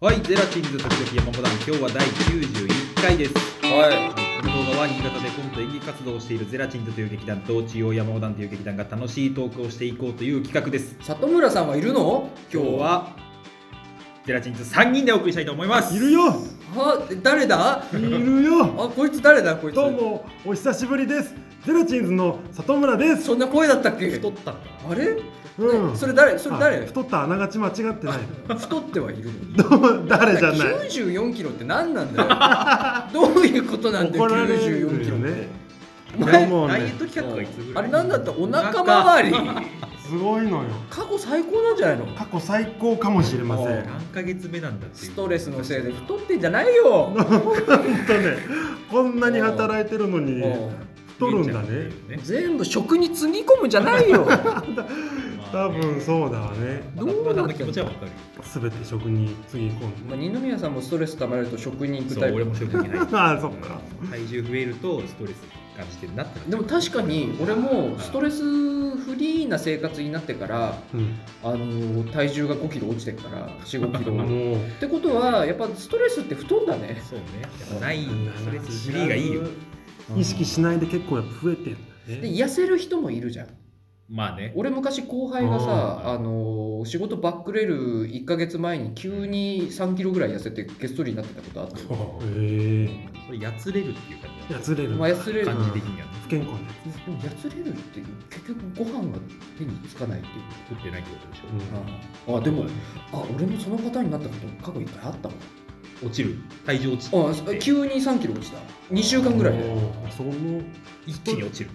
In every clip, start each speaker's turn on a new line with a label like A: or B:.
A: はい、ゼラチンズ時々山本団、今日は第91回です。
B: は
A: この動画は新潟でコント演技活動をしているゼラチンズという劇団と中央山本団という劇団が楽しいトークをしていこうという企画です。
B: い。里村さんはいるの？
A: 今日はゼラチンズ3人でお送りしたいと思います。
C: いるよ
B: は誰だ？
C: いるよ
B: あこいつ誰だこいつ。
C: どうもお久しぶりですゼラチンズの里村です
B: そんな声だったっけ？
A: 太ったんだ。
B: あれ？
C: う
B: ね
C: ん
B: それ誰？それ
C: あ
B: 誰？
C: 太ったあながち間違ってない
B: あ太ってはいるの。
C: どう誰じゃな
B: 九
C: い
B: 十四キロって何なん だよ。どういうことなんだよ。
C: 怒られ
B: 九
C: る
B: 十
C: よ
B: 四キロっ
C: ね
B: て。
C: い
B: お
C: や
B: 前
C: もう
A: ダイエッ
C: ね
A: ト企画がいつぐらい
B: あれなんだったお腹周り。
C: すごいのよ
B: 過去最高なんじゃないの？
C: 過去最高かもしれません
B: お
A: 何ヶ月目なんだっていう
B: ストレスのせいで太ってんじゃないよ。
C: 本当ねこんなに働いてるのに
B: も
C: 太る
A: 見え
C: んだ
A: ちゃう
C: ね
A: っていううね
B: 全部食に積み込むんじゃない よ。
C: 多分そうだわね
A: まあ
B: ど
A: 松村
B: うなんだ
A: さんの気持ちはわかるよ。
C: 全て食につぎ込ん
B: まあ、
C: で
B: 二宮さんもストレス溜まると食に行く
A: そ
B: タイ
A: う、俺
B: プ
A: も正直ない。
C: ああそっか
A: 体重増えるとストレス感じてるなって。
B: でも確かに俺もストレスフリーな生活になってから、
C: うん
B: あのー体重が5キロ落ちてるから4 5キロ っ
C: もう
B: てことはやっぱストレスって太んだね
A: そうね。やっぱないストレスフリーがいいよ。
C: 意識しないで結構やっぱ増えてんだね
B: で痩せる人もいるじゃん
A: まあね。
B: 俺昔後輩がさ、
A: うん
B: あのー仕事バックレる1ヶ月前に急に3キロぐらい痩せてげっそりになってたことあったよ
C: へえ
A: それやつれるっていう感じ
C: やつれる
B: まあやつれる
A: 感じ的にはね。
C: 不健康ね
B: でもやつれるって結局ご飯が手につかないっていう
A: 食ってないってことでしょ。
B: ああでもあ俺もそのパターンになったこと過去一回あったもん
A: 落ちる。体重落ち
B: あそ急に3キロ落ちた2週間ぐらいで、うん
C: その
A: 一気に落ちる。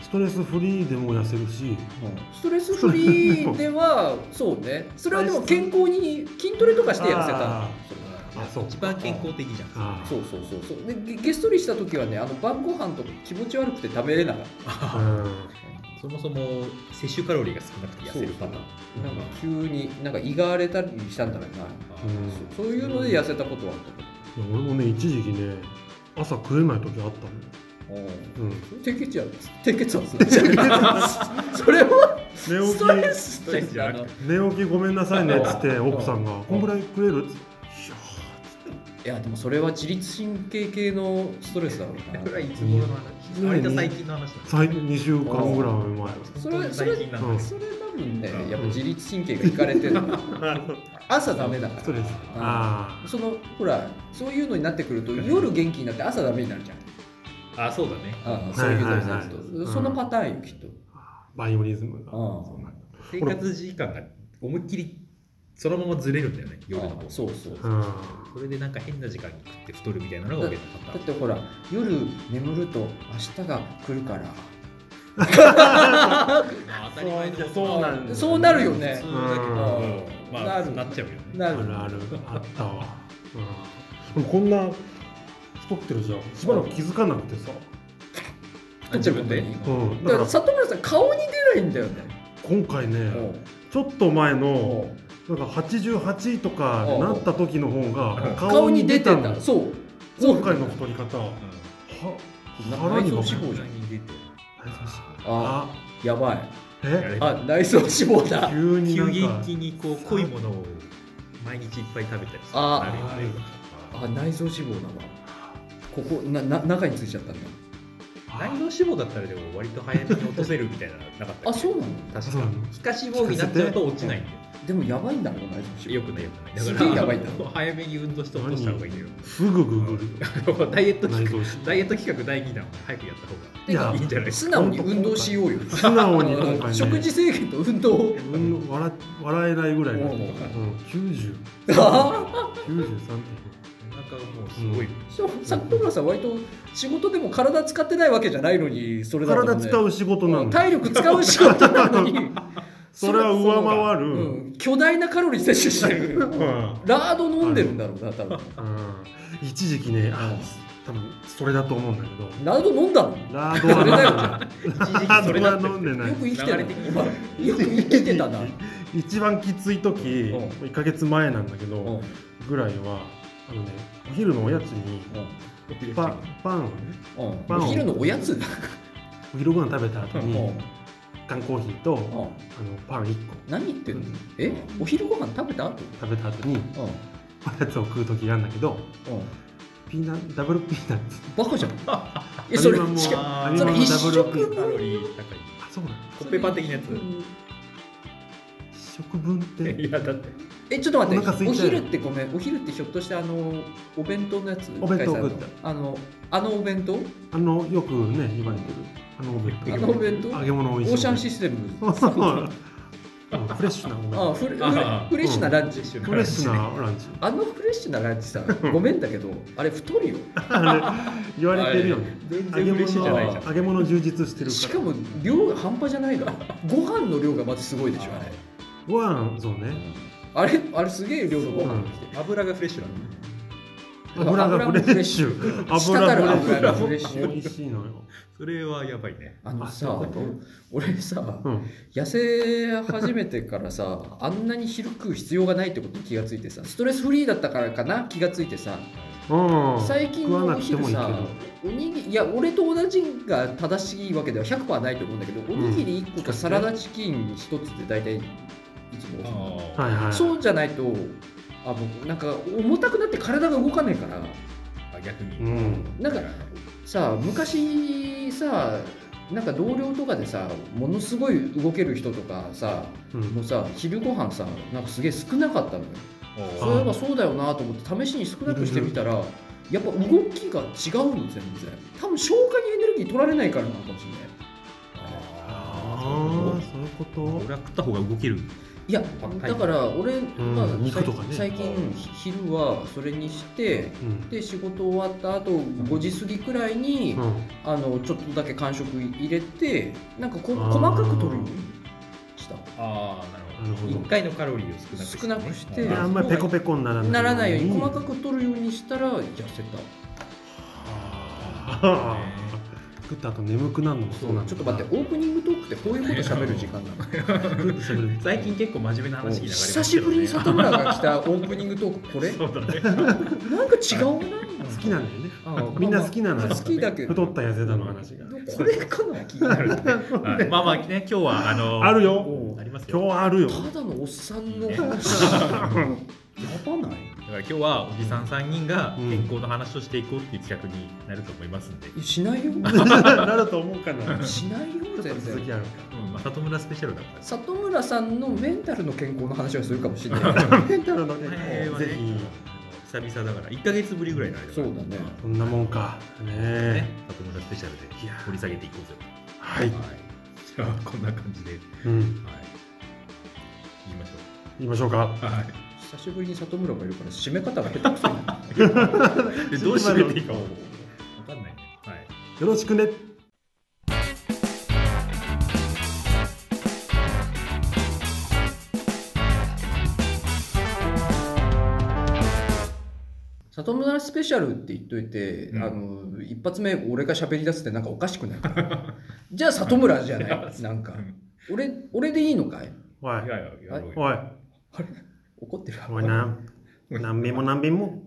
C: ストレスフリーでも痩せるし
B: ストレスフリーではそうねそれはでも健康に筋トレとかして痩せた
C: ああそう
A: 一番健康的じゃん。
C: あ
B: そうそうそうそうでゲゲストリした時はねあの晩ご飯とか気持ち悪くて食べれなかっ
C: あう
A: そもそも摂取カロリーが少なくて痩せるパターン。
B: たなんか急になんか胃が荒れたりしたんだろうな、
C: ん
B: そうそういうので痩せたことはあ
C: うん俺もね一時期ね朝食えない時あった
B: ったけど、
C: の、うん、
B: 低血圧低血圧なんじゃないそれはストレ
C: 寝起
B: ス
A: ストレスじゃなくて
C: き寝起きごめんなさいねっつって
B: うん
C: 奥さんが「こんぐらい食える?」っつっていや
B: いやでもそれは自律神経系のストレスだろうな
A: これはいつ頃の話？割と最近の話
C: ー最2週間ぐらい前
B: それそ
A: 最
B: れ
A: 近なん
C: だ
A: だ。
B: それ多分ねやっぱ自律神経がいかれて る朝ダメだか
C: スト
B: ら
C: レスああ
B: そのほらそういうのになってくると夜元気になって朝ダメになるじゃん
A: あ、そうだね。
B: ああそういう
C: はい
B: の
C: はいはい
B: に
C: うん
B: そのパターンよきっと
C: バイオリズムが
B: うん
C: そうなんだ
A: 生活時間が思いっきりそのままずれるんだよね。夜の
B: あ
A: 方
B: あ。そうそうだ
C: うん
A: それでなんか変な時間に食って太るみたいなのが俺のパタ
B: ってほら夜眠ると明日が来るから
A: ーン。当
C: たり前だけどそうなんだよね
B: そうなるよね
A: 普通だけど
B: うん
A: まあ
B: なる
A: なっちゃうよね。
B: な
C: あ
B: る
C: るあるあったわ、うん、でもこんな太ってるじゃんしばらく気づかなくてさ、
B: 太っちゃうことに
C: うん、
B: だか
C: だからら
B: 里村さん顔に出ないんだよね
C: 今回ね、ちょっと前のなんか88とか
B: うん
C: なった時の方が
B: うん顔に出て
C: の
B: んだそう
C: 今回の太り方は腹
B: 内
C: に
B: 臓
C: も
B: 脂肪じゃん
A: に出て
B: あ
C: あ
B: やばい
C: え
B: あ内臓脂肪だ
C: 急に
A: 急
C: なんか
A: 激にこう濃いものを毎日いっぱい食べたりする
B: あー
A: なるよね
B: あ内臓脂肪なのここなな中についちゃったんだ
A: 内臓脂肪だったらでも割と早めに落とせるみたいなのなかった
B: あ
A: っけ
B: そうなの
A: 確
C: そう
A: か
C: なの
A: 皮下脂肪になっちゃうと落ちないんだよ
B: でもやばいんだろう内臓脂肪
A: よくないよくない
B: す
A: だ
B: げえ
A: か
B: やば
A: ら
B: いんだろ
A: 早めに運動して落とした方がいいんだよ
C: すぐググる
A: ダイエット
C: 内
A: 企
C: 臓
A: 画
C: 脂
A: ダイエッ
C: 肪
A: ト企画第2弾早くやった方
C: いや
A: がいいんじゃないですか
B: 素直に運動しようよ
C: 素直に今回ね
B: 食事制限と運動を
C: うん笑笑えないぐらいの、
B: う
C: うんん、90
A: お腹が
C: 93.5
A: もうすごい
B: 里村さん割と仕事でも体使ってないわけじゃないのにそれだと、ね、
C: 体使う仕事なの
B: 体力使う仕事なのに
C: それは上回
B: う
C: る、
B: ん巨大なカロリー摂取してる
C: うん
B: ラード飲んでるんだろうな多分
C: うん一時期ね、あ多分それだと思うんだけど、
B: ラード飲んだの
C: ラードは飲んで
A: 一時
C: ない。ラ
A: 期そ
C: ー
A: れだっ
C: ドは
A: た
C: 飲んでない
B: よ。く生きて
A: 流れ
B: る
A: 的
B: 今よく生きてたな、うん
C: 一番きつい時、
B: うん
C: 一ヶ月前なんだけ
B: うん
C: ど、ぐらいはあのね、お昼のおやつにパンパンをね、
B: う
C: パ
B: ん、
C: ン
B: お
C: を
B: 昼のおやつ
C: お昼ご飯食べた後
B: うん
C: に缶コーヒーとあ
B: う
C: の
B: ん
C: パン一個
B: 何言ってんのえお昼ご飯食べた後
C: 食べた後に
B: うん
C: ナツを食う時なんだけどピーナダブルピーナッツ
B: バカじゃんえそれ
C: ファミマも
B: しか
A: あ
C: あ
A: ー
B: それ一
C: ダブルピ
B: 食
A: カロリー高い
C: あそうなの
A: コッペパン的なやつ
C: 一食分って
A: いやだって
B: えちょっと待っ
C: お腹
B: て
C: 空い
B: お
C: ちゃう
B: 昼ってごめんお昼ってひょっとしてあのお弁当のやつ
C: お弁当
B: 深井さんの
C: 食っ
B: あのあのお弁当
C: あのよくね言われてるあのお弁当
B: あのお弁当
C: 揚げ物
B: オ
C: 美味しい
B: ーシャンシステム
C: そうそううんフレッシュなお弁
B: あ
C: 当
B: フレ
A: あー
B: フレッシュなランチ、
A: 一緒に
C: フレッシュなランチ
B: あのフレッシュなランチさごめんだけどあれ太るよ
C: あれ言われてるよ ね
A: 全
C: 揚
A: 然
C: げ
A: 嬉しいじゃないじゃん
C: 物揚げ物充実してるから
B: しかも量が半端じゃないのご飯の量がまずすごいでしょあれ
C: ご飯そうね
B: あれあれすげえ量のご飯
A: 油がフレッシュなの
C: 油がフレッシュ
B: 油もフレッシュ
C: 油が
B: 滴る油がフレッシュ
C: 美味しいのよ
A: それはやばいね
B: あの
C: あ
B: さ
C: そういうこ
B: 俺さ
C: うん
B: 痩せ始めてからさあんなに昼食う必要がないってことに気がついてさストレスフリーだったからかな気がついてさ
C: うん
B: 最近
C: 食
B: の
C: わな
B: お
C: くて
B: 昼
C: もいいけ
B: さ
C: ど
B: おにぎりいや俺と同じが正しいわけでは100%はないと思うんだけどおにぎり1個とサラダチキン1つって大体いつもお昼
A: あ
C: はいはい
B: そうじゃないとあのなんか重たくなって体が動かないから
A: あ逆
C: う
A: に
C: ん
B: なんかさあ昔さなんか同僚とかでさものすごい動ける人とかさ
C: うん
B: もうさ昼ご飯さなんかすげえ少なかったのよ
A: お
B: そういえばそうだよなと思って試しに少なくしてみたらやっぱ動きが違うの全然多分消化にエネルギー取られないからなのかもしれない
C: ああそういうこ
A: あ俺
C: と
A: は食った方が動ける
B: いや
A: パッタイ
B: だから俺
C: ん
B: が
C: 肉とかね
B: 最近昼はそれにして
C: うん
B: で仕事終わった後5時過ぎくらいに、
C: うん
B: あのちょっとだけ間食入れてなんかこ
C: あー
B: 細かく取るようにした
A: ああなる
C: なるほど
A: 1回のカロリーを少なくしてね
B: 少なくして
C: であんまりペコペコにならない
B: ならないように細かく取るようにしたら痩せた
C: あー食った後眠くなるのもそうなんだ
B: ちょっと待ってオープニングトークってこういうこと喋る時間なの
C: どうやって喋るの
A: 最近結構真面目な話に流れますけど
B: 久しぶりに
A: そう
B: 里村が来たオープニングトークこれ
A: だね
B: なんか違うな
C: 好きなんだよね
B: あー
C: みんな好きなの
B: 好きだけど
C: 太った痩せたの話が
B: これかな気にな
A: なる
B: る
A: ほどねはいまあまあね今日はあの
C: あるよ
A: あります
C: 今
A: よ
C: 日あるよ
B: ただのおっさんの
A: いいね
B: 話やばない
A: だから今日はおじさん3人が
C: うん
A: 健康の話をしていこうっていう企画になると思いますんで、
B: いやしないよ
C: なると思うかなち
B: しないよ
C: ょっ と
B: 全
C: 続
B: 然
C: きある
A: うんまあ、里村スペシャルだから
B: 里村さんのメンタルの健康の話をするかもしれない
C: メンタルの健
A: 前は
C: 康
A: ね
C: ぜひ
A: 久々だから1か月ぶりぐらいの間
B: そうだね
C: そんなもんかね
A: ね
C: え
A: 里村スペシャルで掘り下げていこうぜ
C: はい
A: じゃあこんな感じで、はい、
C: うん
A: 言いましょ
C: 言いましょうか
A: う、はい
B: 久しぶりに里村がいるから締め方が下手くそになる
A: で どう締めていいかも分かんないね。はい。
C: よろしくね
B: 里村スペシャルって言っといて、
A: うん
B: あの一発目俺が喋り出すってなんかおかしくない じゃあ里村じゃ ない
A: や
B: いなんか
A: うん
B: 俺俺でいいのかい
C: お
A: いや
C: い
A: いや、やろうよ。
C: おい
B: 怒ってる
C: おいな何遍も何遍も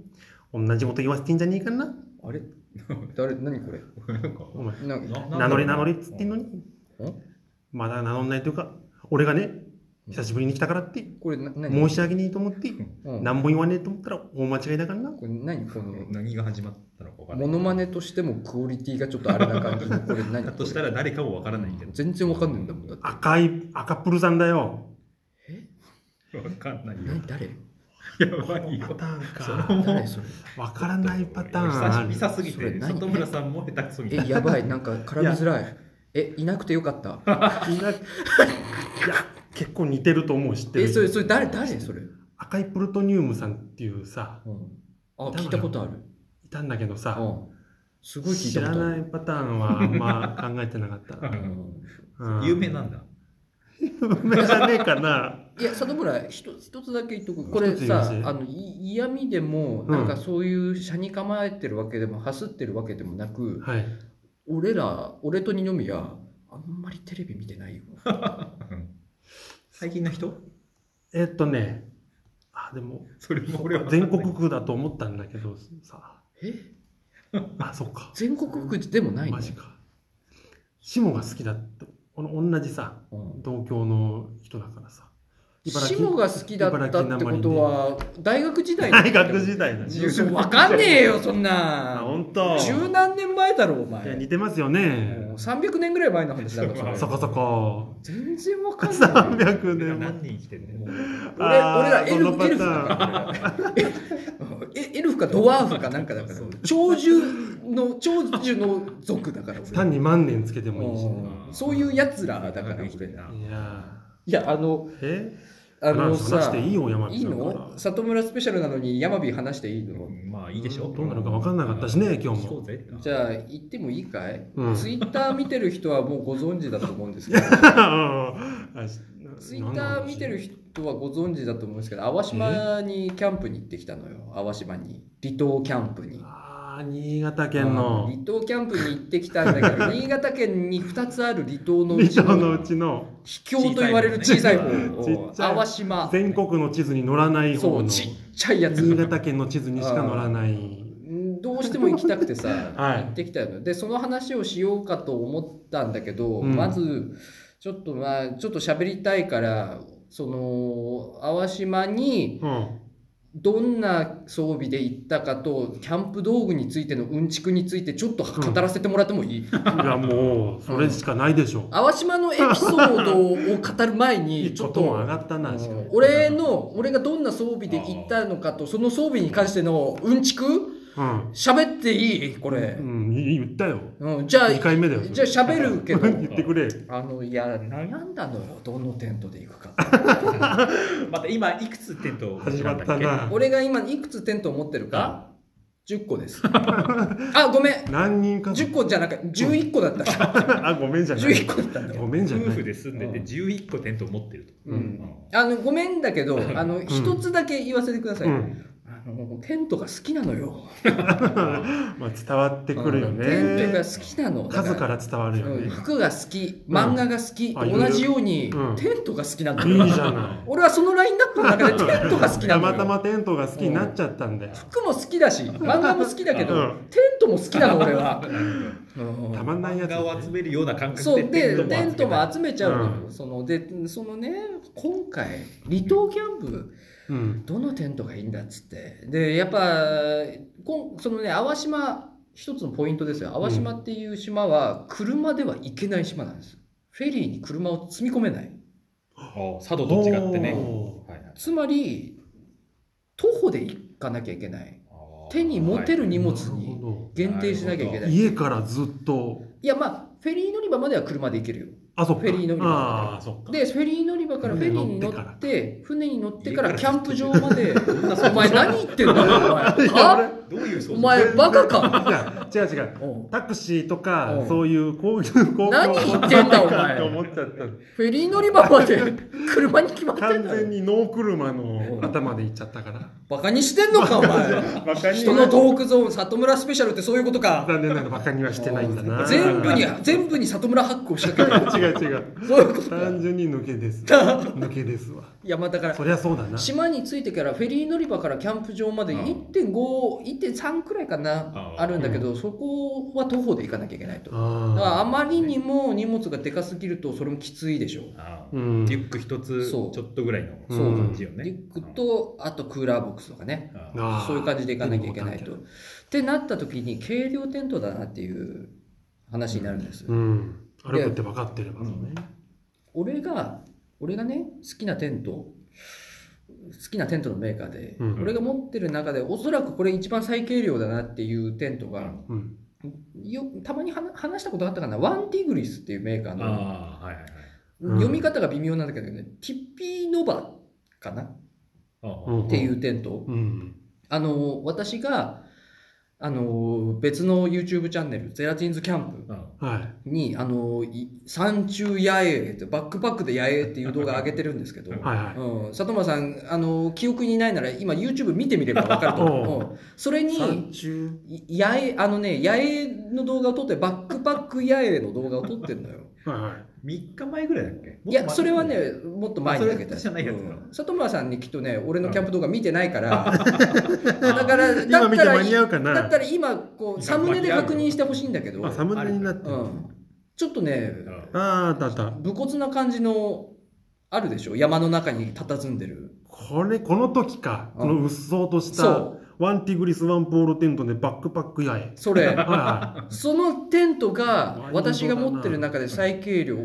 C: 同じこと言わせてんじゃねえかな
B: あれ 誰何これ
A: なんか
C: お前
B: なんか
A: な
C: 名乗れ名乗れっつってんのに
B: うん
C: まだ名乗んないというか俺がね久しぶりに来たからって
B: これな何
C: 申し訳ねえと思って
B: うん
C: 何も言わねえと思ったら大間違いだからな
B: これ何こ
A: うん
B: の
A: 何が始まったのかわからない。
B: モノマネとしてもクオリティがちょっとあれな感じのこれ 何
A: だとしたら誰かもわからないけど。
B: 全然わかんないんだもんだって
C: 赤い赤プルさんだよ
A: わかんないよ。
B: 何 誰
A: やばいよ
C: パ。ターン
A: それ
C: か
A: も
B: 誰それ
C: わからないパターンある
A: 久々すぎ
B: それ
A: て、
B: 何
A: 里村さんも下手くそみたいな。
B: えやばいなんか絡みづらいえいなくてよかった
C: みんないや結構似てると思う知って
B: え
C: る
B: それそれ誰誰それ、
C: 赤いプルトニウムさんっていうさ
B: あ
C: だから
B: 聞いたことある
C: いたんだけどさ
B: うんすごい聞い
C: 知
B: たこと
C: ら
B: あ
C: な
B: る
C: いパターンはあんま考えてなかった
A: う
B: うんん
C: うん
A: 有名なんだ。
C: 有名じゃねえかない
B: や里村一つ一つだけ言っとくこれ
C: 一つ言いま
B: さ
C: す
B: あのい嫌味でも
C: うん
B: なんかそういう車に構えてるわけでもはすってるわけでもなく
C: はい
B: 俺ら俺と二宮あんまりテレビ見てないよ
A: 最近の人
C: えっとねあでも
A: それも俺は
C: 全国区だと思ったんだけどさ
B: え
C: あそっか
B: 全国区でもないの
C: マジかシモが好きだってこの同じさ
B: うん
C: 同郷の人だからさ茨城
B: シモが好きだったってことは大学時代の
C: 大学時代の
B: そうわかんねえよそん
C: あ
B: な
C: 本当
B: 十何年前だろお
C: いや
B: 前
C: 似てますよね
B: もう300年ぐらい前の話だからそ
C: そ
B: れ
C: こそこ
B: 全然わかんないよ
C: 300年前
A: 何人生きてんね
B: もう俺俺
C: あ
B: ら
C: ー
B: エルフ
C: この
B: エルフ
C: パタ
B: かエエルフかドワーフかなんかだから
A: そう
B: 長寿の長寿の族だから俺
C: 単に万年つけてもいいしね
B: うんそういうやつらだか
A: 長
B: ら俺
A: く生きてんない
C: や
B: いやあの
C: ーえ
B: あの
C: 話話し
B: さ
C: ていいよ山
B: いいの里村スペシャルなのに山火話していいの
A: まあいいでしょ
C: どうなるか分かんなかったしね今
A: 聞
C: 日も
A: こうぜ
B: じゃあ言ってもいいかい、
C: うん
B: ツイッター見てる人はもうご存知だと思うん ですけどツイッター見てる
C: 人
B: 人はご存知だと思うんですけど淡島にキャンプに行ってきたのよ淡島に離島キャンプに。
C: ああ新潟県の
B: 離島キャンプに行ってきたんだけ ど新潟県に2つある離島のう
C: 離
B: ち
C: 島の
B: の
C: うちの
B: 秘境と言われる小さい方
C: ちっちゃい
B: 淡島
C: 全国の地図に載らない
B: そ
C: 方
B: う
C: の
B: ちっちゃいやつ
C: 新潟県の地図にしか載らない
B: うんどうしても行きたくてさ、
C: はい
B: 行ってきたのでその話をしようかと思ったんだけど、
C: うん
B: まずちょっとまあちょっと喋りたいからその淡島に
C: うん
B: どんな装備で行ったかとキャンプ道具についてのうんちくについてちょっと語らせてもらってもいい、
C: いやもうそれしかないでしょ
B: 淡島のエピソードを語る前に
C: 一
B: ちょ
C: 個
B: っ
C: トーン上
B: と。
C: がったなしか
B: うん俺の俺がどんな装備で行ったのかとその装備に関してのうんちく
C: も
B: 喋っていいこれ
C: う、んうん言ったよ
B: うん、じゃあ
C: 2回目だよ
B: じゃあ喋る けど
C: 言ってくれ
B: あのいや悩んだのよどのテントで行くか
A: また今いくつテント
C: 始まったな
B: 俺が今いくつテントを持ってるか10個です あごめん
C: 何人か
B: 10個じゃなくて11個だった
C: あごめんじゃない
B: 11個だったんだ
C: ご
B: よ、
C: めんじゃ
A: 夫
C: ない
A: 婦で住んでて
B: うん
A: 11個テント持ってると、
B: う、
A: うん
B: あのごめんだけどあの一つだけ言わせてください、
C: うん
B: あのテントが好きなのよ、
C: まあ伝わってくるよ
B: うんテントが
C: ね
B: 好きなのだ
C: 数から伝わるよ
B: うん
C: ね
B: 服が好き漫画が好き、
C: うんあいろいろ
B: 同じように、
C: うん
B: テントが好きなのよ
C: いいじゃない
B: 俺はそのラインナップの中でテントが好きな
C: た
B: のよ
C: またまテントが好きになっちゃったんだよ
B: 服も好きだし漫画も好きだけど、
C: うん
B: テントも好きなの俺は、
C: たまんないや
A: 漫
C: つ
A: 画を集めるような感覚
B: そ
A: で
B: うでテ
A: テン
B: ン
A: ト
B: ト
A: も
B: も
A: 集
B: 集めちゃうのよ、そのでそのね今回離島キャンプ
C: うん
B: どのテントがいいんだっつってでやっぱこんそのね淡島一つのポイントですよ淡島っていう島は車では行けない島なんです、フェリーに車を積み込めな
A: め
B: い
A: る佐渡と違ってね、
C: お
A: はいはい
B: つまり徒歩で行かなきゃいけない手に持てる荷物
C: な
B: に
C: るほ
B: 限定しなきゃいけ
C: ど
B: ない
C: 家からずっと
B: いやまあフェリー乗り場までは車で行けるよ
C: あそっか
B: フェリー乗り場
C: ああそっか
B: でフェリー乗り場からフェリーに乗って船に乗ってからキャンプ場までお 前何言ってんだよお前は
A: どういう装
B: お
A: 備
B: 前バカか
C: いや違う違う
B: お
C: タクシーとか、
B: うん
C: そういう公共公共
B: 何言ってんだお前
C: と思っちゃった
B: フェリー乗り場まで 車に決まってん
C: 完
B: だ
C: 全
B: よ
C: にノー車の頭で行っちゃったから
B: バカにしてんのかお前
C: バカ
B: 人のトークゾーン里村スペシャルってそういうことか
C: 残念ながらバカにはしてないんだな
B: 全部に全部に里村ハックを仕掛けて
C: 違う違う
B: るそういうことか
C: 単純に抜け です抜けですわ
B: いやまあだから
C: そりゃそうだな
B: 島に着いてからフェリー乗り場からキャンプ場まで
A: うん
B: 1.51.3くらいかな
A: あ
B: あるんだけどそこは徒歩で行かなきゃいけないとだからあ
C: あ
B: まりにも荷物がでかすぎるとそれもきついでしょ
A: あ
C: ー
A: ー
C: うん
A: リュック一つち
B: そう
A: ょっとぐらいの
C: そう
A: 感じよね
B: リュックとあとクーラーボックスとかね
A: あー
C: あー
B: そういう感じで行かなきゃいけないと
C: う
B: ってなった時に軽量テントだなっていう話になるんです
C: うん歩くって分かってればそうね
B: 俺が俺がね好きなテント好きなテントのメーカーで
C: うん
B: 俺が持ってる中でおそらくこれ一番最軽量だなっていうテントが
C: うん
B: よたまに話話したことあったかなワンティグリスっていうメーカーの
A: あーはいはいはい
C: うん
B: 読み方が微妙なんだけどね、ティッピーノバかなっ
A: あー
C: うん
B: ていうテント、
C: うん
B: あの私があの別の YouTube チャンネルゼラチンズキャンプ
A: あ
C: はい
B: にあのい山中野営ってバックパックで野営っていう動画上げてるんですけど、
A: はい
C: はいはい
B: うん、里村さんあの記憶にないなら今 YouTube 見てみれば分かると思
C: お
B: う、うんそれに
C: 山中
B: い野営あのね野営の動画を撮ってバックパック野営の動画を撮ってるのよ
C: はいはい
A: 3日前ぐらいだっけ
B: いや、それはね、もっと前にだけた
A: あそれじゃないやつだ
B: うん里村さんにきっとね、俺のキャンプ動画見てないから、だからら、だ
C: 今
B: っ
C: 見
B: た
C: て
B: ら
C: 間
B: い
C: に合うか
B: だっ
C: な
B: たら今、こう、サムネで確認してほしいんだけど、
C: あサムネになって
B: う
C: る
B: んちょっとね、
C: あああったあった
B: 武骨な感じの、あるでしょ山の中に佇んでる。
C: これ、この時か。
B: うん
C: このうっそうとし
B: そ
C: た、
B: う。
C: ワンティグリスワンポールテントでバックパック八重。
B: それ
C: はい。は
B: そのテントが
C: ワイルドだな
B: 私が持ってる中で最軽量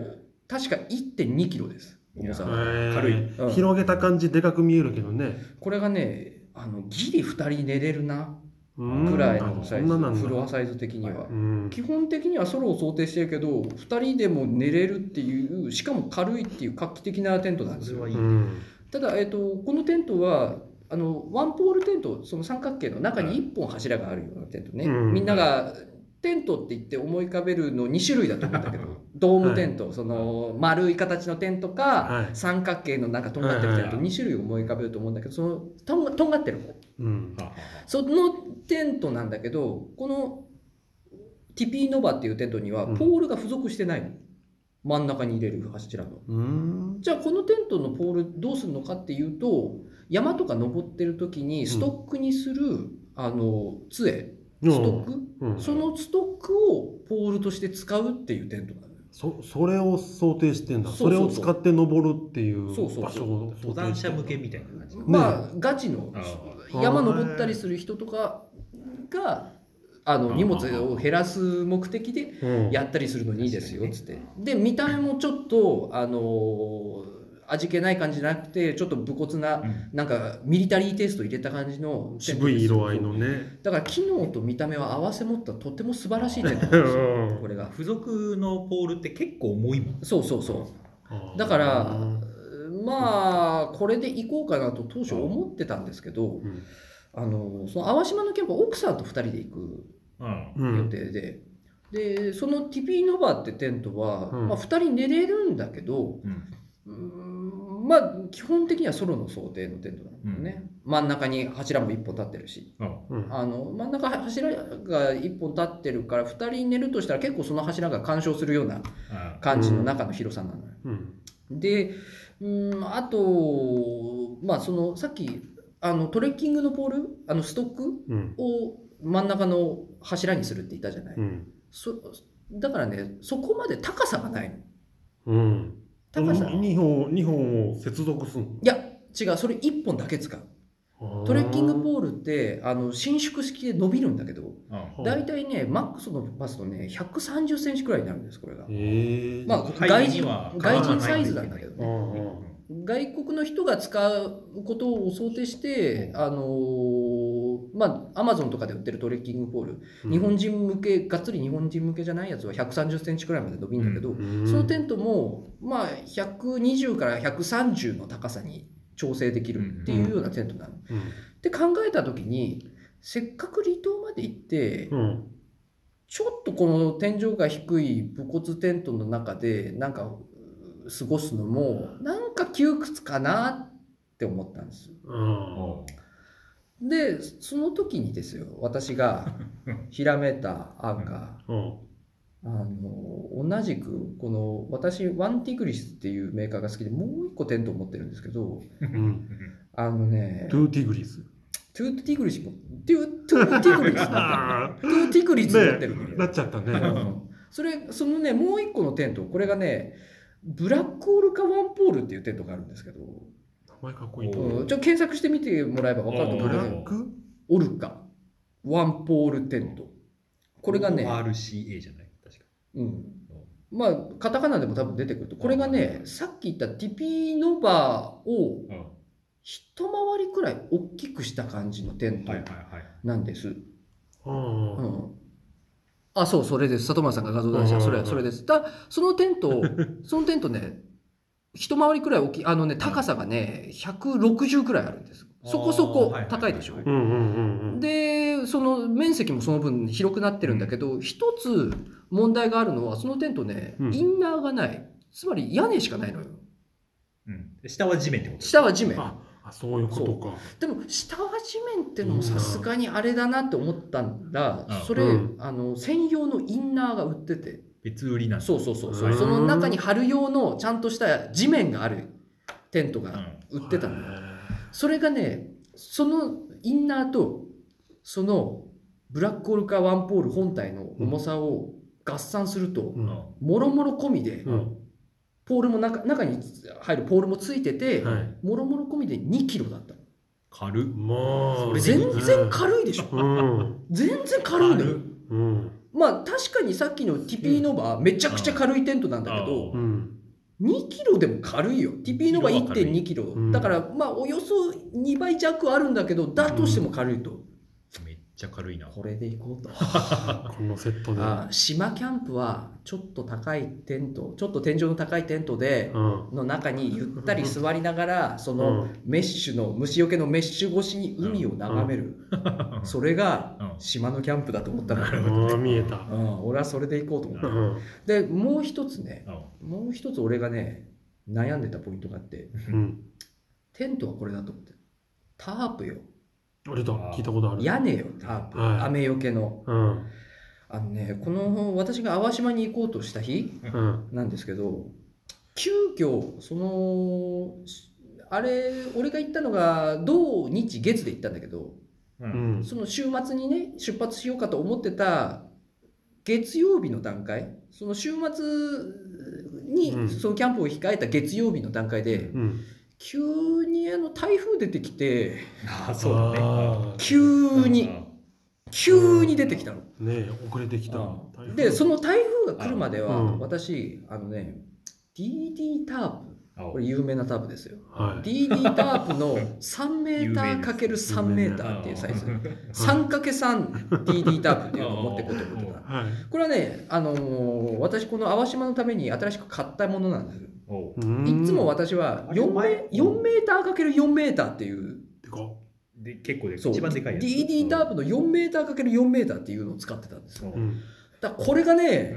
B: 確か1.2キロです重さ
C: い
A: あ
B: は
C: へー
A: 軽い
B: うん
C: 広げた感じでかく見えるけどね。
B: これがねあのギリ2人寝れるな
C: うん
B: ぐらいのサイズ
C: そんななんだ
B: フロアサイズ的には
C: うん。
B: 基本的にはソロを想定してるけど2人でも寝れるっていうしかも軽いっていう画期的なテントなんです
A: そ
B: よ
A: れはいい
C: うん
B: ただ、えっとこのテントはあのワンポールテントその三角形の中に1本柱があるようなテントね、
C: うん
B: みんながテントって言って思い浮かべるの2種類だと思うんだけどドームテント、その丸い形のテントか、
C: はい
B: 三角形のなんかとんがってるテント2種類思い浮かべると思うんだけどそのとんがとんがってる方
C: うん。
A: ああ
B: そのテントなんだけどこのティピーノバっていうテントには
C: うん
B: ポールが付属してないの、真ん中に入れる柱の。
C: うん。
B: じゃあこのテントのポールどうするのかっていうと山とか登ってる時にストックにする、あの杖ストック、
C: うん
B: そのストックをポールとして使うっていうテントなのよ
C: そそれを想定してんだ
B: そそ
C: そう
B: う
C: れ
B: そう
C: を使って登るっていう
B: そうそうそう
C: 場所を
A: 登山者向けみたいな感じ
B: まあガチの
A: あ
C: あ
B: 山登ったりする人とかがあの
A: あ
B: 荷物を減らす目的で
C: うん
B: やったりするのにいいですよっつってで見た目もちょっとあの味気ない感じじゃなくてちょっと武骨な
A: うん
B: なんかミリタリーテイスト入れた感じのテント
C: 渋
B: です
C: い色合いのね
B: だから機能と見た目を合わせ持ったとても素晴らしいテントなんです
C: う
B: よ
C: ん
B: これが
A: 付属のポールって結構重いもん
B: そうそうそう
C: あー
B: だからまあこれで行こうかなと当初思ってたんですけど
C: うん
B: あのその淡島のキャンプは奥さんと2人で行く
A: うん
C: う
B: 予
C: ん
B: 定で、でそのティピーノバってテントは、
C: うん
B: まあ、2人寝れるんだけど
A: うん
B: うーんまあ基本的にはソロの想定のテントなんだよね、真ん中に柱も1本立ってるし
A: あ
C: うん
B: あの真ん中柱が1本立ってるから2人寝るとしたら結構その柱が干渉するような
A: あ
B: 感じの中の広さなのよ、
C: うん
B: でうんあとまあそのさっきあのトレッキングのポールあのストック
C: うん
B: を真ん中の柱にするって言ったじゃない、
C: うん
B: そだからねそこまで高さがないの
C: うん
B: 高さい
C: 2本二本を接続する
B: や違うそれ1本だけ使うトレッキングポールってあの伸縮式で伸びるんだけど
A: ああ
C: うん
B: 大体ねマックスのバスとね1 3 0ンチくらいになるんですこれが、
C: ええ
B: まあ
A: 背
B: 外
A: 景に
B: 人
A: は
B: 外人サイズなんだけど
C: う
B: ね
C: ん
A: うん
C: うん
B: 外国の人が使うことを想定して、あのーまあアマゾンとかで売ってるトレッキングポール、日本人向けがっつり日本人向けじゃないやつは1 3 0ンチくらいまで伸びるんだけど、
C: うん
B: そのテントも、まあ、120から130の高さに調整できるっていうようなテントなの。
C: う
B: で考えた時にせっかく離島まで行って
C: んうん
B: ちょっとこの天井が低い武骨テントの中でなんかうー過ごすのもなんか窮屈かなって思ったんです。
C: うん
B: でその時にですよ私 がひらめいた案が。
C: うん
B: あの同じくこの私ワンティグリスっていうメーカーが好きでもう一個テントを持ってるんですけど
C: うん
B: あのね
C: トゥーティグリス
B: トゥーティグリスもトゥートゥーティグリスにな
C: あ
B: ってる トゥーティグリスになってる
C: ーなっちゃったね
B: うんそれそのねもう一個のテントこれがねブラックオールかワンポールっていうテントがあるんですけど、
C: 名前かっこいい
A: お
C: と
B: うんちょっと検索してみてもらえば分かると思
C: ブ
B: うんだ
C: ラ
B: けど
C: ック
B: オルカワンポールテントこれがね、
A: RCA じゃない確か
B: うん、まあカタカナでも多分出てくるとこれがねさっき言ったティピーノバーを
A: うん
B: 一回りくらい大きくした感じのテント
A: はいはいはい
B: なんです、
C: うん
B: うん、あそうそれです里村さんが画像出した
C: うんうん
B: そ
C: うん
B: れそれですだそのテン トそのテントね一回りくらい大きいあのね高さがね160くらいあるんですそこそ
A: あー
B: こ
A: はいはいはい
B: 高いでしょ
C: うんうんうんうん
B: でその面積もその分広くなってるんだけど一つ問題があるのはそのテントね
C: うん
B: インナーがないつまり屋根しかないのよ
A: うんで下は地面ってこと
B: 下は地面
C: ああそういうことか
B: でも下は地面ってのもさすがにあれだなって思ったんだ
A: うん
B: それ
C: うん
B: あの専用のインナーが売ってて
A: 別売りなんだ
B: そうそうそうそううんその中に貼る用のちゃんとした地面があるテント
A: うん
B: が売ってたのよ、
C: へ
B: それがねそのインナーとそのブラックオルカワンポール本体の重さを合算すると
C: ーうん
B: もろもろ込みで
C: うん
B: ポールも中中に入るポールもついてて、
C: はい。
B: もろもろ込みで2キロだったの
A: 軽っ
C: ま
A: そ
C: あ。
A: れ
B: 全然軽いでしょ
C: うん。
B: 全然軽いのよ
C: うん。
B: まあ確かにさっきのティピーノバめちゃくちゃ軽いテントなんだけど、
A: あ
C: うん。
B: 2キロでも軽いよ。ティピーノが
A: 1
B: 1.2キ
C: う
B: ロ。
C: ん
B: だから、まあ、およそ2倍弱あるんだけど、だとしても軽いと。
A: めっちゃ軽いな
B: これでいこうと。
C: このセットで。
B: あ島キャンプは、ちょっと高いテント、ちょっと天井の高いテントで、
C: うん。
B: の中にゆったり座りながら、そうの
C: ん。
B: メッシュの、虫よけのメッシュ越しに海を眺める。それが
A: う、ん
B: 島のキャンプだと思ったから。
C: ああ、見えた。
B: うん、俺はそれでいこうと思っ
C: う
B: た。
C: ん。
B: で、もう一つね、
A: うん
B: もう一つ俺がね、悩んでたポイントがあって、
C: うん。
B: テントはこれだと思ってタープよ
C: あれだ、聞いたことある。
B: 屋根よタープ、
C: はい
B: 雨よけの
C: うん。
B: あのねこの私が淡島に行こうとした日
C: うん。
B: なんですけど急遽そのしあれ俺が行ったのが土日月で行ったんだけど
A: う
C: うんん。
B: その週末にね出発しようかと思ってた月曜日の段階その週末に、
C: うん
B: そのキャンプを控えた月曜日の段階で、
C: うん。
B: 急にあの台風出てきて
A: ああそうだね
C: あー
B: 急に、
A: うん
B: 急に出てきたの。
C: ねえ遅れてきた
B: う。んで、その台風が来るまでは、
C: うん
B: 私、あのね、DD タープ、
A: あ
B: これ有名なタープですよ。
C: はい。
B: DD タープの3メータ
A: 有名
B: ー
A: です
B: かける3メーターっていうサイズ。3×3DD タープっていうのを持ってこうと思ってた。
C: はい。
B: これはね、あのー私この淡島のために新しく買ったものなんです。
A: おう
B: いつも私は
A: あれ
B: 4メ
A: 前
B: 4メーターかける4メーターっていう、
C: てか、
A: で結構でか
B: そ、
A: いう一番でかいやつ
B: DD タープの4メーターかける4メーターっていうのを使ってたんです。
A: うん
C: うん。
B: だからこれがね、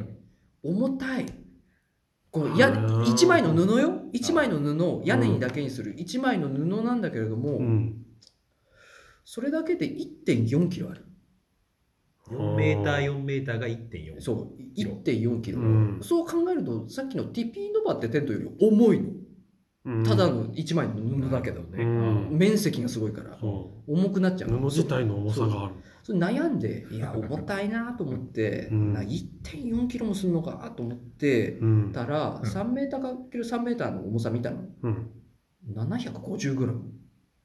B: 重たいこうや
C: あー
B: 1枚の布よ1枚の布を屋根にだけにする1枚の布なんだけれども、
C: うん。
B: それだけで1 4キロある
A: 4メーター4メーターが1.4
B: そう1 4キロ、
C: うん
B: そう考えるとさっきのティピーノバってテントより重いの
C: うん
B: ただの1枚の布だけど、
A: ね
C: うん
B: 面積がすごいから
C: そ
B: 重くなっち
C: う
B: ゃう
C: 布自体の重さがある。
B: それ悩んでいや重たいなと思って、
C: うん
B: な1 4キロもするのかと思って
C: うん。
B: たら
A: うん
B: 3メーターかける3メーターの重さ見たの
C: うん。
B: 750グラム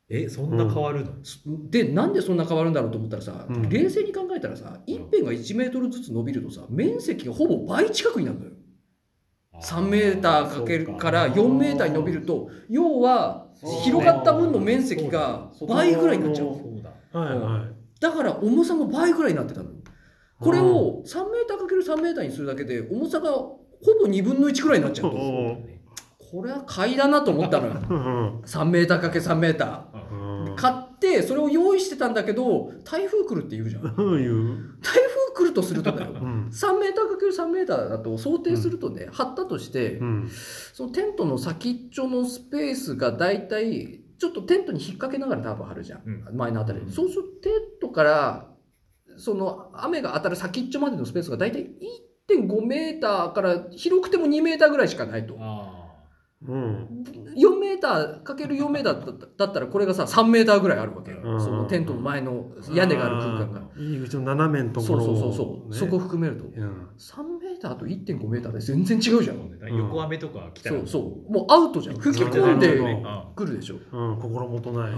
A: えそんな変わるの
B: でなんでそんな変わるんだろうと思ったらさ、
C: うん
B: 冷静に考えたらさ一辺が1メートルずつ伸びるとさ面積がほぼ倍近くになるのよ3メーターかけるから4メーターに伸びると要は広がった分の面積が倍ぐらいになっちゃ
A: そう
B: う
A: そうだ
C: はいはい。
B: だから重さも倍ぐらいになってたのこれを3メーターかける3メーターにするだけで重さがほぼ2分の1ぐらいになっちゃう
C: お
B: と
C: ー
A: そうだね
B: これは買いだなと思ったのよ
C: うん。
B: 3メーターかけ3メーター
A: うん
C: うん。
B: 買ってそれを用意してたんだけど台風来るって言う じゃん台
C: うんいう。
B: 風来るとするとだよ
C: うん。
B: 3メーターかける3メーターだと想定するとね、張ったとして、
C: うん。
B: そのテントの先っちょのスペースがだいたいちょっとテントに引っ掛けながらタープ張るじゃん、
A: う
B: 前のあたり、
A: うん
B: そうするとテントからその雨が当たる先っちょまでのスペースがだいたい1.5メーターから広くても2メーターぐらいしかないと
A: あ
C: うん。
B: 4メーターかける4メーターだっただったらこれがさ3メーターぐらいあるわけよ、
C: うん
B: そのテントの前の屋根がある空間が、
C: あー。いい口の斜めのとこ
B: そう
C: ろ
B: そうそう
C: を
B: そう、
C: ね
B: そこ含めると
C: うん。
B: 3メーターと1.5メーターで全然違うじゃ
A: あ
B: ん、
A: そうねだから横雨とか来た
B: そ
A: ら
B: うそうもうアウトじゃん吹き込ん
C: な
B: で
C: るほどね
B: くるでしょ、
C: うん。心もとない。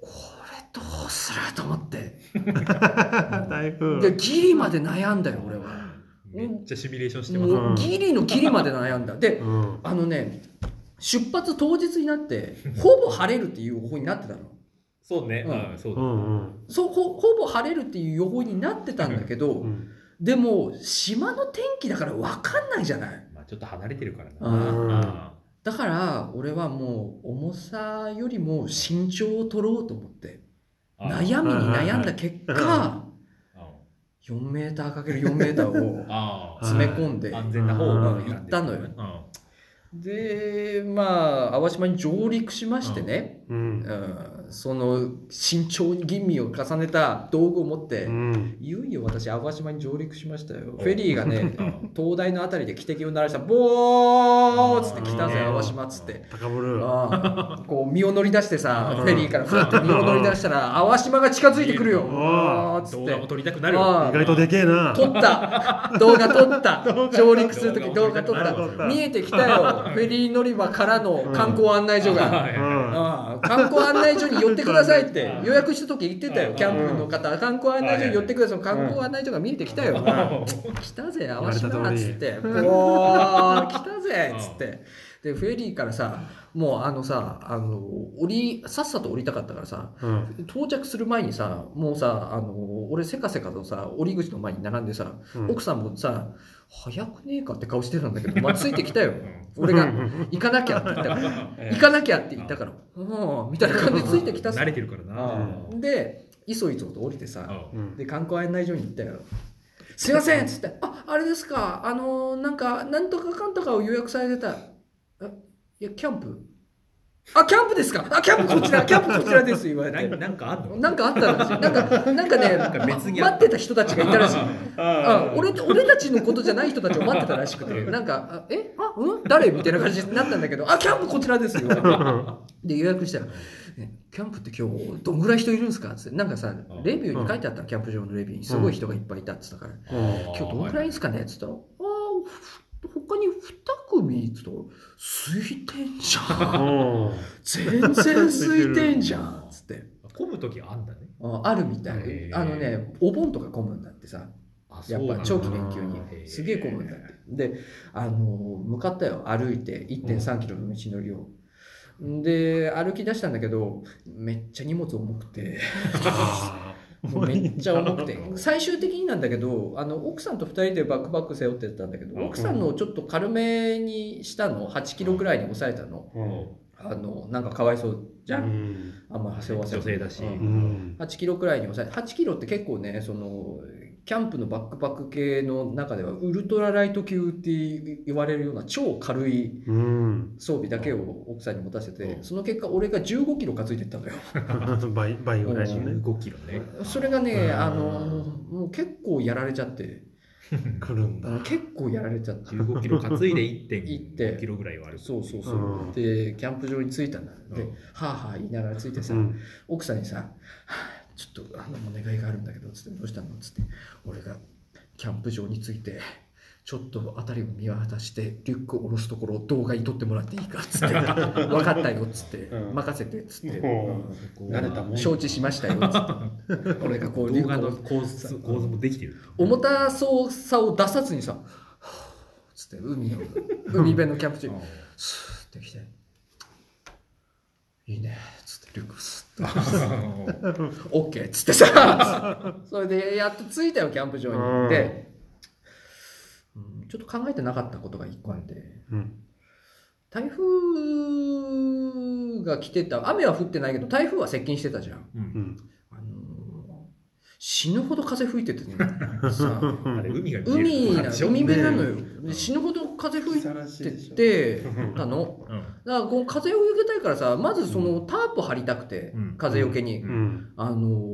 B: これどうすると思って、で
C: 台風。
B: ギリまで悩んだよ俺は
A: めっちゃシミュレーションしてますね
B: もうギリのギリまで悩んだで
C: うん。
B: あのね出発当日になってほぼ晴れるっていう予報になってたの
A: そうね
B: うん
A: うんそう
C: う
A: だ
C: んうん。
B: そうほほぼ晴れるっていう予報になってたんだけど
C: うん。
B: でも島の天気だから分かんないじゃない
A: まあちょっと離れてるからな
B: うん
A: あ
B: だから俺はもう重さよりも身長を取ろうと思って
A: ーあー
B: 悩みに悩んだ結
C: はいはいは
A: う
B: 果
A: ん
B: 4メーターかける4メーターを
A: あ
B: 詰め込んで
A: ー安全な方を
C: うん
A: 選んで
B: 行ったのよ
A: うん
B: でまあ淡島に上陸しましてね、
C: うん。
B: うんその慎重に吟味を重ねた道具を持って、
C: うん
B: いよいよ私淡島に上陸しましたよ
A: お
B: フェリーがね 灯台のあたりで汽笛を鳴らした「ボー!」っつって「来たぜ
C: うん
B: 淡島」っつって。
C: 高ぶる
B: ああこう身を乗り出してさ
C: うん
B: フェリーからふわっと身を乗り出したら淡島が近づいてくるよ
A: うん
B: あーっつっ
A: 動画も
B: て
A: 撮りたくなる
B: あー
C: 意外とでけえな
B: 撮った動画撮 った上陸する時動画撮っ
C: 動
B: た
C: 画撮った
B: 見えてきたよフェリー乗り場からの観光案内所が。
A: はい
C: うん
B: ああ観光案内所に寄ってくださいって
A: ああ
B: 予約した時言ってたよキャンプの方観光案内所に寄ってください観光案内所が見えてきたよ来たぜ淡島っつって「
C: われた通り
B: おー来たぜ」っつってでフェリーからさもうあのさあの降りさっさと降りたかったからさ
C: うん
B: 到着する前にさもうさあの俺せかせかとさ降り口の前に並んでさ
C: うん
B: 奥さんもさ「早くねえか」って顔してたんだけど、まあ、ついてきた よ
A: うん
B: 俺が「行かなきゃ」って言ったから。
A: ええ
B: 行かなきゃって言ったから、うん、みたいな感じでついてきたさ
A: 慣れてるからな
B: う
A: うん
B: で、いそいそと降りてさ、
A: ん
C: うん
B: で、観光案内所に行ったよ。すいませんっつって、あ、あれですか、あのーなんか、なんとかかんとかを予約されてた。えいや、キャンプあ、キャンプですかあ、キャンプこ ちら、キャンプこちらです、言われ
A: な
B: て。
A: なんかあんの
B: なんかあったらしい。なんか、なんかね、
A: なんか別にあ
B: 待
A: っ
B: ってた人たちがいたらしい。
C: あ
B: あ俺俺たちのことじゃない人たちを待ってたらしくて、なんか、あえあうん誰みたいな感じになったんだけど、あキャンプこちらですよ。で、予約したら、ねキャンプって今日、どんぐらい人いるんですかって、なんかさ、レビューに書いてあったのキャンプ場のレビューに、すごい人がいっぱいいたって言ったから、
C: うん
B: 今日どんぐらいですかねって言ったら、ああ、ふ他に2組って言ったら、空いてんじゃん。
C: うん
B: 全然空いてんじゃん。つって。
A: 混む時あんだね
B: ああるみた
A: へ
B: い。
A: ー
B: あのね、お盆とか混むんだってさ。
A: あ
B: やっぱ
A: そう
B: 長
A: な
B: 期
A: んだ
B: 連休
A: へえ
B: にすげえ混むんだってであの向かったよ歩いて1 3キロの道のりを、で歩き出したんだけどめっちゃ荷物重くて
C: あ
B: もうめっちゃ重くて
A: 重い
B: 最終的になんだけどあの奥さんと2人でバックパック背負ってたんだけ
A: うん
B: ど奥さんのちょっと軽めにしたの8キロぐらいに抑えたの
C: ーうん
B: あのなんかかわいそうじゃん、
C: うん
B: あんま背負わせ
A: 女性だし
B: うん
C: うん
B: 8キロくらいに抑え8キロって結構ねそのキャンプのバックパック系の中ではウルトラライト級って言われるような超軽い
C: うん
B: 装備だけを奥さんに持たせて、
A: うん
B: その結果俺が1 5キロ担いでったのよ
C: 倍倍ぐらいのね
A: 15キロね
B: それがね
C: うん
B: あのもう結構やられちゃって
C: 来るん
B: あ
C: だ
B: の結構やられちゃって
A: 15キロ担いで1.5
B: 1.5
A: キロぐらいはある
B: そうそうそう、
C: うん
B: でキャンプ場に着いたんだで、
A: うん
B: はあはあ言いながら着いてさ、
C: うん
B: 奥さんにさ「ちょっとあのお願いがあるんだけど」つって「どうしたの?」つって俺がキャンプ場についてちょっと辺りを見渡してリュックを下ろすところを動画に撮ってもらっていいかっつ って「分かったよ」っつって「
C: うん
B: 任せて」っつって、
C: うん慣れた
B: う
C: も
B: ん
C: ん
B: 承知しましたよ」っつ って俺がこうリュ
A: 動画
B: ック
A: の
B: を
A: 構図構図もできてる
B: 重たそうさを出さずにさ「はぁつって海を海辺のキャンプ中にスーッてきて「いいね」っつってリュックスッと。オッケーっつってさそれでやっと着いたよキャンプ場
C: うん
B: にで、うんちょっと考えてなかったことが一個あって
C: うん
B: 台風が来てた雨は降ってないけど台風は接近してたじゃん、
A: うん
C: うん
B: あのー死ぬほど風吹いててねさ
A: あれ海が見え
B: 海
A: る
B: な海辺なのよ、で死ぬほど風吹い
D: さらしいでしょ
B: ててたの
A: うん
B: だからこう風を受けたいからさまずそのタープ張りたくて、
A: うん
B: 風よけに、
C: うん
B: あのー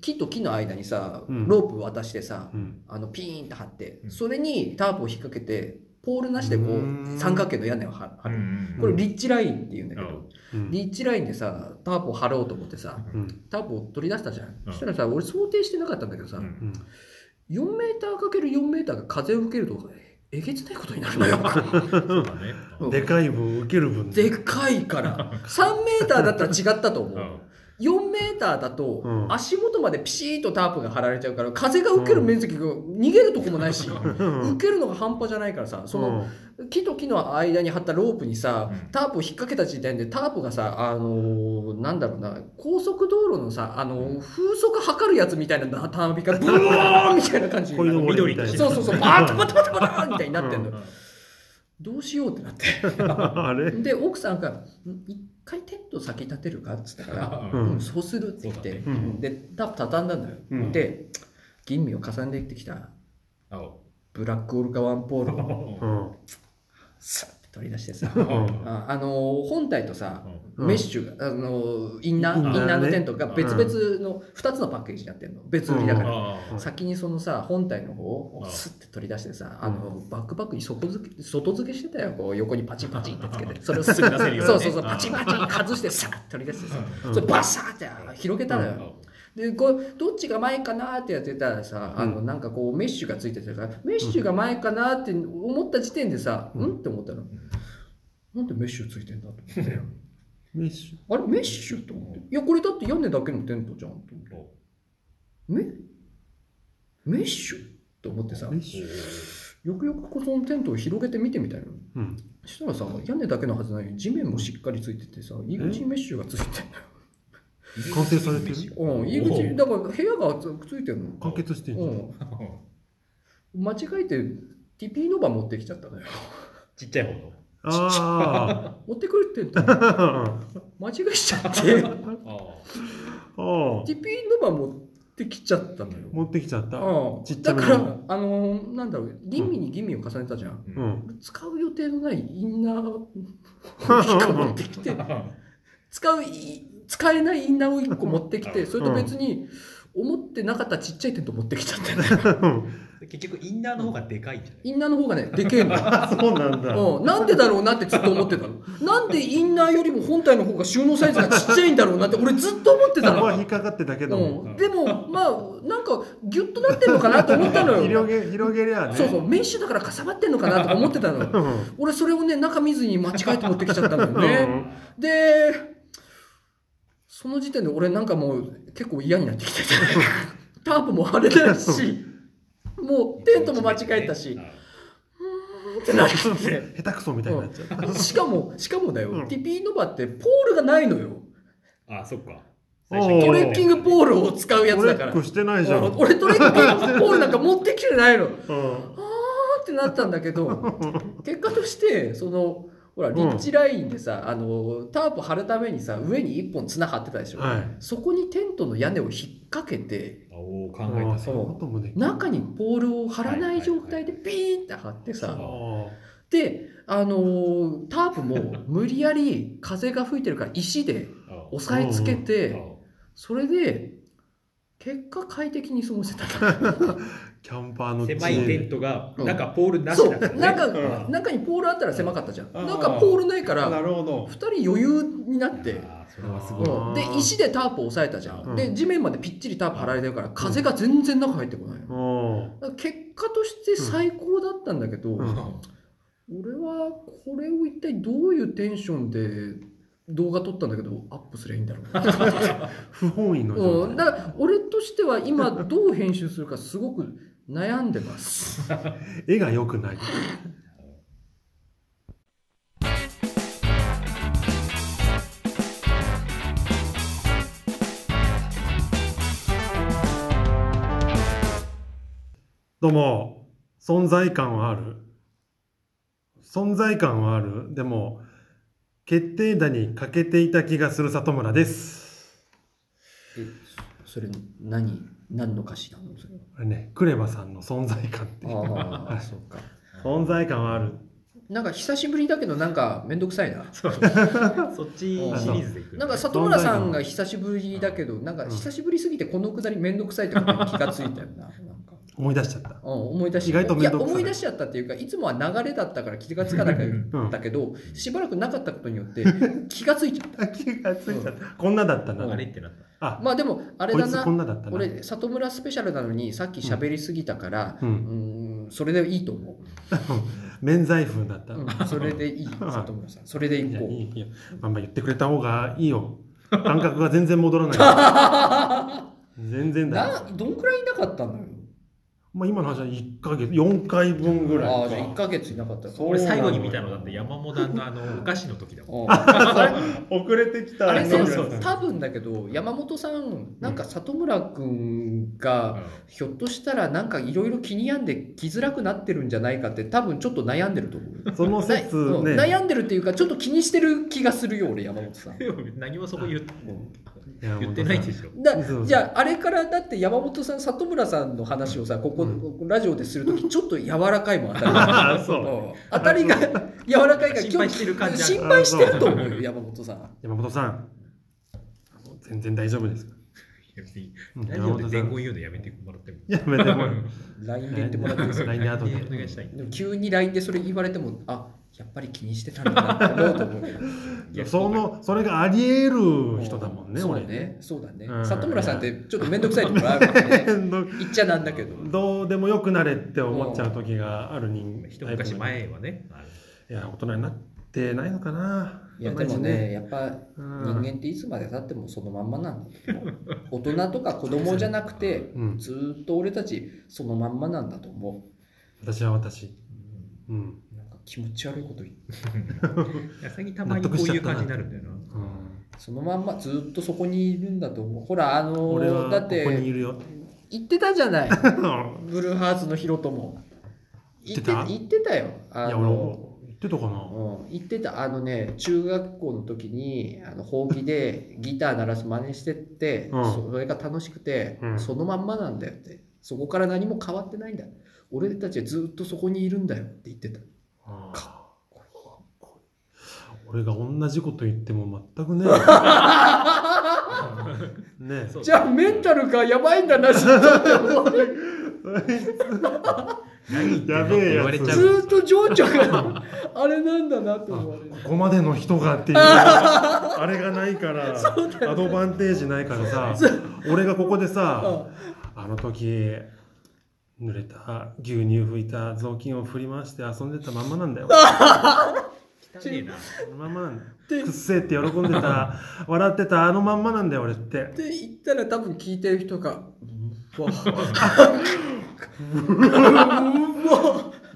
B: 木と木の間にさ
C: うん
B: ロープ渡してさ、
C: うん
B: あのピーンと張って、
A: うん
B: それにタープを引っ掛けてポールなしでこ
C: う
B: うん三角形の屋根を張
A: う
B: 張る、
A: ん
B: これリッチラインっていうんだけど、
C: うん
B: リッチラインでさタープを張ろうと思ってさ
C: うん
B: タープを取り出したじゃん、
A: うん
B: そしたらさ俺想定してなかったんだけどさ、
A: うん
C: うん
B: 4メーターかける4メーターが風を受けるとえげつないことになるのよ
A: そうだね
B: うん
C: でかい分受ける分
B: でかいから3メーターだったら違ったと思
A: う
B: うん4メーターだと
C: うん
B: 足元までピシーとタープが張られちゃうから風が受ける面積が逃げるとこもないし
C: うん
B: 受けるのが半端じゃないからさその木と木の間に張ったロープにさ
A: うん
B: タープを引っ掛けた時点でタープがさあのーなんだろうな高速道路のさあのー風速測るやつみたいなたびがブワーンみたいな感じ
C: こういうの
B: に
C: も
A: 緑だし
B: そうそうそうバタバタバタバタみたいになってんのよどうしようってなって
C: あれ
B: で奥さんが「ん一回テント先立てるか?」っつったから
A: う
B: 「
A: ん
B: うんそうする」って言って。
A: そう
C: う
A: だね
C: ん
B: でタープ畳んだんだよ、
C: うん
B: で吟味を重ねてきた
A: 青
B: ブラックオルカワンポールを
C: うん
B: さ取り出してさ、
C: う
A: うん
C: ん
B: ああの本体とさ、
C: うん
B: メッシュがあのインナー、
C: うん
B: インナーのテントが
C: うん
B: 別々の2つのパッケージになってるの別売りだから、
A: あ
C: うん
B: 先にそのさ本体の方を
A: うん
B: スッて取り出してさ、あのバックパックに底付け外付けしてたよこう横にパチンパチンってつけてそれを
A: すぐ出せるようにね
B: そうそうそう
A: うん
B: パチンパチン外してさっと取り出してさ、
C: うん
B: それバサーって広げたのよ、でこうどっちが前かなってやってたらさ、あの
C: うん
B: なんかこうメッシュがついてたからメッシュが前かなって思った時点でさ、う、
C: うんん
B: って思ったのなんでメッシュついてんだと思って
C: メッシ
B: あれメッシュと思っていやこれだって屋根だけのテントじゃんと思ってメメッシュと思ってさ
C: ュメッシュ
B: よくよくこそのテントを広げて見てみたいな
C: うん
B: そしたらさ屋根だけのはずなのに地面もしっかりついててさ入り口にメッシュがついてんだよ
C: 完成されてる
B: うん入り口にだから部屋がつついてるの
C: 完結してんじゃ
B: うんん間違えてティピーノバ持ってきちゃったのよ。
A: ちっちゃい方の。
C: あ
B: 持ってくるって言っ
C: あ
B: たの
C: あ
B: 間違えちゃ って。ティ
A: あ
C: あ
B: ピーノバ持ってきちゃったのよ。
C: 持ってきちゃった
B: うん
C: ちっち
B: だ
C: ゃめ
B: か
C: の
B: ら、あのーなんだろう、吟味に吟味を重ねたじゃん。
C: う。ん
B: 使う予定のないインナーを1個持ってき て、使うい、使えないインナーを1個持ってきて、それと別に、思ってなかったちっちゃいテント持ってきちゃったのよ。
A: 結局インナーの方がでかいんじゃない
B: インナーの方がね、でけえの。
C: そうなんだ
B: うん、なんでだろうなってずっと思ってた の。なんでインナーよりも本体の方が収納サイズがちっちゃいんだろうなって俺ずっと思ってた
C: そこは
B: の。
C: 引っかかってたけども
B: うん、でもまあなんかギュッとなってんのかなと思ったの
C: 広
B: よ。
C: げ広げりゃね
B: そうそうメッシュだからかさばってんのかなとか思ってたの。
C: うん
B: 俺それをね中見ずに間違えて持ってきちゃったのよ
C: う
B: ね。
C: ん
B: でその時点で俺なんかもう結構嫌になってき ててタープも張れないしもうテントも間違えたし。ってなってて。
C: 下手くそみたいになっちゃった
B: しかも、しかもだよ、
C: うん
B: ティピーノバってポールがないのよ。
A: ああ、そっか。
C: おー
B: トレッキングポールを使うやつ
C: 俺
B: だ
C: ッ
B: から。
C: クしてないじゃん
B: うん俺トレッキングポールなんか持ってきてないの。あー
C: うん
B: ってなったんだけど、結果として、その、ほら、
C: うん
B: リッチラインでさ、あの、タープ張るためにさ、上に一本綱張ってたでしょ。
C: はい
B: そこにテントの屋根を引っ掛けて、
A: おお、考え
C: あ
A: た
C: あそういうこともできる
B: 中にポールを張らない状態でピーンって張ってさ、
A: はいはいはい
C: あ
B: で、あのータープも無理やり風が吹いてるから石で押さえつけて、それで、結果快適に過ごせた。
C: あキャンパーの
A: 狭いテントが、なんかポールなし
B: そ
A: だ
B: う
A: から、ね。
B: 中
C: う、ん
B: 中にポールあったら狭かったじゃん。
C: あー
B: なんかポールないか
C: な
B: ら、
C: るほど
B: 二人余裕になって、
A: ああ、それはす
C: ー
A: ごい。
B: うんで、石でタープを押さえたじゃ。
A: うん
C: ん
B: で、地面までぴっちりタープ張られてるから、風が全然中入ってこないの。
C: うん
B: だから結果として最高だったんだけど、
C: うん
B: 俺はこれを一体どういうテンションで動画撮ったんだけどアップすりゃいいんだろうな、
C: 不本意の
B: う
C: 状
B: ん、
C: 態
B: だから俺としては今どう編集するかすごく悩んでます
C: 絵が良くないどうも存在感はある存在感はあるでも決定打に欠けていた気がする里村です
B: えそれ何何の歌詞なのそれ
C: これねクレバさんの存在感っていう
B: はああそうか
C: 存在感はある
B: なんか久しぶりだけどなんか面倒くさいな
A: そっちシリーズでいく。
B: なんか里村さんが久しぶりだけどなんか久しぶりすぎてこのくだり面倒くさいってことに気がついたよ ななんか
C: 思い出しちゃった
B: うん、思い出し
C: 意外と面倒くさ
B: い
C: い
B: や思い出しちゃったっていうかいつもは流れだったから気がつかなかったけど、しばらくなかったことによ って気がついちゃっ
C: 気がついちゃった、こんなだったな、
A: あれってなった。
B: た
C: あ
B: まあでもあれ
C: こい
B: だ
C: つ
B: な
C: こんなだったな
B: 俺里村スペシャルなのにさっき喋りすぎたから
C: う
B: うんんそれでいいと思
C: 免罪風だっ
B: う、
C: た、
B: うん、それでいい里村さんそれでい
C: いや
B: こ
C: いういいやまあまあ言ってくれた方がいいよ感覚が全然戻らな い全然だ
B: な
C: よ
B: どんくらいいなかったのよ
C: まあ今の話は1か月4回分ぐら
B: ああ
C: い
B: じゃあ1
C: か
B: ヶ月いなかったの
C: そう
A: 俺最後に見たのだって山本さんのあのお菓子の時だもん。
B: う ん
C: 遅れてきた
B: あれ
A: そ
B: そうう
A: そう
B: 多分だけど山本さんなんか里村君
A: う
B: が
A: ん
B: ひょっとしたらなんかいろいろ気に病んで来づらくなってるんじゃないかって多分ちょっと悩んでると思う。
C: その
B: な
C: 説
B: うん
C: ね
B: 悩んでるっていうかちょっと気にしてる気がするよ俺山本さん。
A: でも 何もそこ言って
C: や
A: 言ってないでしょ。
B: だ
C: そうそう
B: じゃああれからだって山本さん里村さんの話をさここ、
C: うん
B: ここラジオでする時ちょっと柔らかいもん当たりが
C: ああそう
B: うん当たりが柔らかいから
A: 心配してる感じある
B: 心配してると思うよ山本さん
C: 山本さん、全然大丈夫です。うん
A: ラジオで伝言言うのやめてもらっても。
C: やめてもら う
B: LINE で言ってもらっていいですか
C: 来年後
A: お
C: で
A: 願いしたい。
B: でも急に LINE でそれ言われてもあやっぱり気にしてたんだなって思うと思うよ
C: そのそれがあり得る人だもんね、
B: そう
C: 俺
B: だねそうだね、
C: うん
B: 里村さんってちょっと面倒くさいところあるからね
C: 面倒
B: 言っちゃなんだけど
C: どうでもよくなれって思っちゃう時がある人
A: 一昔前はね、あの
C: いや大人になってないのかない
B: いやでもね、やっぱ
C: うん
B: 人間っていつまでたってもそのまんまなんだと思う大人とか子供じゃなくて
C: うん、
B: ずーっと俺たちそのまんまなんだと思
C: 私は私、うん
B: うなんか気持ち悪いこと言って
A: いや最近たまにこういう感じになるんだよな。
C: うん
B: そのまんまずーっとそこにいるんだと思うほらあのー
C: 俺は
B: だ
C: こ
B: っ
C: こに
B: て
C: いる よ
B: 言ってたじゃないブルーハーツのヒロトも
C: 言ってた
B: 言ってたよあ
C: いや
B: の
C: 俺言ってたかな
B: うん、言ってたあのね中学校の時にあのほうきでギター鳴らす真似してって、
C: うん
B: それが楽しくて、
C: うん
B: そのまんまなんだよってそこから何も変わってないんだ俺たちはずっとそこにいるんだよって言ってた
C: うん
B: か
C: 俺が同じこと言っても全くね ね
A: そう
B: じゃあメンタルがやばいんだなずっと
A: 何言ってんの
C: やべえ
A: 言
C: やつ
A: われちゃ
B: ず
A: う。
B: っと情緒があれなんだなって思われる
C: ここまでの人がっていうあれがないから、アドバンテージないからさ俺がここでさあの時濡れた牛乳拭いた雑巾を振り回して遊んでたまんまなんだよ。
A: 汚ねえな。
C: そのまんまなんだよ
B: で
C: くっせえって喜んでた笑ってたあのまんまなんだよ俺っ て
B: っ。て言ったら多分聞いてる人 が「うわうわ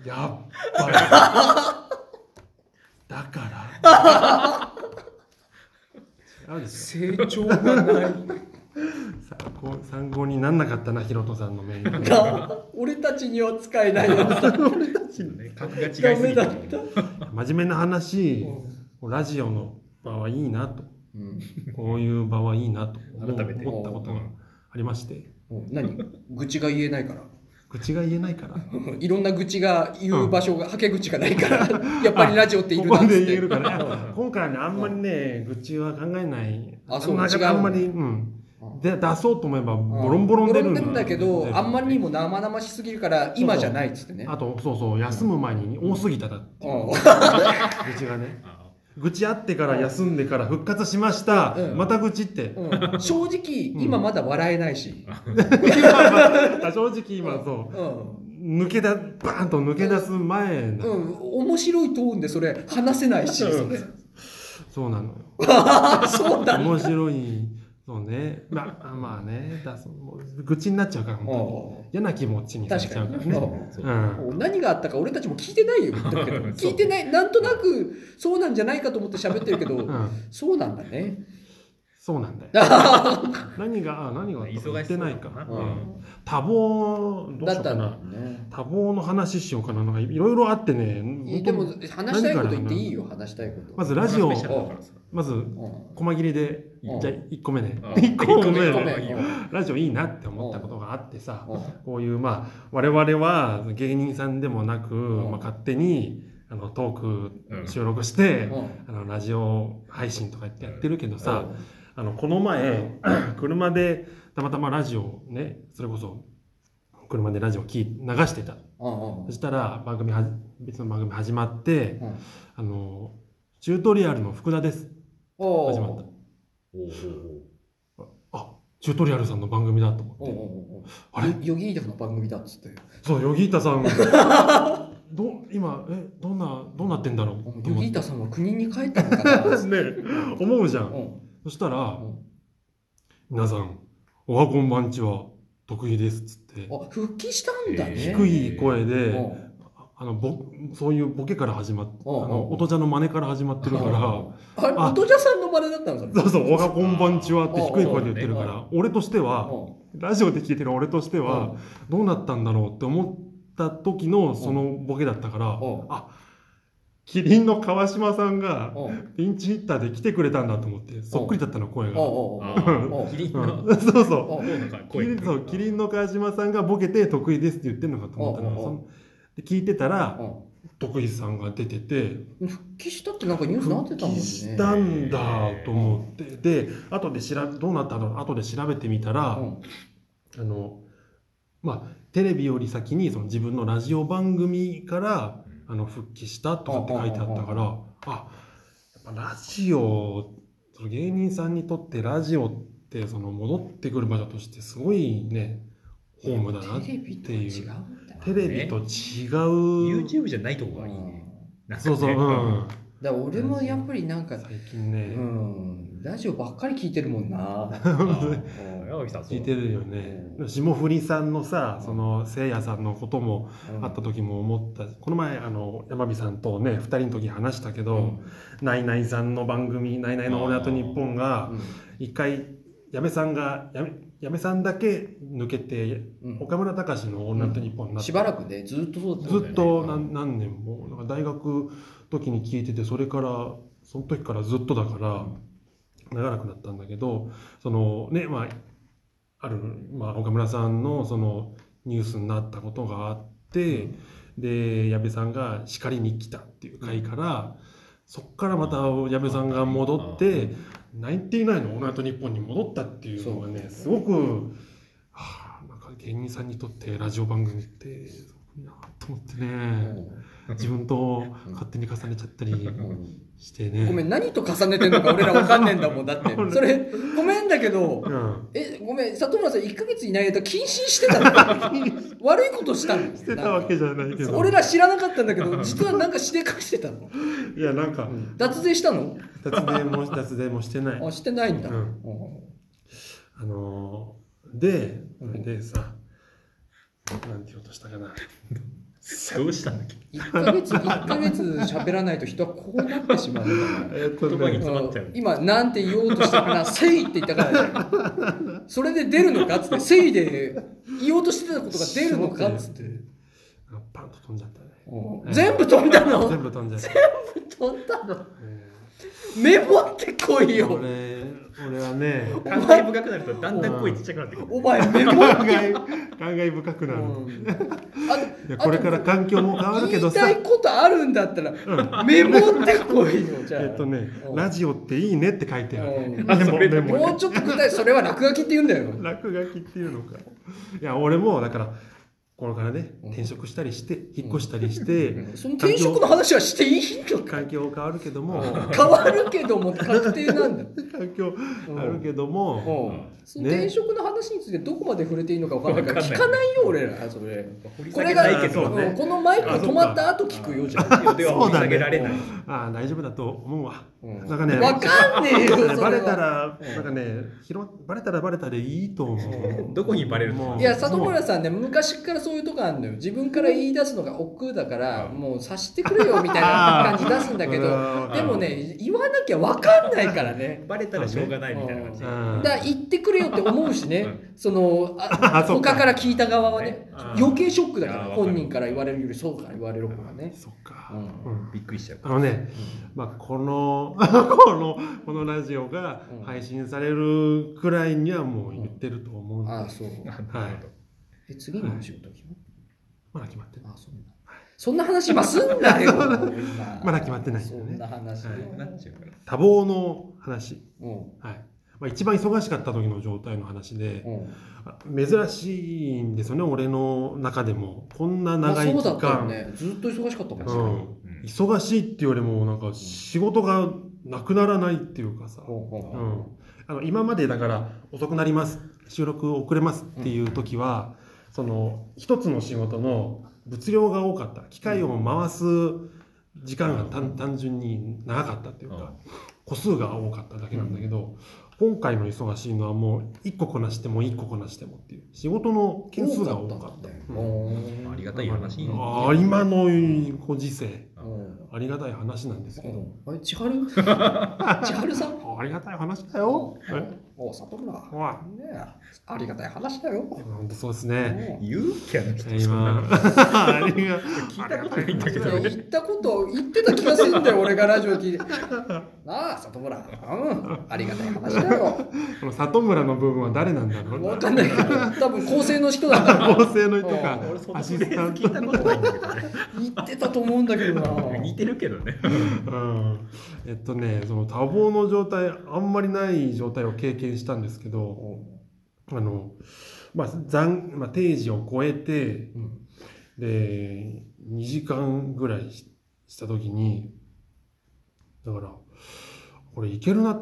C: やっぱり。だから。違うでしょ
B: 成長が ない」
C: 参考参考になんなかったなヒロトさんのメー ル。
B: が俺たちには使えないやつだ
A: ね格が違いすぎ
B: ダメ
A: て。
B: だった、
C: 真面目な話、ラジオの場はいいなと、こういう場はいいなと思う
A: 改めて
C: 思ったことがありまして、
B: もう何愚痴が言えないから
C: 口が言えな いから、
B: いろんな愚痴が言う場所が、はけ口がない からやっぱりラジオっているな
C: こ
B: っ
C: こ
B: つ
C: で
B: っ
C: 言え
B: て
C: るから、今回はね、あんまりね、愚痴は考えない、
B: あそう
C: な
B: 違
C: ん
B: う
C: かあんまり、うん、
B: うん
C: で出そうと思えば、
B: うん
C: ボロンボロン出る
B: ボロんだけどあんまりに
C: も。
B: も生々しすぎるから今じゃないっつってね
C: あと、そうそう、休む前に多すぎただってい
B: う
C: う、
B: ん
C: 愚痴がね。
A: あ
C: 愚痴あってから休んでから復活しました、
B: うん
C: また愚痴って。
B: うん正直今まだ笑えないし、
C: あ正直今そう。
B: うん
C: 抜けだバーンと抜け出す前な、
B: うん、面白いトーンでそれ話せないし、
C: うん
B: それ
C: そうなのよ
B: あそうだ
C: 面白いそうねまあまあねだそうもう愚痴になっちゃうから本当に嫌な気持ちになっちゃうから
B: 確かに
C: ね、
A: あそう
C: う
A: あ
C: ん、
B: もう何があったか俺たちも聞いてないよ言っとく けど
A: そう
B: 聞いてないなんとなくそうなんじゃないかと思って喋ってるけど、
C: うん、
B: そうなんだね
C: そうなんだよ何があ何があったか言
A: 忙し
C: っ
A: そ
C: て
A: う
C: な
A: だ
C: い
A: な
C: か、
A: う
C: うん多忙ど
B: だ
C: うしよ
B: っ
C: う
B: た
C: か
B: ら
C: な
B: ね
C: 多忙の話しようかななんかいろいろあってね
B: いいでも
C: 本
B: 話したいこと言っていいよ話したいこと、
C: 当まずラジオ
A: スペシャルだからさ
C: まず
B: うん
C: 細切りで、
B: うん
C: じゃあ1個目ね
A: うん
C: 1個目
A: 一個
B: ごめん
A: 目
C: ねラジオいいなって思ったことがあってさ、
B: うん
C: こういうまあ我々は芸人さんでもなく、
B: ん
C: まあ、勝手にあのト
A: う
C: ー
A: ん
C: ク収録して、
B: うん
C: あのラジオ配信とかやってやってるけどさ、あのこの前 車でたまたまラジオをねそれこそ車でラジオを聞い流してた
B: うんうん
C: そしたら番組は別の番組始まって
B: うん
C: あのチュートリアルの福田です
B: おう
C: 始まった
A: おうおう
C: あチュートリアルさんの番組だと思って
B: おうおうおう
C: あれ
B: よヨギーダフの番組だっつって
C: そう、ヨギー タさん。ど今えどんなどうなってんだろうと
B: ヨ
C: 思っ
B: ギー
C: て
B: タさんは国に帰ったのか な
C: ね思うじゃ。
B: うん ん
C: そしたら
B: うん
C: 皆さんおはこんばんちは得意ですっつって
B: あ復帰したんだね
A: え
C: 低い声
B: う
C: で
B: ん
C: あのぼそういうボケから始まってあ
B: うん
C: の音茶の真似から始まってるか
B: うん
C: ら
B: あれ
C: あ
B: 音じゃさんの真似だったのそれ
C: そうそうおはこんばんちはって
B: あ
C: 低い声で言ってるか
A: そう
C: ら俺としては
B: うん
C: ラジオで聞いてる俺としてはどうなったんだろうって思った時のそのボケだったから
B: うん
C: あキリンの川島さんが
B: うん
C: ピンチヒッターで来てくれたんだと思ってそっくりだったの声が。
B: おうおうおう
A: あ
B: うん
A: あキリン
C: う
A: の
C: ん そうそう
B: お
A: そ
B: う
A: うか
C: キリ
A: 声
C: ンそうキリンの川島さんがボケて得意ですって言ってるのかと思った
B: うんうんうん
C: のそんで聞いてたら
B: う
C: 徳井さんが出てて
B: 復帰したってなんかニュースなって
C: 復
B: たもんね
C: 帰したんだと思ってで後で調べどうなったんだろう後で調べてみたら、
B: うん
C: あのまあテレビより先にその自分のラジオ番組からあの復帰したとかって書いてあったからあやっぱラジオその芸人さんにとってラジオってその戻ってくる場所としてすごいねホームだなって
B: テレビとは
C: いう
B: 違うんだよ
C: テレビと違う
A: YouTube じゃないとこがいいね。なんか
C: そ
A: ね
C: うそう、うん、
B: だから俺もやっぱりなんか、
C: 最近ね、
B: うん、ラジオばっかり聞いてるもん な。
A: うん山口さんそう
C: 聞いてるよね
B: う
C: 霜降りさんのさ
B: うん
C: そのせいやさんのことも
B: うん
C: あった時も思ったこの前あの山火さんとね2人の時話したけ
B: う
C: ど
B: ん
C: ナイナイさんの番組「ナイナイのオールナイトニッポン」が一回矢部さんが矢部矢部さんだけ抜けて
B: うん
C: 岡村隆史の「オールナイトニッポン」になって
B: しばらくね、ずっとそうだったんだよ
C: ず
B: ね
C: っと何何年もなんか大学時に聞いててそれからその時からずっとだから長らくなったんだけどそのねまあある、まあ、岡村さんのそのニュースになったことがあってで矢部さんが「叱りに来た」っていう回からそっからまた矢部さんが戻って「ナインティナインのオールナイトニッポン」に戻ったっていうのがねすごく。はあなんか芸人さんにとってラジオ番組ってすごいなと思って
B: う
C: ね
B: ん
C: 自分と勝手に重ねちゃったり
B: うん
C: してね
B: ごめん、何と重ねてんのか俺らわかんねえんだもん。だ って、それ、ごめんだけど、
C: うん
B: え、ごめん、里村さん1ヶ月いない間、謹慎してたの悪いことしたの
C: してたわけじゃないけど
B: 俺ら知らなかったんだけど、実はなんかしでかしてたの
C: いやなんか
B: 脱税したの
C: 脱税も脱税もしてない
B: あ、してないんだ。
C: うん
B: う
C: あのーで
B: うん
C: でさなんて言おうとしたかな
A: どうしたんだっけ
B: ん1ヶ月、1ヶ月喋らないと人はこうなってしまうんだから。
C: えっと
A: 言葉に
C: ね
A: 詰まっちゃう
B: うん今なんて言おうとしたから「せい」って言ったからねそれで出るのかっつって「せい」で言おうとしてたことが出るのかっつって、
C: あパンと飛んじゃったね
B: うん全部飛んだの
C: 全部飛んじゃった
B: 飛んだの
C: え
B: メモってこい
C: ー
B: よ
C: 俺俺はね
A: 感慨深くなるとだんだん声ちっちゃくなってくる。
B: お前メモ
C: 感慨感慨深くなるいやこれから環境も変わ
B: あ
C: るけ
B: 言
C: ど
B: い
C: さ
B: たいことあるんだったらメモってこいよじゃあ、
C: えっとね
B: う、ん
C: ラジオっていいねって書いてあ
B: う
C: る。
B: ん
C: あでも
A: それ
C: でも
B: もうちょっと具体それは落書きって言うんだよ
C: 落書きっていうのか。いや、俺もだから、これからね、転職したりして、引っ越したりして、
B: その転職の話はしていいのか
C: 環境変わるけども、
B: 変わるけども確定なんだ
C: 環境変わるけども、
B: その転職の話についてどこまで触れていいのか分からないから
A: わかん
B: 聞
A: ない
B: かないよ俺らそれ
A: 掘り
B: こ
A: 下
B: れ
A: げ
B: が
A: ないけ
C: そ
A: ど
C: う
B: うん
A: ね。
B: このマイクが止まった後聞くよじゃん
A: ラジオでは掘り下げられない。
C: ああ、大丈夫だと思うわ。
B: うん
C: なんかね、
B: 分かんねえよそれは
C: バレたら、
B: うん
C: なんかね、拾バレたらバレたでいいと思う。
A: どこにバレるの
C: もう
B: いや里村さんね昔からそういうとこあるのよ自分から言い出すのが億劫だから
A: うん
B: もう察してくれよみたいな感じ出すんだけど
C: あー
B: でもね言わなきゃ分かんないからね
A: バレたらしょうがないみたいな感じ。
C: うん
B: だから言ってくれよって思うしね
A: うん
B: その あ
C: そっか
B: 他から聞いた側はね
A: ねあー
B: 余計ショックだから
A: あーわかる
B: 本人から言われるよりそうから言われる方がね
C: そっか。
B: う
C: うん
A: びっくりしちゃう。
C: あのね、まあ、このこのこのラジオが
B: うん
C: 配信されるくらいにはもう言ってると思うんで、
B: ああそう
A: なるほど
B: え次の仕事決まっ
C: まだ決まってない
B: たあそうなんだそんな話今すん なよ今
C: まだ決まってないんだ
B: そ
C: よ
B: んな
C: ね
B: 話
C: は
A: そうなっ
B: ね
A: ちゃうから。
C: 多忙の話、
B: うん
C: はいまあ、一番忙しかった時の状態の話で
B: うん
C: 珍しいんですよね俺の中でもこんな
B: まあ
C: 長い
B: そう
C: 期
B: だったよ
C: 間、
B: ねずっと忙しかったもん
C: う
B: ね
C: ん忙しいっていうよりもなんか仕事がなくならないっていうかさ、
B: うんうん
C: う
B: うん
C: ん、あの今までだから遅くなります収録遅れますっていう時は、その一つの仕事の物量が多かった機械を回す時間が単,、
A: うん
C: 単純に長かったっていうか、
A: うん
C: 個数が多かっただけなんだけど、今回の忙しいのはもう1個こなしても1個こなしてもっていう仕事の件数が多かった
B: 多かったんだ
C: うん
A: ありがたい話に。
C: あー今のご時世
B: うん
C: ありがたい話なんですけど、
B: うんあれ千春 千春さん
C: ありがたい話だよ、え
B: お里村ね
C: おい
B: えありがたい話だよ
C: 本当そうですね、
A: 言うキャラの人そんな
C: 今
A: の。
C: ありが
A: 聞いたことないんだけど
B: 言ったこと言ってた気がするんだよ俺がラジオ聞いてなあ、里村。うん。ありがたい話だよ。
C: この里村の部分は誰なんだろう
B: わかんないけど、多分構成の人なんだろう
C: 構成の人か
A: 俺そん
C: ア
A: なフ
C: シ
A: レ
C: スタ
A: ー
C: ン
A: ズ聞い
C: ト
A: たことないんだけどね
B: 言ってたと思うんだけ どな。
A: 似てるけどね
C: うんえっとねその多忙の状態あんまりない状態を経験したんですけどあのまあ残、まあ、定時を超えて
B: うん
C: で2時間ぐらいしした時にだからこれいけるな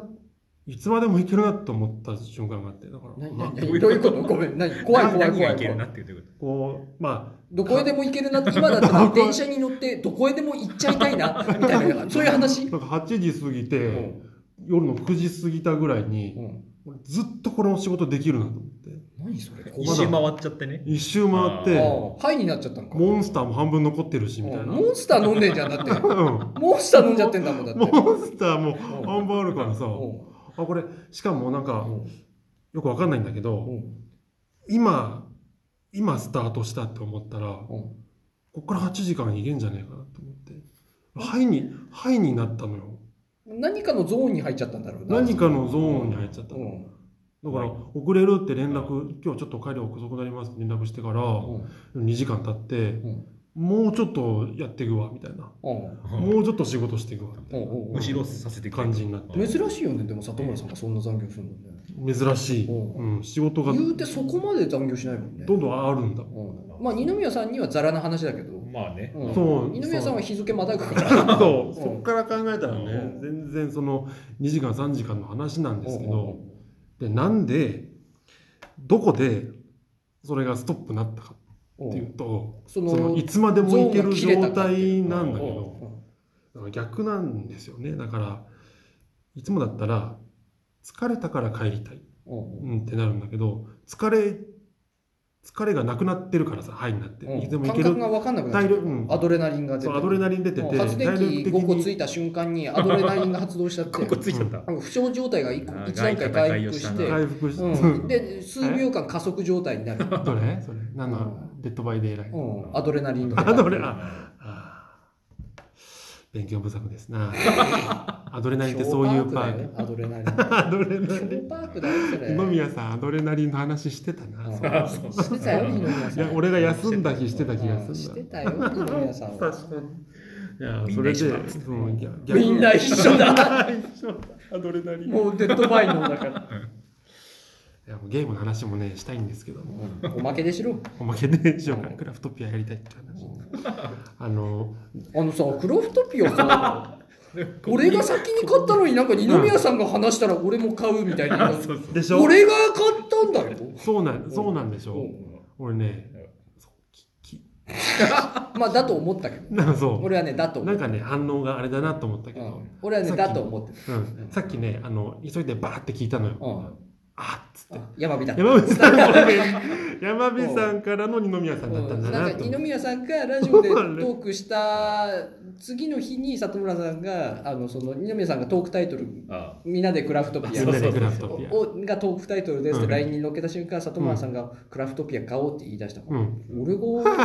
C: いつまでもいけるなと思った瞬間があってだから
B: 何
C: まあ
B: 何何どういうことごめん。何怖い怖
A: 何
B: い
A: が
B: 怖い
A: いけるな
B: 怖。
A: いっていうこ
C: こうまあ
B: どこへでも行けるなって、今だったら電車に乗ってどこへでも行っちゃいたいな、みたいな、そういう話。
C: なんか8時過ぎて、
B: うん
C: 夜の9時過ぎたぐらいに、
B: うん
C: 俺ずっとこれの仕事できるなと思って
B: 何それ
A: と一周回っちゃってね
C: 一周回っ
A: あ
C: て
B: ああハイになっちゃったのか。
C: モンスターも半分残ってるしみたいな、うん、
B: モンスター飲んでんじゃんだって。
C: モ
B: モンスター飲んじゃってんだもんだって。
C: ンスターも半分あるからさ
B: う
C: あこれしかもなんか
B: ん
C: よくわかんないんだけ
B: う
C: ど
B: ん
C: 今今スタートしたって思ったらこ
B: うん
C: っから8時間いけんじゃねえかなと思ってハイにハイになったのよ
B: 何かのゾーンに入っちゃったんだろうな。
C: 何かのゾーンに入っちゃった
B: う
C: だか
B: ん
C: ら遅れるって連絡今日ちょっと帰り遅くなりますって連絡してから
B: うん
C: 2時間経って
B: うん
C: もうちょっとやっていくわみたいな
B: うん
C: もうちょっと仕事していくわみたい
B: うんうんうん
A: むしろさせてくれ
C: 感じになって
B: 珍しいよねでも里村さんがそんな残業するのね
C: な珍しい、
B: う
C: うん、仕事が
B: 言うてそこまで残業しないもんね
C: どんどんあるんだ
B: うんまあ二宮さんにはザラな話だけど
A: まあね
B: うん
C: そう
B: 二宮さんは日付またぐから
C: そう、
B: うん
C: そっから考えたらね、
A: う
C: 全然その2時間3時間の話なんですけど、
B: うん
C: でなんでどこでそれがストップなったか
B: うん
C: っていうと、
B: そ
C: その
B: の
C: いつまでもいける
B: ゾーンが
C: 状
B: 切れたかってい
C: 態
B: う
C: なんだけ
B: うん
C: ど、だから逆なんですよねだからいつもだったら疲れたから帰りたい、
B: うん
C: うん、ってなるんだけど疲れ疲れがなくなってるからさ「はい」になって、
B: うん
C: いつでもい
B: 感
C: け
B: 覚
C: る
B: が分かんなくなっちゃ
C: 体力うん
B: うアドレナリンが出
C: そ
B: て
C: うアドレナリン出て
B: も
C: て
B: う発電機5
C: 体
B: 個
C: 力
B: つ
C: 的に
B: いた瞬間にアドレナリンが発動しちゃっ て
A: ここついちゃった
B: あの不調状態が 1,
A: あー
B: 段階回
A: 外
B: 復
A: 貨
B: し
A: 高
B: て
A: いよ
C: 回復して、
B: うん、で数秒間加速状態になる、
C: どれそれ何の、デッドバイデイライ
B: う
C: ト、
B: ん、アドレナリンが
C: アドレ
A: あ
C: あー勉強不足ですな アドレナリンってそういうパーク
B: アドレ ナリン
C: アドレナリ
B: 超パークだよそれ
C: ン飲み屋さんアドレナリンの話してたな、そう
A: あそう
B: うんしてたよ二宮
C: い
B: さん
C: や俺が休んだ日してた気が
B: うん
C: す
B: し
C: る
B: て
C: ん
B: た
C: だ
B: よ二宮さんは
C: 確かにいや
A: みん
C: そ
A: な
C: れで
A: 一緒だ
C: そういや逆
B: みんな 一緒だ
C: 一緒だアドレナリンい
B: もうデッドバイのだから、
C: やもうゲームの話もねしたいんですけども
B: うんおまけでしろ
C: おまけでしようかクラフトピアやりたいって話あの
B: あのさクロフトピア さ俺が先に買ったのになんか二宮さんが話したら俺も買うみたい な
A: そうそう
C: でしょ
B: 俺が買ったんだよ
C: そうなんそうなんでしょう俺ね
A: うん、
C: そうきき
B: まあだと思ったけど
C: なんかそ
B: 俺はねだと
C: う、
B: 思っ
C: なん
B: た
C: かね、反応があれだなと思ったけ
B: う
C: ど、
B: ん、俺はね
C: さっき
B: だと思ってた
C: うん、さっきね、あの急いでバーって聞いたのよ。
B: うん
C: あっつって。
B: あ山火だった
C: 山火さんの ね、山火さんからの二宮さんだったんだ
B: な
C: なん
B: か二
C: と思って。
B: 宮さんがラジオでトークした次の日に里村さんがあのその二宮さんがトークタイトル
A: あ
B: みんなでクラフトピ
A: そ
B: ア
A: う
C: みんなでクラフトピア。
B: をがトークタイトルですっ
C: う
B: て
C: ん
B: LINE に載っけた瞬間里村さんがクラフトピア買おうって言い出したか
C: う
B: ら、
C: ん。
B: 俺 が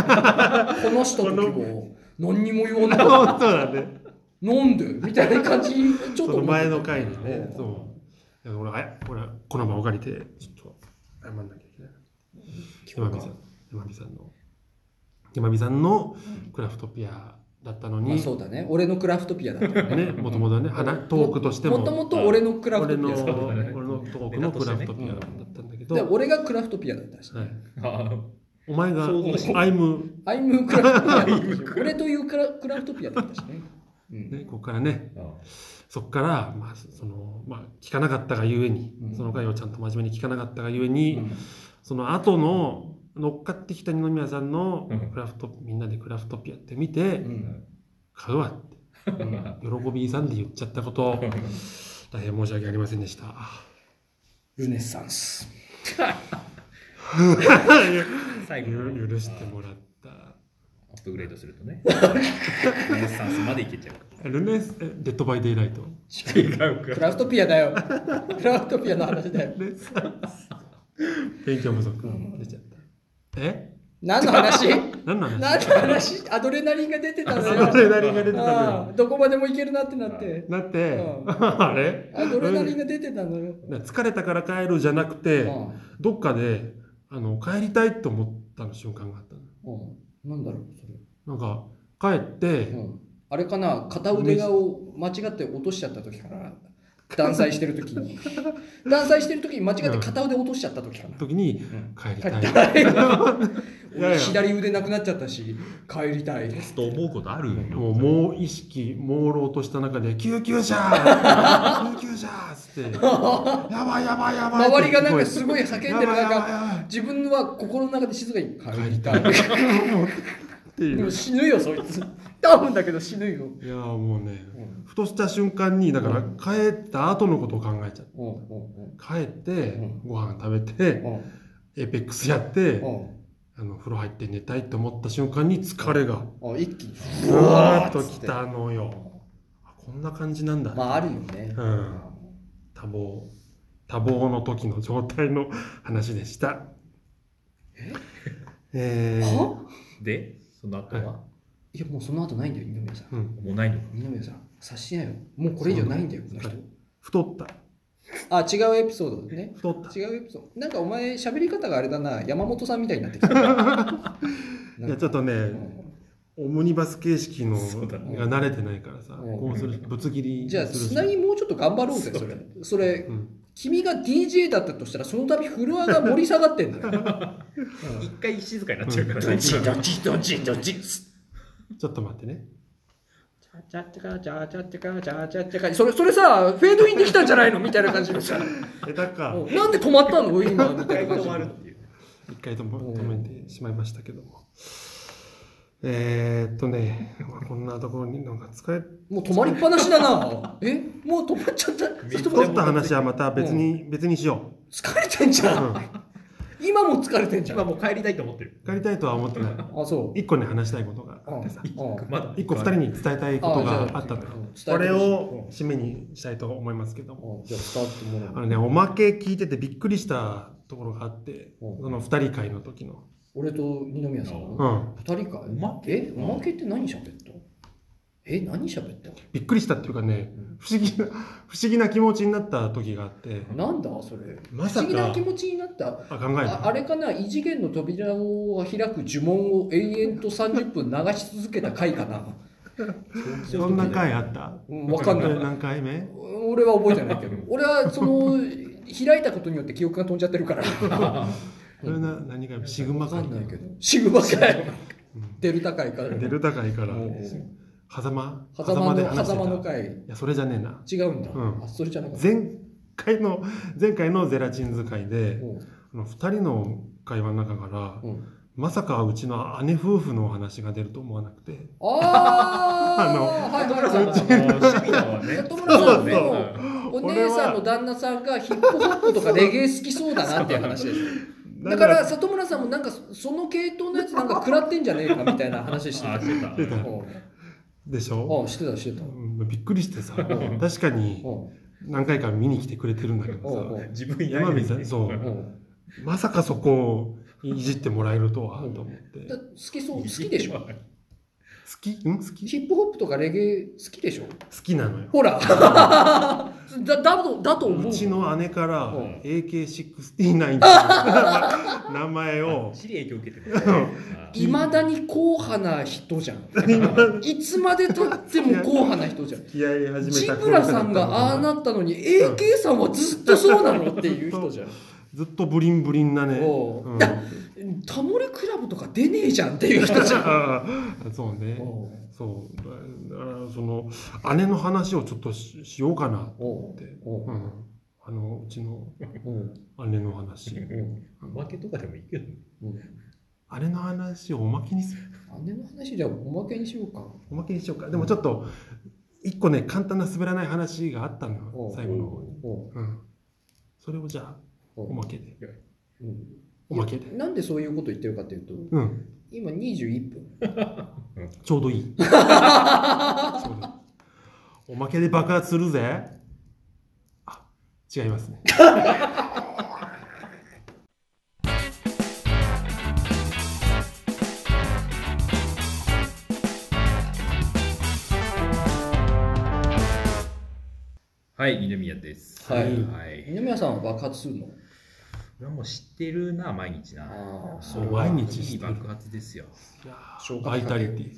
B: 話した時も何にも言わな
C: そう
B: い
C: だね。
B: なんでみたいな感じちょ
C: そ
B: っと思
C: の
B: って
C: 前
B: た
C: の回にね、
B: うん
C: そう。だから俺、あ俺この場を借りて、ちょっと謝んなきゃいけない。山火さん、山火さんの、山火さんのクラフトピアだったの
B: まあ
C: に、
B: そうだね俺のクラフトピアだった
C: ね、もともとね、花トークとしても。
B: もともと俺のクラフ
C: 俺
B: ト
C: の
B: ピアだった
A: だね
C: 俺のトークのクラフトピアだったんだけど、
B: で俺がクラフトピアだったし
C: はい、
A: あああ
C: お前が
A: そう
C: 「アイム
B: アイムクラフトピアだったし俺というクラクラフトピアだったしね。う」
C: ね
B: ん、
C: ここからね
A: あ
C: そこから、まあそのまあ、聞かなかったがゆえに、
B: うん
C: その回をちゃんと真面目に聞かなかったがゆえに、
B: うん
C: その後の乗っかってきた二宮さんの
A: うん
C: クラフト、みんなでクラフトピアって見て、
B: うん
C: 買うわって、うん喜びさんで言っちゃったこと大変申し訳ありませんでした。
B: ルネサンス。
A: 最後
C: ゆ許してもらった。
A: アップグレードするとねルネサンスまでいけちゃう
C: ルネスえデッドバイデイライ ト。
A: 違う
B: ク
A: か
B: ラフトピアだよ。クラフトピアの話だよ。
C: レッサー勉強不足出ちゃった。え
B: 何の話
C: 何なんだ
B: 何の話アドレナリンが出てたのよ。
C: アドレナリンが出てたの
B: ああ
C: よ
B: どこまでも行けるなってなって。
C: だって、
B: う
C: あれ
B: アドレナリンが出てたのよ。
C: 疲れたから帰るじゃなくて、
B: うん
C: どっかであの帰りたいと思ったの瞬間があったの
B: うん、なんだろうそれ、
C: なんか帰って、
B: うん、あれかな片腕がを間違って落としちゃった時から断裁してる時に断裁してる時に間違って片腕落としちゃった時かな、
C: 時に
B: うん
C: 帰り
B: 帰
C: たい、
B: りたい
C: いやい
B: 俺
C: や
B: 左腕なくなっちゃったし帰りたいです
A: と思うことあるよ。
C: もうもう意識朦朧とした中で「救急 車救急車!」っつって「やばいやばいやばい」
B: 周りがなんか
C: って
B: すごい叫んで
C: 聞こ
B: る
C: えやばいやばい
B: 中
C: やばい
B: 自分は心の中で静かに帰りたい
C: ってい
B: で
C: う
B: も死ぬよそいつ多分だけど死ぬよ、
C: いやーもうね
B: うん
C: ふとした瞬間にだから帰った後のことを考えちゃう
B: うんうん
C: 帰って
B: うん
C: ご飯食べて
B: うん
C: エイペックスやって
B: うん
C: あの風呂入って寝たいと思った瞬間に疲れが
B: うん一気に
C: ふわーっとき
B: うわ
C: たの
B: ーっつって
C: よあこんな感じなんだ
B: まああるよね。
C: うん多忙多忙の時の状態の話でしたえー
B: は
A: で、その後は、
B: いやもうその後ないんだよ、二宮さん。
C: うん
A: もうないのか。
B: 二宮さん、察しなよ。もうこれ以上ないんだよ、この人。
C: 太った
B: あ、違うエピソードね。
C: 太った
B: 違うエピソード。なんかお前、喋り方があれだな、山本さんみたいになってき た。ない
C: やちょっとね、
B: うん
C: オムニバス形式の
A: そうだ
B: ね
C: が慣れてないからさ、
B: うん
C: こうするぶつ切り
B: じゃあ、
C: するし
B: つなぎもうちょっと頑張ろうぜ、それ。それ、
C: うん
B: 君が DJ だったとしたら、その度フロアが盛り下がって んだよ。
A: 一回静かになっちゃうから
B: ド
A: ね。
B: ンチンドンチンドンチンドンチン
C: ちょっと待ってね
B: チャチャチャチャチャチャチャチャそれそれさフェードインできたんじゃないのみたいな感じで さ
C: 下手か
B: うんなんで止まったの今みたいな感
A: 止
B: じ
A: まるっていう。
C: 一回とも止めてしまいましたけどもえー、っとねまあこんなところになんか疲れ
B: もう止まりっぱなしだなえもう止まっちゃ った
A: めっちゃ
C: 太った話はまた別に、別にしよ
B: 疲れてんじ
C: う、
B: ゃ
C: うん
B: ん、今も疲れてんじゃん
A: 今もう帰りたいと思ってる。
C: 帰りたいとは思ってない
B: あそう
C: 一個ね話したいことがあってさ
B: うんうん
A: まだ
C: 一個二人に伝えたいことがあったのよ
B: うん伝えてほしい
C: これを締めにしたいと思いますけども
B: うんじゃあスタートもら
C: あ
B: おう
C: のねおまけ聞いててびっくりしたところがあって
B: うん
C: その二人会の時の
B: 俺と二宮さん
A: う
B: の
C: うん
B: 二人か
A: おまけ
B: えおまけって何喋ったえ何喋った
C: びっくりしたっていうかね
B: うん
C: 不思議な 不思議な気持ちになった時があって
B: なんだそれ
C: ま
B: 不
C: さ
B: 思議な
C: か
B: 気持ちになった
C: あ考え
B: ああ
C: た
B: れかな異次元の扉を開く呪文を永遠と30分流し続けた回か な、
C: そんな回あった
B: うん、わかんない
C: 何回目
B: 俺は覚えてないけど俺はその開いたことによって記憶が飛んじゃってる から
C: それな何回目シグマ
B: わか
C: 回
B: んないけどシグマ回
C: うん
B: デルタ回か
C: デルタ回から
B: うん
C: 狭間
B: 狭間
C: で
B: の
C: 話して
B: 狭間
C: た
B: の
C: い
B: 回
C: やそれじゃねえな
B: 違うんだ、
C: うん
B: あそれじゃなかった
C: 前回の前回のゼラチン使いであの2人の会話の中から
B: うんうん
C: まさかうちの姉夫婦のお話が出ると思わなくて
B: ああ
C: あの
B: はいはい
A: あの
B: はい
A: 趣味だわね。
B: 里村さん
C: そう
B: のお姉さんの旦那さんがヒップホップとかレゲエ好きそうだなっていう話ですだから里村さんもなんかそその系統のやつなんか食らってんじゃねえかみたいな話し て
A: あ、
B: た。
A: してた。
C: 出た
B: う
C: でしょ
B: ん、あしてたしてた。うん
C: うんびっくりしてさ確かに何回か見に来てくれてるんだけ
B: うんう
C: ど
B: ん
A: 自分や
C: 山火さんそ
B: う
C: う
B: ん
C: さまさかそこをいじってもらえるとはと思って
B: だ
C: 好
B: 好きそう好きでしょ。
C: きん好き
B: ヒップホップとかレゲエ好きでしょ。
C: 好きなのよ
B: ほら、だだとだと思う。
C: うちの姉から
B: うん
C: AK69 っ ていう名前を
A: 知り影響受けてる。
B: いまだに硬派な人じゃん。いつまでたっても硬派な人じゃん。
C: 気合い 始め
B: ジ
C: た
B: ブラさんがああなったのに AK さんはずっとそうなのっていう人じゃん。
C: ずっとブリンブリンなね、
B: おう
C: うん、
B: タモリクラブとか出ねえじゃんっていう人じゃん。
C: ああそうねそうだだからその姉の話をちょっとししようかなっ
B: おう
C: て、
B: おう
C: うん、あのうちの
B: うん
C: 姉の話
A: おまけとかでもいいけど。
B: うん
C: 姉の話をおまけにする
B: 姉の話じゃあおまけにしようか。
C: おまけにしようかでもちょっと一個ね簡単な滑らない話があったのよ最後の方に、
B: おう
C: うん、それをじゃあ
B: おう
C: おまけで
B: うん
C: おまけで
B: なんでそういうこと言ってるかというと、
C: うん
B: 今21分。
C: ちょうどい いちょうどいいおまけで爆発するぜあ違いますね
A: はい、二宮です。
B: はい
A: はい。
B: 二宮さんは爆発するの
A: 俺もう知ってるな、毎日な。
B: ああ
C: そう毎日
A: い
C: 知
A: い
C: ってる
A: 爆発ですよ。
B: 消化
C: バイタリティ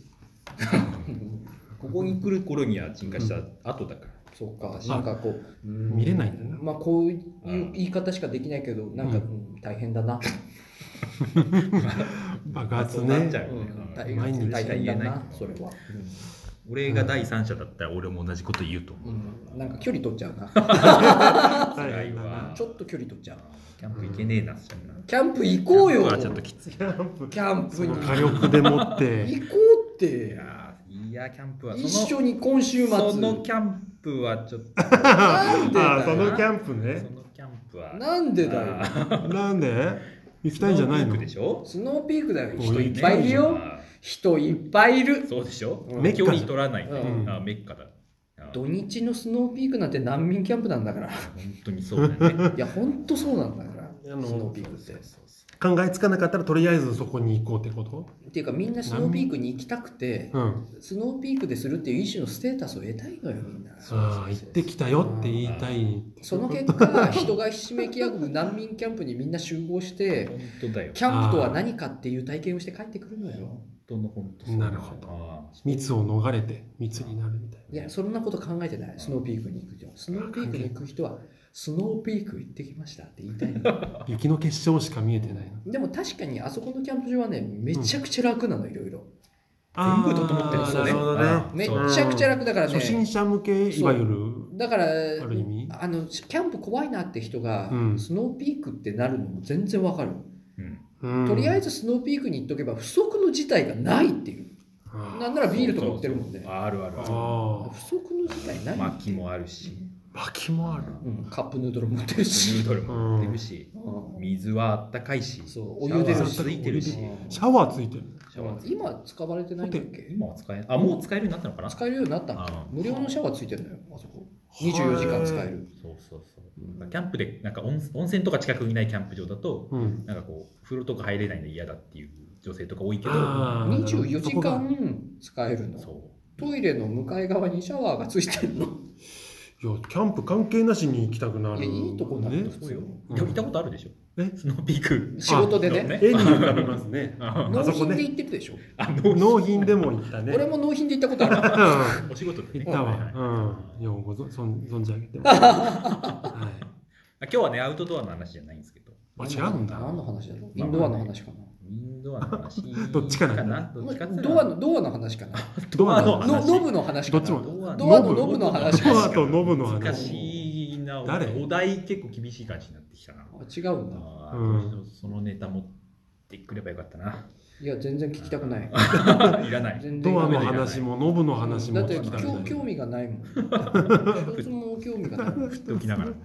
A: ここに来る頃には沈下した後だから。
B: そうか進化こう
C: 見れないんだな
B: まあこういう言い方しかできないけどなんか、
C: うん
B: うん大変だな
C: 爆発
A: そうなっちゃ
C: ね
A: うよね。うん
B: 大
C: 毎日
B: 変大変だ
A: 言え
B: な
A: ない
B: それは、
A: 俺が第三者だったら俺も同じこと言うと思
B: う
A: う。
B: んなんか距離取っちゃうな
C: 大変だな
B: ちょっと距離取っちゃう
A: キャンプ行けねえな、そしたら
B: キャンプ行こうよ
A: キャンプはちょっときつい。
C: キャンプ
B: キャンプ
C: その
B: に
C: 火力でもって
B: 行こうっ
A: い
B: て
A: やー、いやキャンプはその
B: 一緒に今週末
A: そのキャンプはちょっと。
B: なんでだよ
C: あーそのキャンプね
A: そのキャンプは。
B: なんでだよ
A: あー
C: なんで行きたいんじゃない
A: スノーピ
C: の
A: ークでしょ
B: スノーピークだよ
C: お
B: 人いっぱいいるよ
A: あ
B: 人いっぱいいる
A: ーそうでしょ
B: うん
C: メッカ
A: 距
C: じゃん
A: 離取らないね。
B: うん
A: あーメッカだ。あー
B: 土日のスノーピークなんて難民キャンプなんだから
A: 本当にそうだね。
B: いやほんとそうなんだからス
C: あの
B: ノーピークって
C: 考えつかなかったらとりあえずそこに行こうってこと
B: っていうかみんなスノーピークに行きたくて
C: うん
B: スノーピークでするっていう一種のステータスを得たいのよみんな
C: ああ行ってきたよって言いたい
B: その結果人がひしめき合う難民キャンプにみんな集合して
A: 本当だよ。
B: キャンプとは何かっていう体験をして帰ってくるのよ
A: 本当の本当そう
C: なるほど
A: あー
C: 密を逃れて密になるみたい
B: いやそんなこと考えてないスノーピークに行く人はスノーピークに行く人はスノーピーク行ってきましたって言いた いのよ
C: な雪の結晶しか見えてないの
B: でも確かにあそこのキャンプ場はねめちゃくちゃ楽なのいろいろ
A: 全部整ってるんですよね
C: あーなるほどね
A: あー
B: め
A: そう
B: ちゃくちゃ楽だから
C: 初心
B: ね
C: 者向けいわゆる
B: だから
C: ある意味
B: あのキャンプ怖いなって人が
C: うん
B: スノーピークってなるのも全然わかる
A: うん
B: とりあえ
C: ず
B: ずスノーピークに行っとけば不測の事態がないっていうなんならビールとか売ってるもん
A: そ
B: ね
A: うそうあるあるあ
C: あ
B: 不測の事態ない
A: る。薪もあるし、
C: あ薪もある
B: うん、カップヌードル持ってる
A: ヌ
B: し
A: ー、ドルも売ってるし、
B: うん
A: 水はあったかいし、
B: そうお湯出るし
A: シャワーついてるし、
B: うん
C: シャワーついてる
A: シャワーついてる
B: 今使われてないんだっけ
A: 今は使えあもう使えるようになったのかな。
B: 使えるようになったんか
A: あ
B: 無料のシャワーついてるのよあそこ24時間使える
A: そうそうそう。キャンプでなんか温温泉とか近くにないキャンプ場だと、
C: うん
A: なんかこう風呂とか入れないの嫌だっていう女性とか多いけど、
C: あー
B: 24時間使えるの
A: そ
B: トイレの向かい側にシャワーがついてるの
C: いやキャンプ関係なしに行きたくなる
B: いやいいとこなんだ
C: ね
A: う。そうよ。
C: うん
A: いや行ったことあるでしょ。
C: え
A: スノーピーク。
B: 仕事で
A: あ
B: ね
C: 絵に浮かびます ね
A: あ
B: 納
C: あそこ
B: 品
C: ね
B: で行ってるでしょ
A: の
C: 納品でも行ったね
B: 俺も納品で行ったことある
C: う
A: お仕事
C: ん
A: で
C: 行
A: ね。
C: った
A: はいはい
C: わうんようごぞ存存じ上げ てます、はい
A: 今日はねアウトドアの話じゃないんですけど。
C: あ違うんだ
B: 何の話だろうインドアの話かな
A: インドアの話
C: どっちかなんだ
A: どっちかっていう
B: ドア
A: は
B: のドアの話かな
C: ドアの
A: ドア
B: の
A: 話
B: ノブの話かな
C: どっちも
A: ドア
B: ドアのノブの話
C: ドアとノブの
A: 難
C: 話
A: しいなお
C: 誰
A: お題結構厳しい感じになってきたな
B: あ違うんだ
A: あ
C: うん
A: ーそのネタ持ってくればよかったな
B: いや全然聞きたくない
A: いらない
B: 全然
C: ドアの話もノブの話も
B: だって
C: 聞きたく
B: 興
C: ない
B: 興味がない もん一つも興味がないもん
A: 振っておきながら
B: うん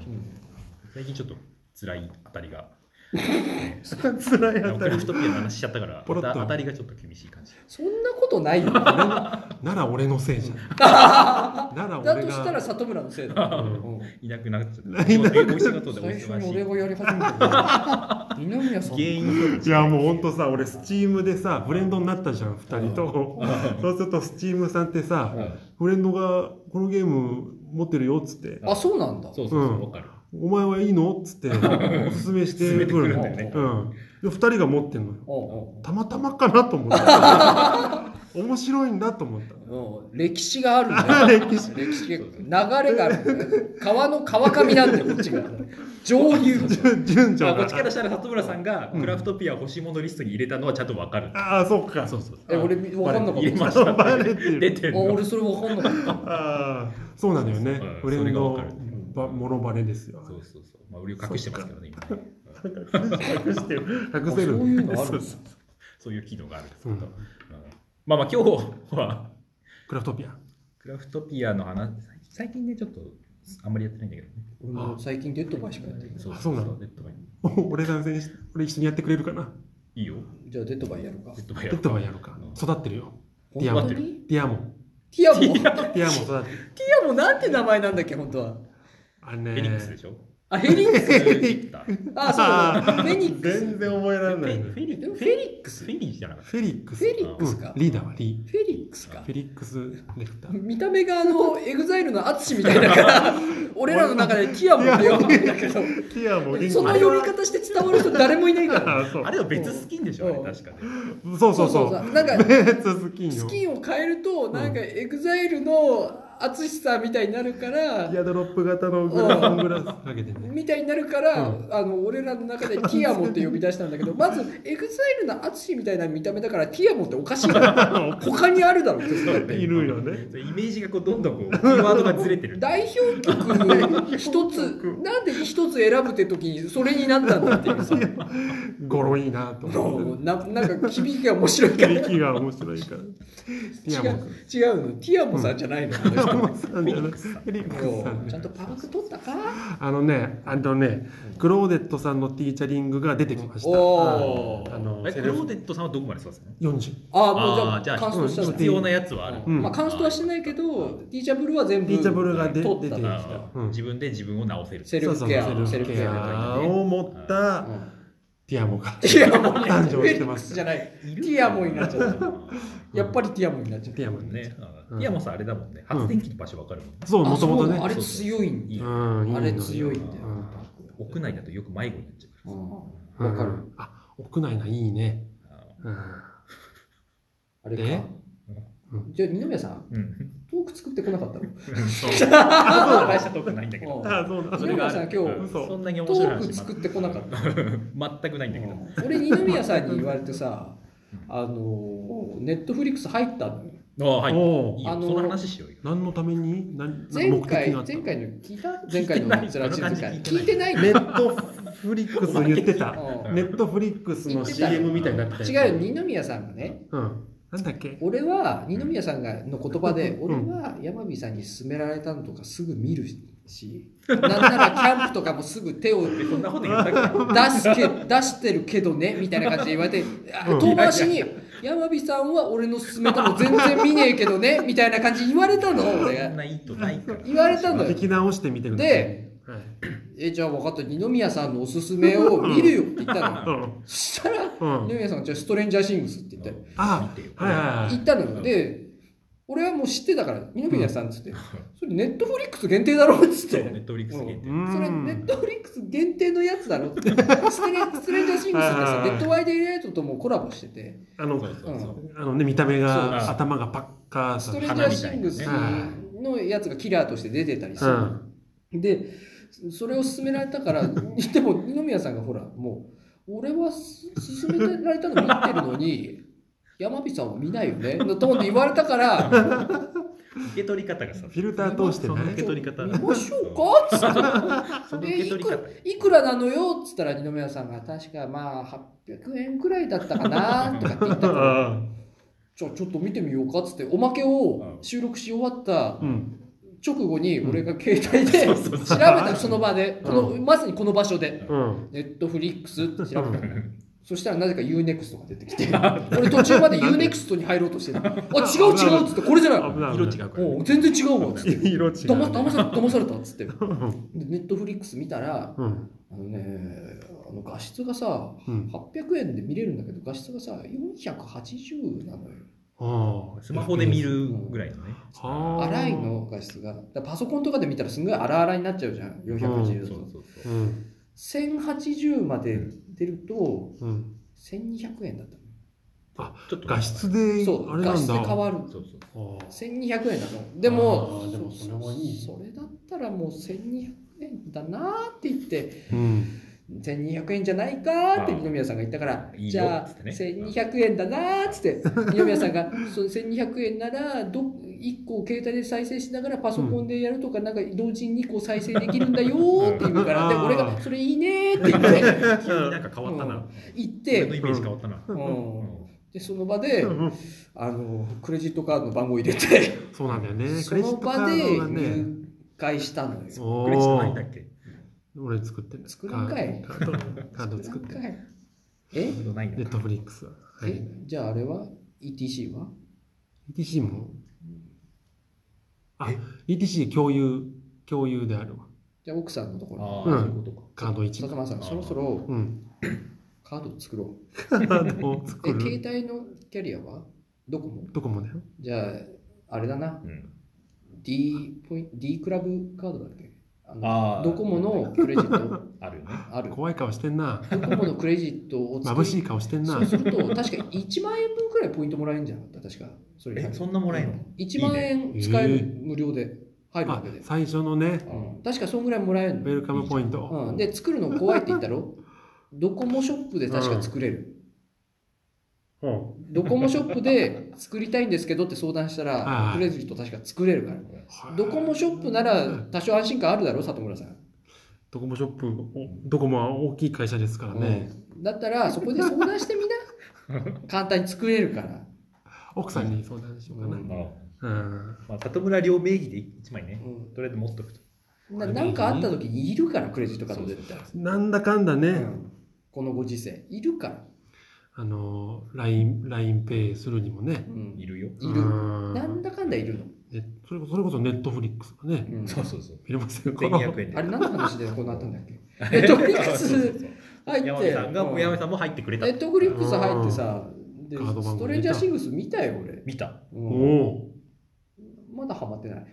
A: 最近ちょっと辛い当たり が
C: 辛いあ
A: クラ
C: たり
A: フトピアの話しちゃったから
C: ポロッと
A: 当たりがちょっと厳しい感じ
B: そんなことない よ
C: なら俺のせいじゃ んなら俺が
B: だとしたら里村のせいだ、
C: う
B: うんん、
A: いなくなっちゃった
C: いなくなっちゃ
A: お仕
C: った
A: 事でお
B: 最初に俺
A: 忙し
B: がやり始めたから二宮さん
A: い原因
C: いやもうほんとさ俺スチームでさフレンドになったじゃん2人と そうするとスチームさんってさフレンドが「このゲーム持ってるよ」っつって
B: あそうなんだ
A: そうそうそううんわかる
C: 「お前はいいの?」っつっておすすめして
A: 進めてく
C: く
A: る
C: る
A: ん
C: の
A: だよね
C: うんで2人が持ってんのよ
B: お
C: たまたまかなと思った 面白いんだと思った
B: うおうおう歴史があるんだ
C: あ
B: よ
C: 歴史
B: 歴史が流れがあるんだよ川の川上なんだよこっちが上流
C: 順
A: ま
C: 調
A: あこっ
C: が
A: ちからしたら里村さんがクラフトピア欲しいものリストに入れたのはちゃんとわかる
C: ああそっか
A: そうそう
B: え俺わかんなか
A: 入れ
B: った
A: ま
B: あ
A: した
C: バレてる
A: 出てるの
B: 俺それわかんなかった
C: ああそうなのよね
A: うん
C: フレン
A: それがわか
C: ド
A: る
C: ばもろバレですよ
A: そうそうそう。まあ、売りを隠してますけどね、今ね。うん
C: 隠してる隠せる
B: そういうのあるんだ
C: そうそう
A: そういう機能があるんですけ
C: う
A: ど。
C: ん
A: うんまあまあ、今日は、
C: クラフトピア
A: クラフトピアの話、最近ね、ちょっと、あんまりやってないんだけどね。
B: 俺も最近デッドバイしかやってない
A: そ
C: そうなの
A: デッドバイ。
C: お 俺参戦し俺一緒にやってくれるかない
A: いよ。
B: じゃあデッドバイやるか
A: デッドバイ
C: ペ
A: やろ
C: ッ
A: う
C: トはやるか
A: うん
C: 育ってるよ
B: 本
C: や
B: 当
A: って
B: に
C: ティアモン
B: ティアモティ
C: ティアモン育ってる
B: アモなんて名前なんだっけ本当は
C: あれね
A: フェニックスでしょ
B: あ、フェリッ ク
A: フ
B: ス
A: ェリックス
B: あ、そうそう。フェニックス。
C: 全然覚えられない
A: フェリ
B: でも
A: フ
B: フ
A: ェ
B: ェ
A: リ
B: リックス
A: フェリーじゃなかった
C: フェリックス
B: フェリックスか
C: うんリーダーはリ
B: フェリックスか
C: ーフ。ェリックスレクター
B: 見た目があの、エグザイルのアツシみたいだ から、俺らの中でティアモって呼ぶんだけど、
C: ティアも元気
B: その呼び方して伝わる人誰もいないから。
C: あそう
A: あれは別スキンでしょ
B: う
A: あ
B: ん
A: れ確かね
C: そうそうそう
B: う。なんか、
C: 別 好き
B: ス
C: よ
B: キンを変えると、なんかエグザイルの淳さんみたいになるから
C: イ、ヤドロップ型のグラフングラスかけてね
B: みたいになるから、
C: う
B: あの俺らの中でティアモって呼び出したんだ けど、まずエグザイルの淳みたいな見た目だからティアモっておか しいだろ。他にあるだろって。
C: いるよね
A: そうイメージがこうどんどんこうキーワードがずれてる
B: 代表曲一 つ、なんで一つ選ぶって時にそれになったんだっていうさ。
C: ゴロいいなと思
B: も
C: っ
B: うななんか響きが面白い
C: て
B: から。違う、
C: 響きが面白いからティアモ
B: 違うの。ティアモさんじゃないの。あの人
C: 君さんじゃないフェリックスさ
B: も
C: ん
B: うちゃ
C: ね
B: んとパーク取ったか
C: あのねあのねクローデットさんのティーチャリングが出てきました
B: お
C: あの
A: え
C: セ
A: ク
C: ル
A: ロ
C: フ
A: ーデットさんはどこまでそうですね
C: 40
B: ああ、もうじゃ
A: あーじゃ
B: あ、カンストした
A: あ
B: の
A: 必要なやつはある
C: うん
B: まあ、カンストはしてないけど、ティーチャブルは全部
C: ティーチャブルがで
B: 取った
C: 出てき
A: あ
C: た
A: ー、
C: うん
A: 自分で自分を直せる
B: セルフケア
C: そうそう
B: セ
C: セ
B: ルフ
C: ルフ
B: ケ
C: ケ
B: ア
C: アを持ったティア モが
B: いやもうね、
C: 誕
B: フ
C: 生
B: ェ
C: し
B: リ
C: て
B: ッ
C: ま
B: クス
C: す
B: じゃない。
A: い
B: ティアモになっちゃった。
A: た
B: やっぱりティアモになっちゃった。
C: ティアモね
A: ねうんティアモさんあれだもんね
C: うん
A: 発電機の場所わかるもんね
C: そうもともと
B: あそうなのあ
C: ね
B: れ強いんだ
A: いい
B: よ。
C: うんいいの
B: あ
C: よ
B: れ強いんだよ。
A: 屋内だとよく迷子になっちゃう
B: う
A: か
B: ん
C: う
B: わ
C: ん
B: かる
C: あ屋内がいいね
A: ら
C: うん
B: あれ
C: で
B: か。じゃあ、二宮さん、
A: うん
B: トーク作ってこなか ったの
A: そう大したトークないんだけど
B: あ
C: あそうな
B: そ
A: そ
B: れ
A: れ
B: が
A: が
B: あ
A: あ
B: る
A: る
B: 今
C: 日
A: そんなに
B: ト
A: 面白い
B: ー
A: 話
B: ク作ってこなかった。
A: 全くないんだけど
B: うん俺、二宮さんに言われてさ、あの、ネットフリックス入ったのよ。
A: ああはい
C: おう
A: いい
B: あ
A: よ
B: の
A: その話しようよ
C: 何のために何何
B: 前
C: 目的
B: 回、
C: があった
B: 前
C: の
B: 回の聞いた前回のゼラチン使い。聞
A: 聞
B: い
A: い
B: て
A: て
B: ない
C: ネ
B: の
C: ットフリックス言って た
B: うん
C: ネットフリックスの CM みたいになってた
B: 違うよ、二宮さんがね、
C: うんなんだっけ
B: 俺は二宮さんがの言葉で、
C: うん
B: 俺は山火さんに勧められたのとかすぐ見る し、なんならキャンプとかもすぐ手を
A: そんなこと言ったくない
B: 出すけ出してるけどねみたいな感じで言われて、あ
C: うん
B: 遠回しに山火さんは俺の勧めたの全然見ねえけどねみたいな感じで言われたの、俺
A: そん
B: が。
A: な意図ないから
B: 言われたのよ
C: 聞。き直してみてください
B: で
C: はい
B: え、じゃあ分かった、二宮さんのおすすめを見るよって言ったの。
C: うん
B: そしたら、
C: うん
B: 二宮さんがじゃあストレンジャーシングスって言って。
C: あ
A: 見てよ
C: はいはい
B: 行
C: は
B: ったのよで俺はもう知ってたから二宮さんっつって、それネットフリックス限定だろっつって、
A: ネットフリックス限
C: い
A: 定
C: うん
B: それネットフリックス限定のやつだろっ てストレストレンジャーシングスって
C: はい
B: さ
C: はいは
B: ネ
C: い
B: ットワイデイライトともコラボしてて
C: あの
A: そうそうそう
C: あのね見た目
B: そう
A: そう
C: が頭がパッカー
B: ス
C: さ
B: トレンジャーシングス
C: 花みたいなね
B: のやつがキラーとして出てたりす
C: う
B: る、
C: ん
B: でそれを勧められたからでも二宮さんがほらもう俺はす勧められたの見てるのに山火さんは見ないよねと思って言われたから
A: 受け取り方がさ
C: フィルター通してね
A: その受け取り方
B: 見ましょうかっつって
A: その
B: で
A: 受け取り
B: いくら
A: 方
B: いくらなのよっつったら二宮さんが確かまあ800円くらいだったかなとかって言った
C: う
B: から
C: ん
B: じゃあちょっと見てみようかっつっておまけを収録し終わった
C: うん
B: 直後に俺が携帯で
A: う
B: 調
A: んそうそう
B: べ
A: そう
B: たのその場でこの
C: う
B: まさにこの場所で
C: うん
B: ネットフリックスって調べたの
A: う
B: そしたらなぜか UNEXT が出てきて 俺途中まで UNEXT に入ろうとしてたあ違う違うっつってこれじゃない
C: 危ない
A: 色違うからね
B: もう全然違うわっつって
C: 色違う
B: 騙さ騙された騙されたっつってで
C: うん
B: ネットフリックス見たら
C: うん
B: あのね、あの画質がさ、
C: うん
B: 800円で見れるんだけど、画質がさ、480なのよ。
C: ああ
A: スマホで見るぐらいのね
C: はあー
B: 荒いの画質が。だからパソコンとかで見たらすんごい荒々になっちゃうじゃん、
A: そうそ
B: 480だと。
A: うそう
C: うん
B: 1080まで出ると、
C: うん
B: 1200円だったの。
A: ちょっと
C: 画質で
B: そう、
C: あれな
B: 画
C: ん
B: 質
C: だ。
B: で変わる。
A: そうそう
C: あー
B: 1200円なの。でも
C: あ、ーでもそれはいい
B: それだったらもう1200円だなーって言って、
C: うん。
B: 1200円じゃないかーって二宮さんが言ったから、
A: いいよ
B: じゃ
A: っつっ
B: あ
A: てね
B: 1200円だなーっつって二宮さんがその1200円ならど1個携帯で再生しながらパソコンでやるとかなんか同時に2個再生できるんだよーって言うから、
C: うん
B: で
C: あー
B: 俺が「それいいね」って言って
A: 急になんか変わったな
B: 言っ
A: 俺の
B: て、
A: イメージ変わったな
B: うん、でその場で
C: うん
B: あのクレジットカードの番号入れて
C: そうなんだよね。
B: その場で
C: がね、
B: 入会したのよ。
A: これじゃないんだっけ
C: 俺作ってる。
B: 作るんかい
C: カードカード作って
B: なん
C: る。
B: か
A: そう
B: え
A: いうことない
C: ネ
A: の
C: ッ
A: か
C: トフリックスは。は
B: え
C: い。
B: じゃああれは ETC は
C: ETC もあ、ETC 共有、共有であるわ。
B: じゃあ奥さんのところ
A: あ
B: に
A: ー
B: そういうことか
C: カード1
B: 佐久間さん
A: あー
B: そろそろ
C: うん
B: カードを作ろう
C: カードを作
B: え
C: る
B: 携帯のキャリアはドコモ
C: どこもだよ
B: じゃああれだな
A: うん、
B: D ポイン D クラブカードだっけあの
A: あー
B: ドコモのクレジ ット
A: あるよね。
B: ある
C: 怖い顔してんな
B: ドコモのクレジットを作
C: 眩
B: り
C: しい顔してんな
B: そうすると、確か1万円分くらいポイントもらえるんじゃなかった確か。それ
A: え、そんなもらえんの
B: ?1 万円使え
C: いい
B: る、
C: ね
B: 無料で入るわ
C: あ
B: けで。
C: 最初のね
B: うん確かそんぐらいもらえる
C: ウェ
B: の。
C: ルカムポイント
B: うん、で、作るの怖いって言ったろドコモショップで確か作れる。
C: うん
B: ドコモショップで作りたいんですけどって相談したら
C: あ、ー
B: クレジット確か作れるから。
C: はい
B: ドコモショップなら多少安心感あるだろ、里村さん。
C: ドコモショップおドコモは大きい会社ですからね
B: うんだったら、そこで相談してみ な。簡単に作れるから。
C: 奥さんに相談しようか
B: うん
A: あの
C: なうん
A: まあ、里村両名義で1枚ね
B: う。ん
A: とりあえず持っとくと。
B: ななんかあった時いるからクレジットカード絶対、
C: なんだかんだね、
B: うんこのご時世いるから、
C: あの LINEPay するにもね
B: うん
A: いるよ。
B: いる
C: うん
B: なんだかんだいるの、
C: ねそれこそそれこそネットフリックスがね
B: うん
A: そうそうそう。
C: 見れませんか
A: 1200円で。
B: あれ何の話でこうなったんだっけネットフリックス入っ て
A: 山口さんが、
B: うん
A: もう山口さんも入ってくれた
B: ネ。ットフリックス入ってさで
C: カード番号入れた
B: ストレンジャーシングス見たよ俺、
A: 見た。
C: お
B: うん
C: お
B: まだハマってない
A: まだ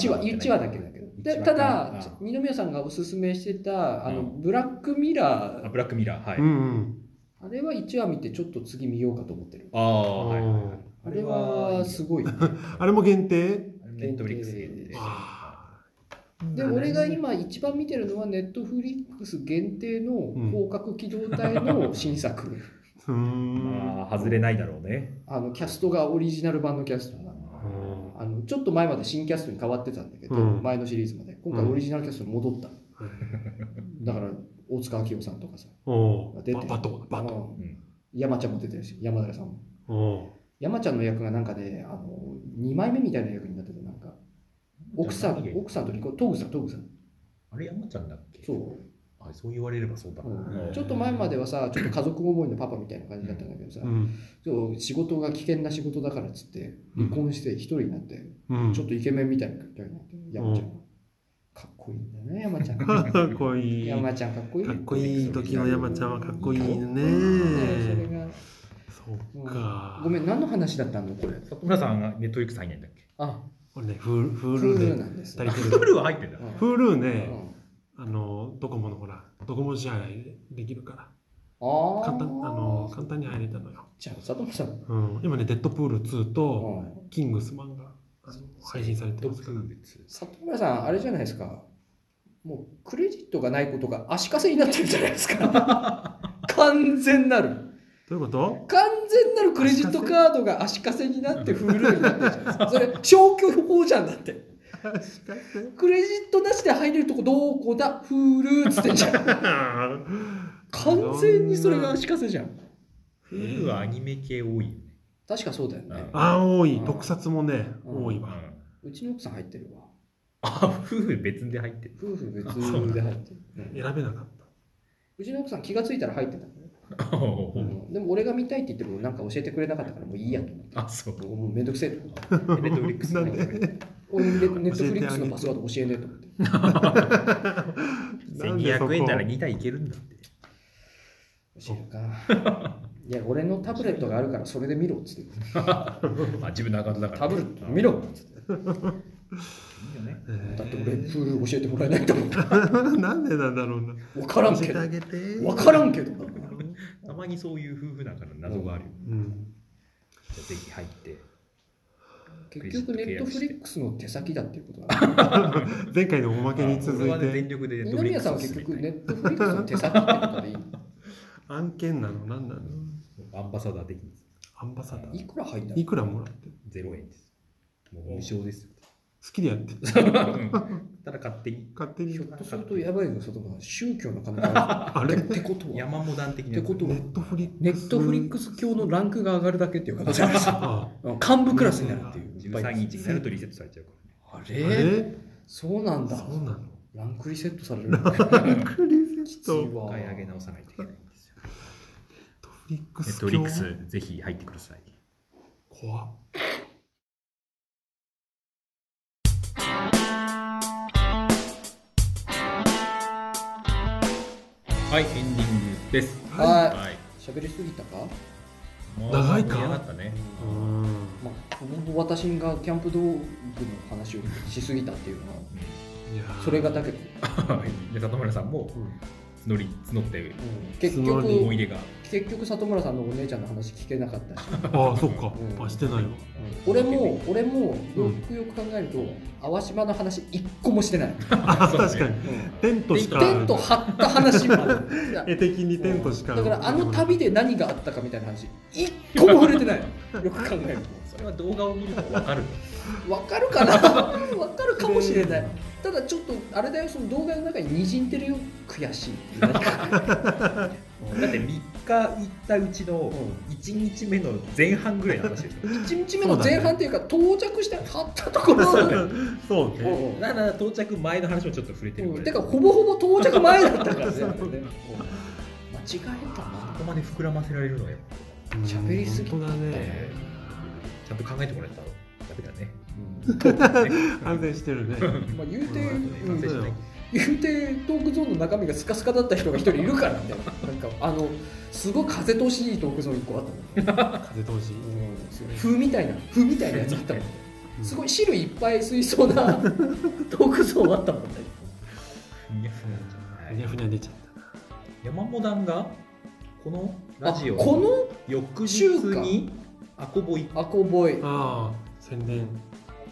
B: 1
A: ハマ
B: 話
A: ってない
B: 一話だけだけどで
A: 一話か
B: ただ
A: あ
B: 二宮さんがおすすめしてたあの、
A: うん
B: ブラックミラ
A: あ
B: ー
A: ブラックミラー。はい。
C: ーうんうん
B: あれは1話見てちょっと次見ようかと思ってる
A: ああ、はい。
C: うん
B: あれはすごいね
C: あれも限定
A: ネットフリックス限定で。
C: わ
B: で俺が今一番見てるのはネットフリックス限定の広角機動隊の新作、
C: うーん
A: まあ、外れないだろうね。
B: あのキャストがオリジナル版のキャストな
C: うん
B: あのちょっと前まで新キャストに変わってたんだけど、
C: うん
B: 前のシリーズまで今回オリジナルキャストに戻った、だから大塚明夫さんとかさ
C: おお
B: 出て
C: ババトバ
B: あ
C: ト
B: の
A: うん
B: 山ちゃんも出てるし山寺さんも
C: おお
B: 山ちゃんの役がなんかねあの2枚目みたいな役になっててなんか奥さん奥さんと離婚トグさんトグさん
A: あれ、山ちゃんだっけ
B: そう
A: あそう言われればそうだ。
B: うんちょっと前まではさ、ちょっと家族思いのパパみたいな感じだったんだけどさ
C: う、ん
B: そう仕事が危険な仕事だからっつって、離婚して一人になって、
C: うん
B: ちょっとイケメンみたいなキャラになって、山ちゃんが。かっこいいんだよね、山ちゃん。
C: かっこいい
B: 山ちゃんかっこいい。
C: かっこいい時の山ちゃんはかっこいい
B: ねそれ
C: ね
B: が
C: そう
B: う
C: か
B: んごめん、何の話だったのこれ。
A: 里村さんがネットフリックス入んないんだっけ
B: あ、
C: 俺ねフーフ
B: フ
C: ール
B: ール
C: で
B: なんですね。
C: 足り
A: フ
C: てる
A: ルは入ってんだ。
B: うん
C: フール
B: う
C: ね
B: ん
C: あのドコモのほらドコモ支払いできるから
B: ああ。
C: 簡単あの簡単に入れたのよ、
B: じゃあ、佐藤さん。うん
C: うん、今ねデッドプール2とキングスマンがあの配信されてますから
B: 里村さん、あれじゃないですか、もうクレジットがないことが足かせになってるじゃないですか。 完全なる。
C: どういうこと
B: 完全なるクレジットカードが足かせになってフルになってるじゃないですか。それ、消去法じゃんだって。クレジットなしで入れるとこどこだ、フルっつってんじゃん。 完全にそれが足かせじゃん。
A: フルはアニメ系多いよね。
B: 確かそうだよね。
C: あ多い
B: うん
C: 特撮もね
B: うん
C: 多いうわ
A: ん
B: うちの奥さん入ってるわ。
A: あ、夫婦別で入 ってる。
B: 夫婦別々で入ってる。うん
C: 選べなかっ
B: うちの奥さん気がついたら入ってた、うんでも俺が見たいって言ってもなんか教えてくれなかったからもういいやと思って。
A: あ、そう。
B: もうめんどくせえと思って。
A: ネットフリックス
C: なん
A: で
B: 俺ネネットフリックスのパスワード教えねえと思って。
C: たなんでそこ
A: 1200円なら2台いけるんだって。
B: 教えるか。いや、俺のタブレットがあるからそれで見ろっつって。
A: あ、自分のアカウントだから。
B: タブレット見ろっつって。
A: いいよね。
B: だ
C: え
B: って俺プール教えてもらえないと思って。
C: ー なんでなんだろうな
B: わからん
C: 教
B: け
C: えて
B: ど
C: あ。げて
B: わからんけど。
A: たまにそういう夫婦だから謎があるよ。
C: うん
A: じゃあぜひ入って。
B: 結局ネットフリックスの手先だっていうことだ、ね。
C: 前回のおまけに続
A: 俺はいね
C: て
A: 全力でネット
B: 二
A: フリッ
B: 宮
A: ク
B: さんは
A: ス
B: 結
A: 進め
B: 局
A: たい
B: ネットフリックスの手先ってことでいいの
C: 案件なの何なの
A: アンバサダー的に
C: アンバサダー
B: いくら入ったの
C: いくらもらって
A: 0円です。もう無償ですよ。
C: 好きでやって
A: ただ勝手に。
C: 勝手に
B: ひょっとするとやばいの外が宗教の金が
C: あ
B: ある
C: れ
B: ってってことは
A: 山モダン的な
B: って
A: やつ。
B: ことは
C: ネットフリックス
B: ネットフリックス教のランクが上がるだけっていう形なんですよ
C: あ
B: 幹部クラスになるっていう。
A: 13日になるとリセットされちゃうからね。
B: あ
C: え
B: れそうなんだ。
C: そうなの
B: ランクリセットされ る。ランクリセッ
A: もう一回上げ直さないといけないんですよ。
C: ネットフリック
A: ネ
C: ス
A: ットフリックス、ぜひ入ってください。
C: 怖っ
D: 「
A: はい、エンディングです。
B: は
A: はい。
B: い。喋りすぎたか、
A: もう
C: 長いか
A: 盛り上がったね。
C: うん
B: まあ、この私がキャンプ道具の話をしすぎたっていうのは、
C: いやー
B: それがだけど、
A: はいで、里村さんも
C: うん
A: 募り募って
B: 結
C: その
A: 思い
B: 局、
A: 出が。
B: 結局里村さんのお姉ちゃんの話聞けなかったし、
C: ああそっか
B: うん
C: あしてないわ
B: 俺も、俺も、
C: うん
B: よくよく考えると、淡島の話一個もしてない。
C: あ
A: そうね
C: 確かにテントしか
B: テント張った話もある。
C: 絵的にテントしか
B: だからあの旅で何があったかみたいな話一個も触れてないのよく考える
A: それは動画を見るとわかる。
B: とわかるかなわかるかもしれないただちょっとあれだよその動画の中に滲んでるよ悔しいって何か
A: だって3日行ったうちの1日目の前半ぐらいの話ですよ。
B: 1日目の前半というか到着して張ったところ
C: そ
B: だ
C: う
B: よ
C: ねそうね
B: うん
A: なら到着前の話もちょっと触れてるぐ
B: う
A: ら
B: ん
A: い。
B: てか
A: こ
B: ほぼほぼ到着前だったからね
C: そう
B: あれね間違えたな
A: こまで膨らませられるのはやっぱ
C: うん
B: 喋りすぎ
C: 本当だね
A: ねちゃんと考えてもらったらダメだね。
C: 安全してるね
B: まあ言うて、
C: う
B: うんん、言うてトークゾーンの中身がスカスカだった人が一人いるから みたいななんかあのすごい風通しいいトークゾーン1個あったの、
C: 風通し
B: うん、風みたいな風みたいなやつあったもんすごい汁いっぱい吸いそうなトークゾーンあったもんね
A: いやそうなんじゃない
C: ふにゃふにゃ出ちゃっ
A: 山本団がこのラジオ
B: あこ
A: 翌日
B: 週か
A: にアコボイ
B: のアコボイ
C: たああ宣伝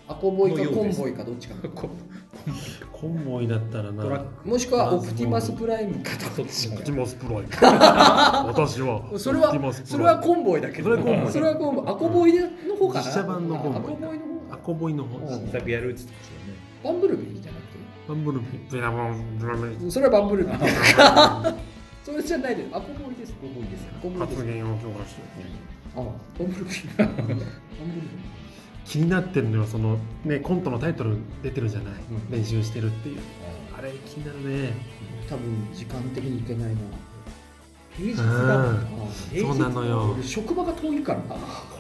B: アコボイか
A: のよ
B: コ
A: うで
B: ン
A: す
B: ボイかどっちかな
C: コンボイだったらな
A: トラッ
B: もしくはオプティマスプライムかどっち
C: オ
B: か
C: プティマスプラ イム私は
B: それは
C: オプティマスプ
B: それ
C: ライ
B: は
C: ム
B: コンボイだけど
C: それはコンボイ
B: それはコンボイアコボイの方かな
C: 実写版のコンボイ
B: あアコボイの方
C: あ
B: か
C: コンボイの方
B: うん
A: 自作やるっつってましたよね
B: バンブルビーじゃなく
C: バンブルビーベラボンブラ メ
B: てそれはバンブルビーそれじゃないですアコボイですアコボイですアコボイです
C: 発言を強化して
B: ああ、トンブルビー。トンブルビー。
C: 気になってるのよそのねコントのタイトル出てるじゃない、
B: うん
C: 練習してるっていうあれ気になるね
B: 多分時間的にいけないな。平日だもんな
A: うん
C: そうなのよ
B: 俺職場が遠いからな。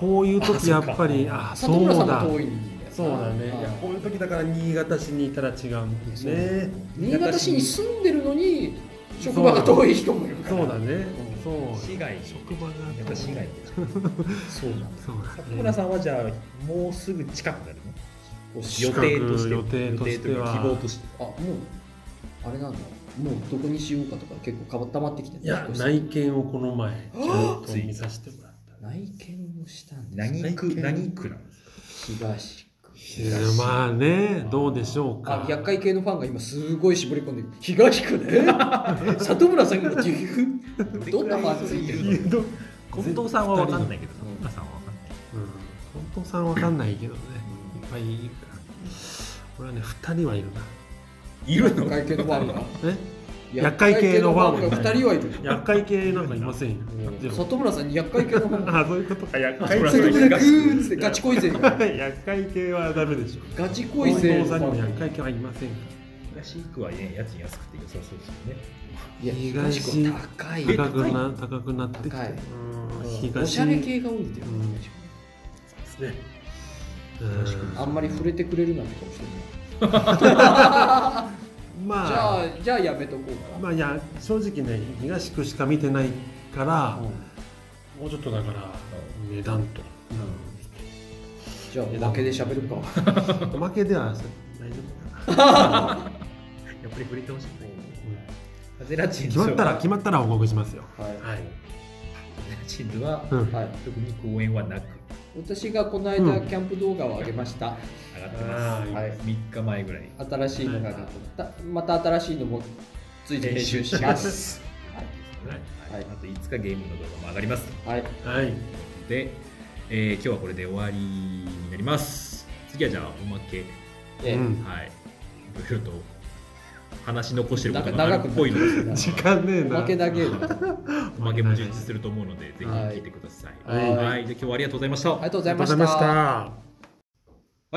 C: こういう時やっぱりあ
B: 里
C: そう
B: 村さん
C: だ
B: も遠いんよな
C: そうだねいやこういう時だから新潟市にいたら違うんですね
B: 新潟市に住んでるのに、職場が遠い人もいるから。
C: そうだねそう
A: 市外
C: 職場が
A: やっぱ市外
B: そうなんだ。
C: そうだ
A: 里
C: ね
A: 村さんはじゃあもうすぐ近くなるね
B: お
A: 予
B: し
A: 定として
C: 予定とし
A: 予定と
C: ては
A: いうか希望として
B: あ、もう、あれなんだ。もうどこにしようかとか結構変わったまってきてる
C: いや内見をこの前ちゃんと見させてもらった
B: 内見をしたんです。
A: 何区何区なんですか
B: 東区。
C: いやまあねどうでしょうか
B: あ厄介系のファンが今すごい絞り込んでる東区ね里村さんが岐阜どんなファンついてるの
C: いやどうん
A: 近藤さんは分かんないけど里村さんは分かんない
C: 本当さんわかんないけどねいっぱいいるから俺はね二人はいるない
A: る
B: 厄介系のファンが
C: え厄介系のファン
B: 厄介系のファンが2人はいる
C: 厄介系なんかいませんよ。でも
B: 里村さんに厄介系のファンが
C: あそういうことか厄
A: 里
C: 介
A: 村さ
B: そ
A: ん
B: れ
A: に
B: ぐらいグーッてガチ恋勢が
C: 系 厄介系はダメでしょ。
B: ガチ恋
C: 近
B: 勢
C: 藤
B: のフ
C: さんにも
B: ァ
C: 厄
B: ンが
C: 介系はいませんか
A: 東区はね家賃安くて良さそうですよね
B: いや東区は高い
C: ら。高くな高くなってきて。
B: 高い
C: うん
B: お
C: 東
B: しゃれ系が多いんだよ
C: うんですね。うん
B: あんまり触れてくれるなんて顔してるじゃ
C: まあ
B: あじゃあやめとこうか
C: まあいや正直ね東区しか見てないからもうちょっとだから値段と
B: じゃあおまけで喋るか
C: おまけでは大丈夫かな。
A: やっぱり触れてほしいね
C: うん
A: ゼラチン
C: 決
A: ズは
C: まったら決まったら報告しますよ。
B: は
C: はい。
A: ゼラチンズは
C: うん
B: いはい
A: 特に公演はなく
B: 私がこの間、
C: うん
B: キャンプ動画を上げました
A: 上がってます
B: はい
A: 3日前ぐらい
B: 新しいのが上がった、また新しいのもついて編集し ます
A: はい、あと5日ゲームの動画も上がります
B: はい
C: はい。
A: で、えー今日はこれで終わりになります次はじゃあおまけ
B: で
C: うん
A: はいいろいろと話し残してること
B: なん
A: が
B: か
A: あ
B: 長く
A: る
B: な
A: っ
B: る
A: ぽいので
C: 時間ねえ
B: お
C: な。
B: まけだけ ど
A: おまけも充実すると思うのでぜひ聞いてください
B: はい
A: はい、
B: は
A: じゃあ今日はありがとうございました
B: ありが
A: は
B: とうご
C: あ
B: ざいま
C: りがとうござ
B: し
C: い
B: た
C: ました。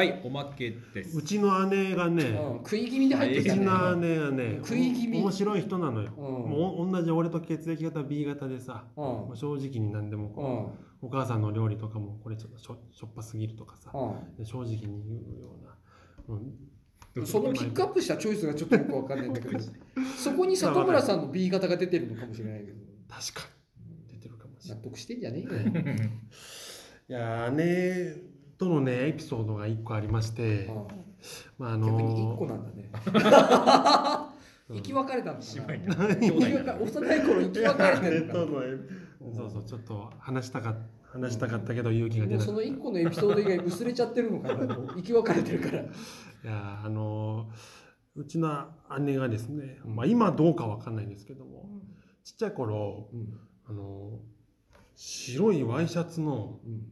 A: いおまけです
C: うちの姉がね、
B: うん、食い気味で入って
C: う
B: きた
C: ち
B: ね、
C: の姉がね、
B: 食い気味
C: 面白い人なのよ。
B: うん
C: もう同じ俺と血液型 B 型でさ、
B: うん
C: もう正直に何で
B: う
C: もこ
B: ん
C: う、お母さんの料理とかもこれちょっとしょしょっぱすぎるとかさ、
B: うん
C: 正直に言うような、うん
B: そのピックアップしたチョイスがちょっとよくわかんないんだ けど、そこに里村さんの B 型が出てるのかもしれないけど、
C: 確かに出てるかもし
B: 納
C: れない
B: 得してんじゃねえよ。
C: いやー姉とのねエピソードが1個ありま して、
B: ああ
C: まああの
B: 逆に1個なんだね。
C: うん
B: 生き別れたんだ
A: 姉
B: な。
A: 妹だ兄弟だ
B: 幼い幼い頃生き別れてるんだな。も
C: そうそうちょっと話したか話したかったけど勇気が出
B: う
C: な
B: そ
C: く
B: の
C: てい
B: 一個のエピソード以外薄れちゃってるのかな。もう生き別れてるから。
C: やーあのーうちの姉がですね、まあ、今どうかわかんないんですけどもちっちゃい頃
B: うん
C: あのー白いワイシャツの
B: うん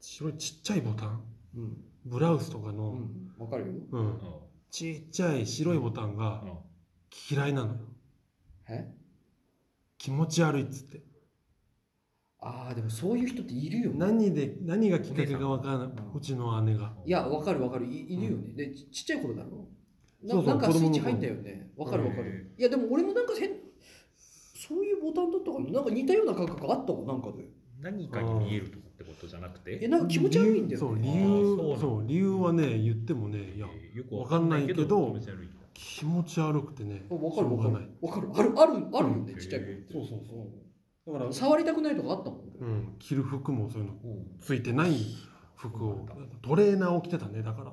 C: 白いちっちゃいボタン
B: うん
C: ブラウスとか
B: う
C: の、
B: ん。わかるよ。
C: うんちっちゃい白いボタンが
A: うん
C: 嫌いなのよ
B: え？
C: 気持ち悪いっつって
B: ああでもそういう人っているよね。
C: 何で何がきっかけかわからないううちの姉が
B: いやわかるわかるいいるよね。でちちっちゃい頃だろ。な
C: そうそう
B: なんか
C: 子
B: スイ
C: 供
B: ッ
C: の
B: チ
C: 頃
B: 入ったよね。わかるわか
A: へ
B: る。いやでも俺もなんか変そういうボタンだったかな。なんか似たような感覚あったわなんかで。
A: 何かに見えるとかってことじゃなく
B: え
A: て、
B: なんか気持ち悪いんだよ、ね。
C: そう理
A: あーそうな
C: 由
A: んだ
C: そう理由はね言ってもねいや
A: えーよく
C: わかんないけ
A: 気
C: ど
A: 持ち悪い
C: 気持ち悪くてね
B: あわかる
C: し
B: わ
C: ょう
B: か
C: が
B: る
C: ない
B: わかるあるあるあるよ
A: う
B: ね、
A: ん
B: ちっちゃい頃って
C: そうそうそうだから、
B: 触りたくないとかあったもん、俺
C: うん、着る服もそういうの
B: うん
C: ついてない服をトレーナーを着てたねだから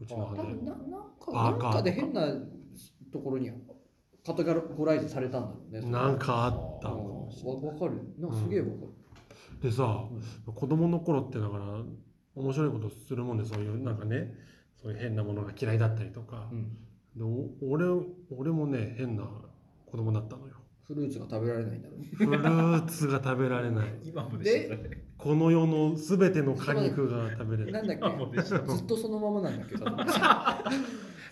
C: うちの
B: 多分
C: 姉
B: ななんか
C: バ
B: な
C: ー
B: ん
C: カー
B: かで変なところにカテゴライズされたんだろうねそれ
C: なんかあった
B: う
C: の
B: ん
C: か
B: わ
C: もしれない
B: わかるなんかすげえわかる、
C: でさ
B: うん
C: 子供の頃ってだから面白いことするもんでそういうなんかねそういう変なものが嫌いだったりとか
B: う、ん
C: でお俺俺もね変な子供だったのよ
B: フルーツが食べられないんだろう
C: フルーツが食べられない
A: 今もでしたね
C: この世の全ての果肉が食べれない
B: なんだっ
A: 今も
B: け
A: でした
B: ずっとそのままなんだ っけなんだ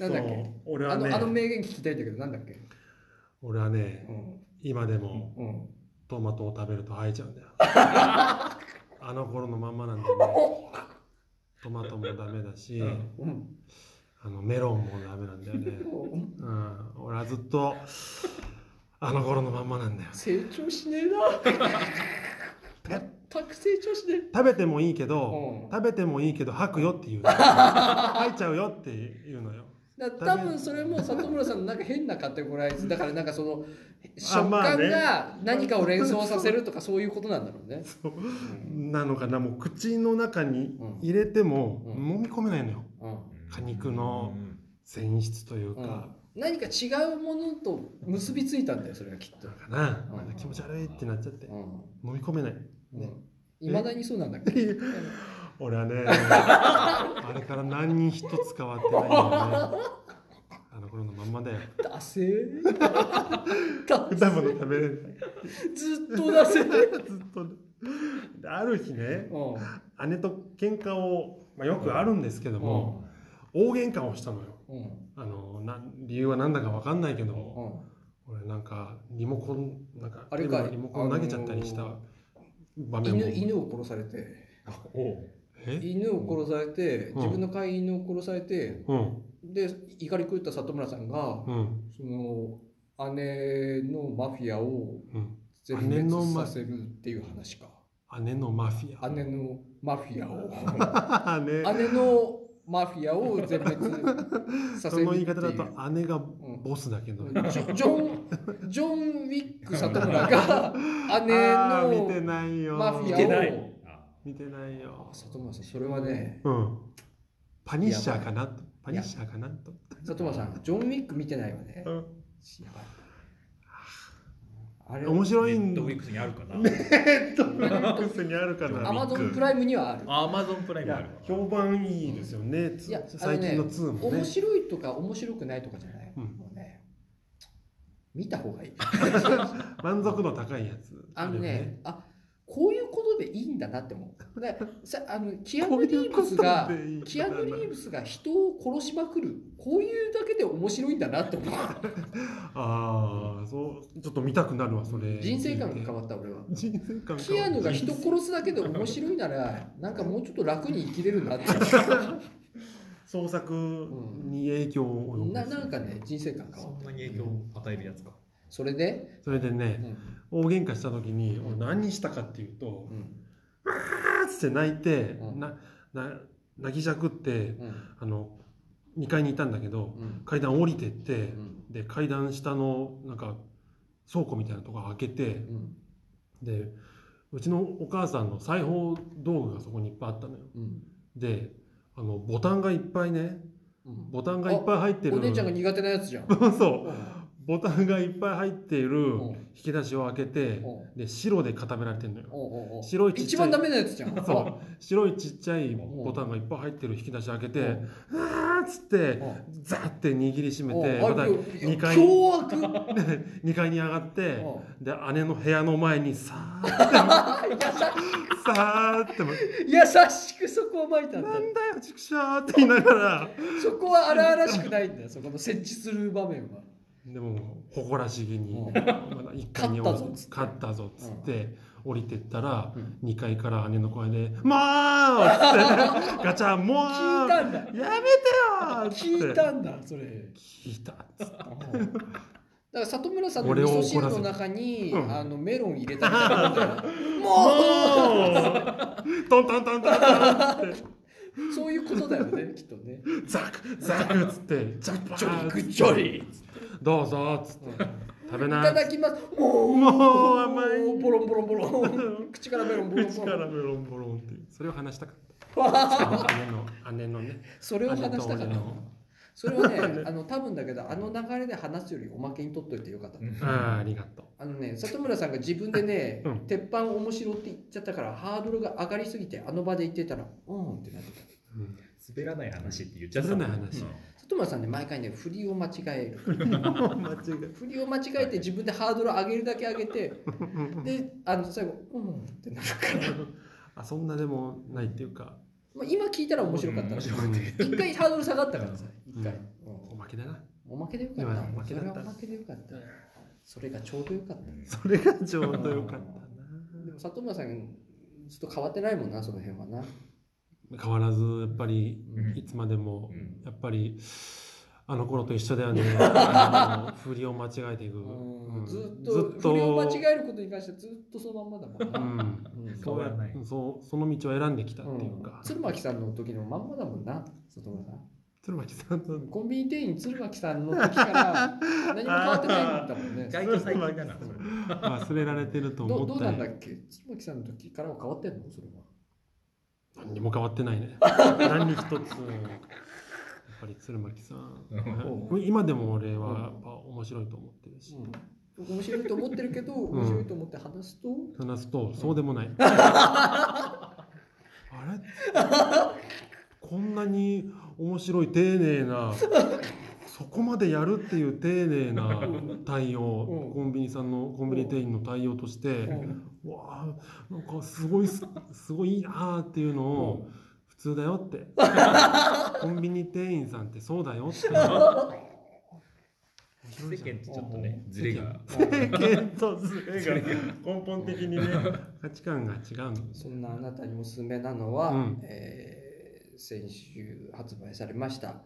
C: そ
B: っ
C: う
B: け
C: 俺
B: あ
C: は
B: のあの
C: ね
B: 名言聞きたいんだけどなんだっけ
C: 俺はね
B: うん
C: 今でも
B: うん
C: トマトを食べると吐いちゃうん だよあの頃のまんまなんだよねトマトもダメだし、
A: うん
B: うん
C: あのメロンもダメなんだよね
B: うん
C: うん、俺はずっとあの頃のまんまなんだよ
B: 成長しねえな 全く成長しねえ
C: 食べてもいいけ
B: う
C: ど
B: ん
C: 食べてもいいけど吐くよって言 うの吐いちゃうよって言うのよ
B: だ
C: 食べ
B: 多分それも里村さんのなんか変なカテゴライズだからなんかその食
C: まあ
B: 感
C: ね
B: が何かを連想させるとかそういうことなんだろう ね。
C: なのかなもう口の中に入れても
B: うん
C: 揉み込めないのよ
B: うん
C: 果肉の
A: うん
C: 繊維質という
B: うん
C: か、
B: 何か違うものと結びついたんだよそれがきっと。
C: かな,、
B: うん
C: なんか気持ち悪いってなっちゃって
B: う
C: 飲み込 めないね
B: ん。いまだにそうなんだけど。
C: 俺 はねあれから何人一つ変わってない んだよねあの頃のまんまだよ
B: ダセ ー。ダセ
C: 多分食べれな
B: ー
C: い
B: ずっとダ セー。
C: ずっとねである日ね
B: うん
C: 姉と喧嘩を、まあ、よくあるんですけども、大喧嘩をしたのよ
B: うん
C: あのな理由は何だか分かんないけど
B: う
C: も
B: ん。
C: 俺なんかリモコンなんか
B: あれかい
C: 手のリモコン投げちゃったりした
B: あの
C: 場面も
B: 犬犬を殺されて
A: おう
C: え
B: 犬を殺されて
C: うん
B: 自分の飼い犬を殺されて
C: うん
B: で怒り狂った里村さんが
C: うん
B: その姉のマフィアを
C: うん
B: 全
C: 姉
B: 滅
C: のマ
B: させるっていう話か
C: 姉のマフィア
B: 姉のマフィア を
C: 姉
B: 姉のマフィアを全滅さ
C: そ
B: せる
C: の
B: って
C: 言
B: い
C: い方だ
B: う
C: と姉がボスだけど、
B: うんジョジョンジョン・ウィック里村が 姉
C: あー見て
B: の
C: ないよ
B: マフィアを
A: 見てないあ
C: 見てないよ
B: 里村さんそれはね
C: うんパニッシャーかなとパニッシャーかなと
B: 里村さんジョン・ウィック見てないわねや
C: うん
B: ばいあれ
C: 面白
A: ネ
C: いん
A: ッ
C: だ
A: トウィックスにあるかな
C: ックスにあるか
A: な
B: アマゾンプライムにはある
A: アマゾンプライ
C: い
A: ムあ
C: や
A: るわ
C: 評判いいですよね、
B: いやあれ
C: 最
B: ね
C: 近の2もね
B: 面白いとか面白くないとかじゃない、
C: うん
B: もうね見た方がいい
C: 満足度高いやつ
B: あの
C: る
B: ね
C: よ
B: あこういうことでいいんだなって思うださあのキア
C: こう
B: ヌ・リ
C: いう
B: ーブ
C: こと
B: ス
C: で
B: が
C: いい
B: キアヌ・リーブスが人を殺しまくるこういうだけで面白いんだなって思う
C: ああそうちょっと見たくなるわそれ
B: 人生観が変わった俺は
C: 人生観
B: キアヌが人殺すだけで面白いならなんかもうちょっと楽に生きれる なってな
C: 創作に影響を及ぼす
B: なんかね人生観変わ
A: そ
B: っ
A: ん
B: た
A: なに影響を与えるやつか
B: それで、
C: それで
B: う
C: ね
B: ん
C: 大喧嘩した時に俺何したかっていうと
B: うん
C: 「あーっつって泣いて、
B: うん
C: なななぎじゃくって
B: うん
C: あの2階にいたんだけど
B: うん
C: 階段降りてって
B: うん
C: で階段下のなんか倉庫みたいなとこ開けて
B: うん
C: でうちのお母さんの裁縫道具がそこにいっぱいあったのよ
B: うん
C: であのボタンがいっぱいね
B: うん
C: ボタンがいっぱい入ってる
B: お姉ちゃんが苦手なやつじゃん
C: そううんボタンがいっぱい入ってい
B: う
C: る
B: ん
C: 引き出しを開けて
B: うん
C: で白で固められてるのよ
B: おうおうおう
C: 白いちっちゃい
B: 一番ダメなやつじゃん
C: そう白いちっちゃいボタンがいっぱい入ってる引き出し開け
B: う
C: て
B: ん
C: 「うわ!」っつって
B: うん
C: ザーって握りしめて
B: うん
C: また
B: あいや
C: 2階
B: 凶 悪
C: 2階に上がって
B: うん
C: で姉の部屋の前にさーってさーって
B: 優しくそこをまいたんだ
C: なんだよちくしゃーって言いながら
B: そこは荒々しくないんだよそこの設置する場面は
C: でも誇らしげに
B: うん
C: 1階に降り
B: 勝ったぞっつって
C: 勝ったぞっつって降りてったら
B: うん
C: 2階から姉の声で「もう!」っつってガチャ「もう!」
B: 聞いたんだ
C: やめてよ
B: 聞
C: ーっつって
B: いたんだそれ
C: 聞いたっつって
B: だから里村さんの味
C: 俺を
B: 噌
C: 怒らせ
B: 汁
C: る
B: の中に、
C: うん
B: あのメロン入れたみたい なもんだよ
C: もうトントントントントンっつって
B: そういうことだよねきっとね
C: ザクザクっつってジャッパ
B: ちょ
C: ー
B: り
C: っつ
B: く
C: って
B: ちょりい
C: どうぞっつって食べな
B: た
C: っつっ
B: だ
C: て
B: きますもう
C: もう甘い
B: ボロンボロンボロン口からメロンボロン
C: 口
B: ボ
C: か
B: ロン
C: らベロンボロンってそれを話したかっ
B: わあ
C: た姉の姉のね
B: それを話
C: 姉と
B: したか
C: 俺
B: ら
C: の
B: それは ねあの多分だけどあの流れで話すよりおまけに取っといてよかった、
A: うん
C: ああありがとう
B: あのね里村さんが自分でね、
C: うん
B: 鉄板面白って言っちゃったからハードルが上がりすぎてあの場で言ってたらうんってなってた
C: うん
A: 滑らない話って言っちゃったもん
C: 滑らない話
A: うん
B: 里村さんね毎回ね振りを間違え る
C: 間違
B: 振りを間違えて自分でハードル上げるだけ上げて であの最後「うん」ってなるから、
C: あそんなでもないっていうか
B: まあ、今聞いたら面白かった
A: うん面
B: ら一
A: 白かったけ
B: 回ハードル下がったからさ一回、
C: う
B: うん
C: おまけだな
B: おまけでよかった
C: いやおまけだった
B: それはおまけでよかったそれがちょうどよかった
C: それがちょうどよかった
B: でも里村さんちょっと変わってないもんなその辺はな、
C: な変わらずやっぱり
A: うん
C: いつまでも
A: うん
C: やっぱりあの頃と一緒だ よねあの振りを間違えていく
B: うん、
C: うん
B: ずっと振りを間違えることに関してはずっとそのまんまだもん
C: う
B: な、
C: ん
B: うん
A: 変わらない
C: そうその道を選んできたっていう
B: うん
C: か、
B: 鶴巻さんの時のまんまだもんな里村さん
C: 鶴巻さんと
B: コンビニ店員鶴巻さんの時から何も変わってないんだもんね
A: 意。外と最近だなそれ
C: 忘れられてると
B: ど
C: 思
B: ど
C: っ
B: うな
C: た
B: んだ
C: り
B: っけ鶴巻さんの時からは変わってんのそれは。
C: 何にも変わってな いね何一つやっぱり鶴巻さん
B: う
C: 今でも俺はやっぱ面白いと思ってるし、
B: うん、面白いと思ってるけど、
C: ん
B: 面白いと思って話 すと、
C: 話すとそうで もないあれこんなに面白い丁寧なそこまでやるっていう丁寧な対応、
B: うん
C: コンビニさんのコンビニ店員の対応として、
B: うん
C: わあなんかすごいすすごいいいなあっていうのを普通だよって コンビニ店員さんってそうだよって
A: 世間とちょっとねズレが
C: 世間とズレ
A: ズレ
C: が根本的にね価値観が違うの
B: そんなあなたにおすすめなのは、
C: うん
B: えー先週発売されました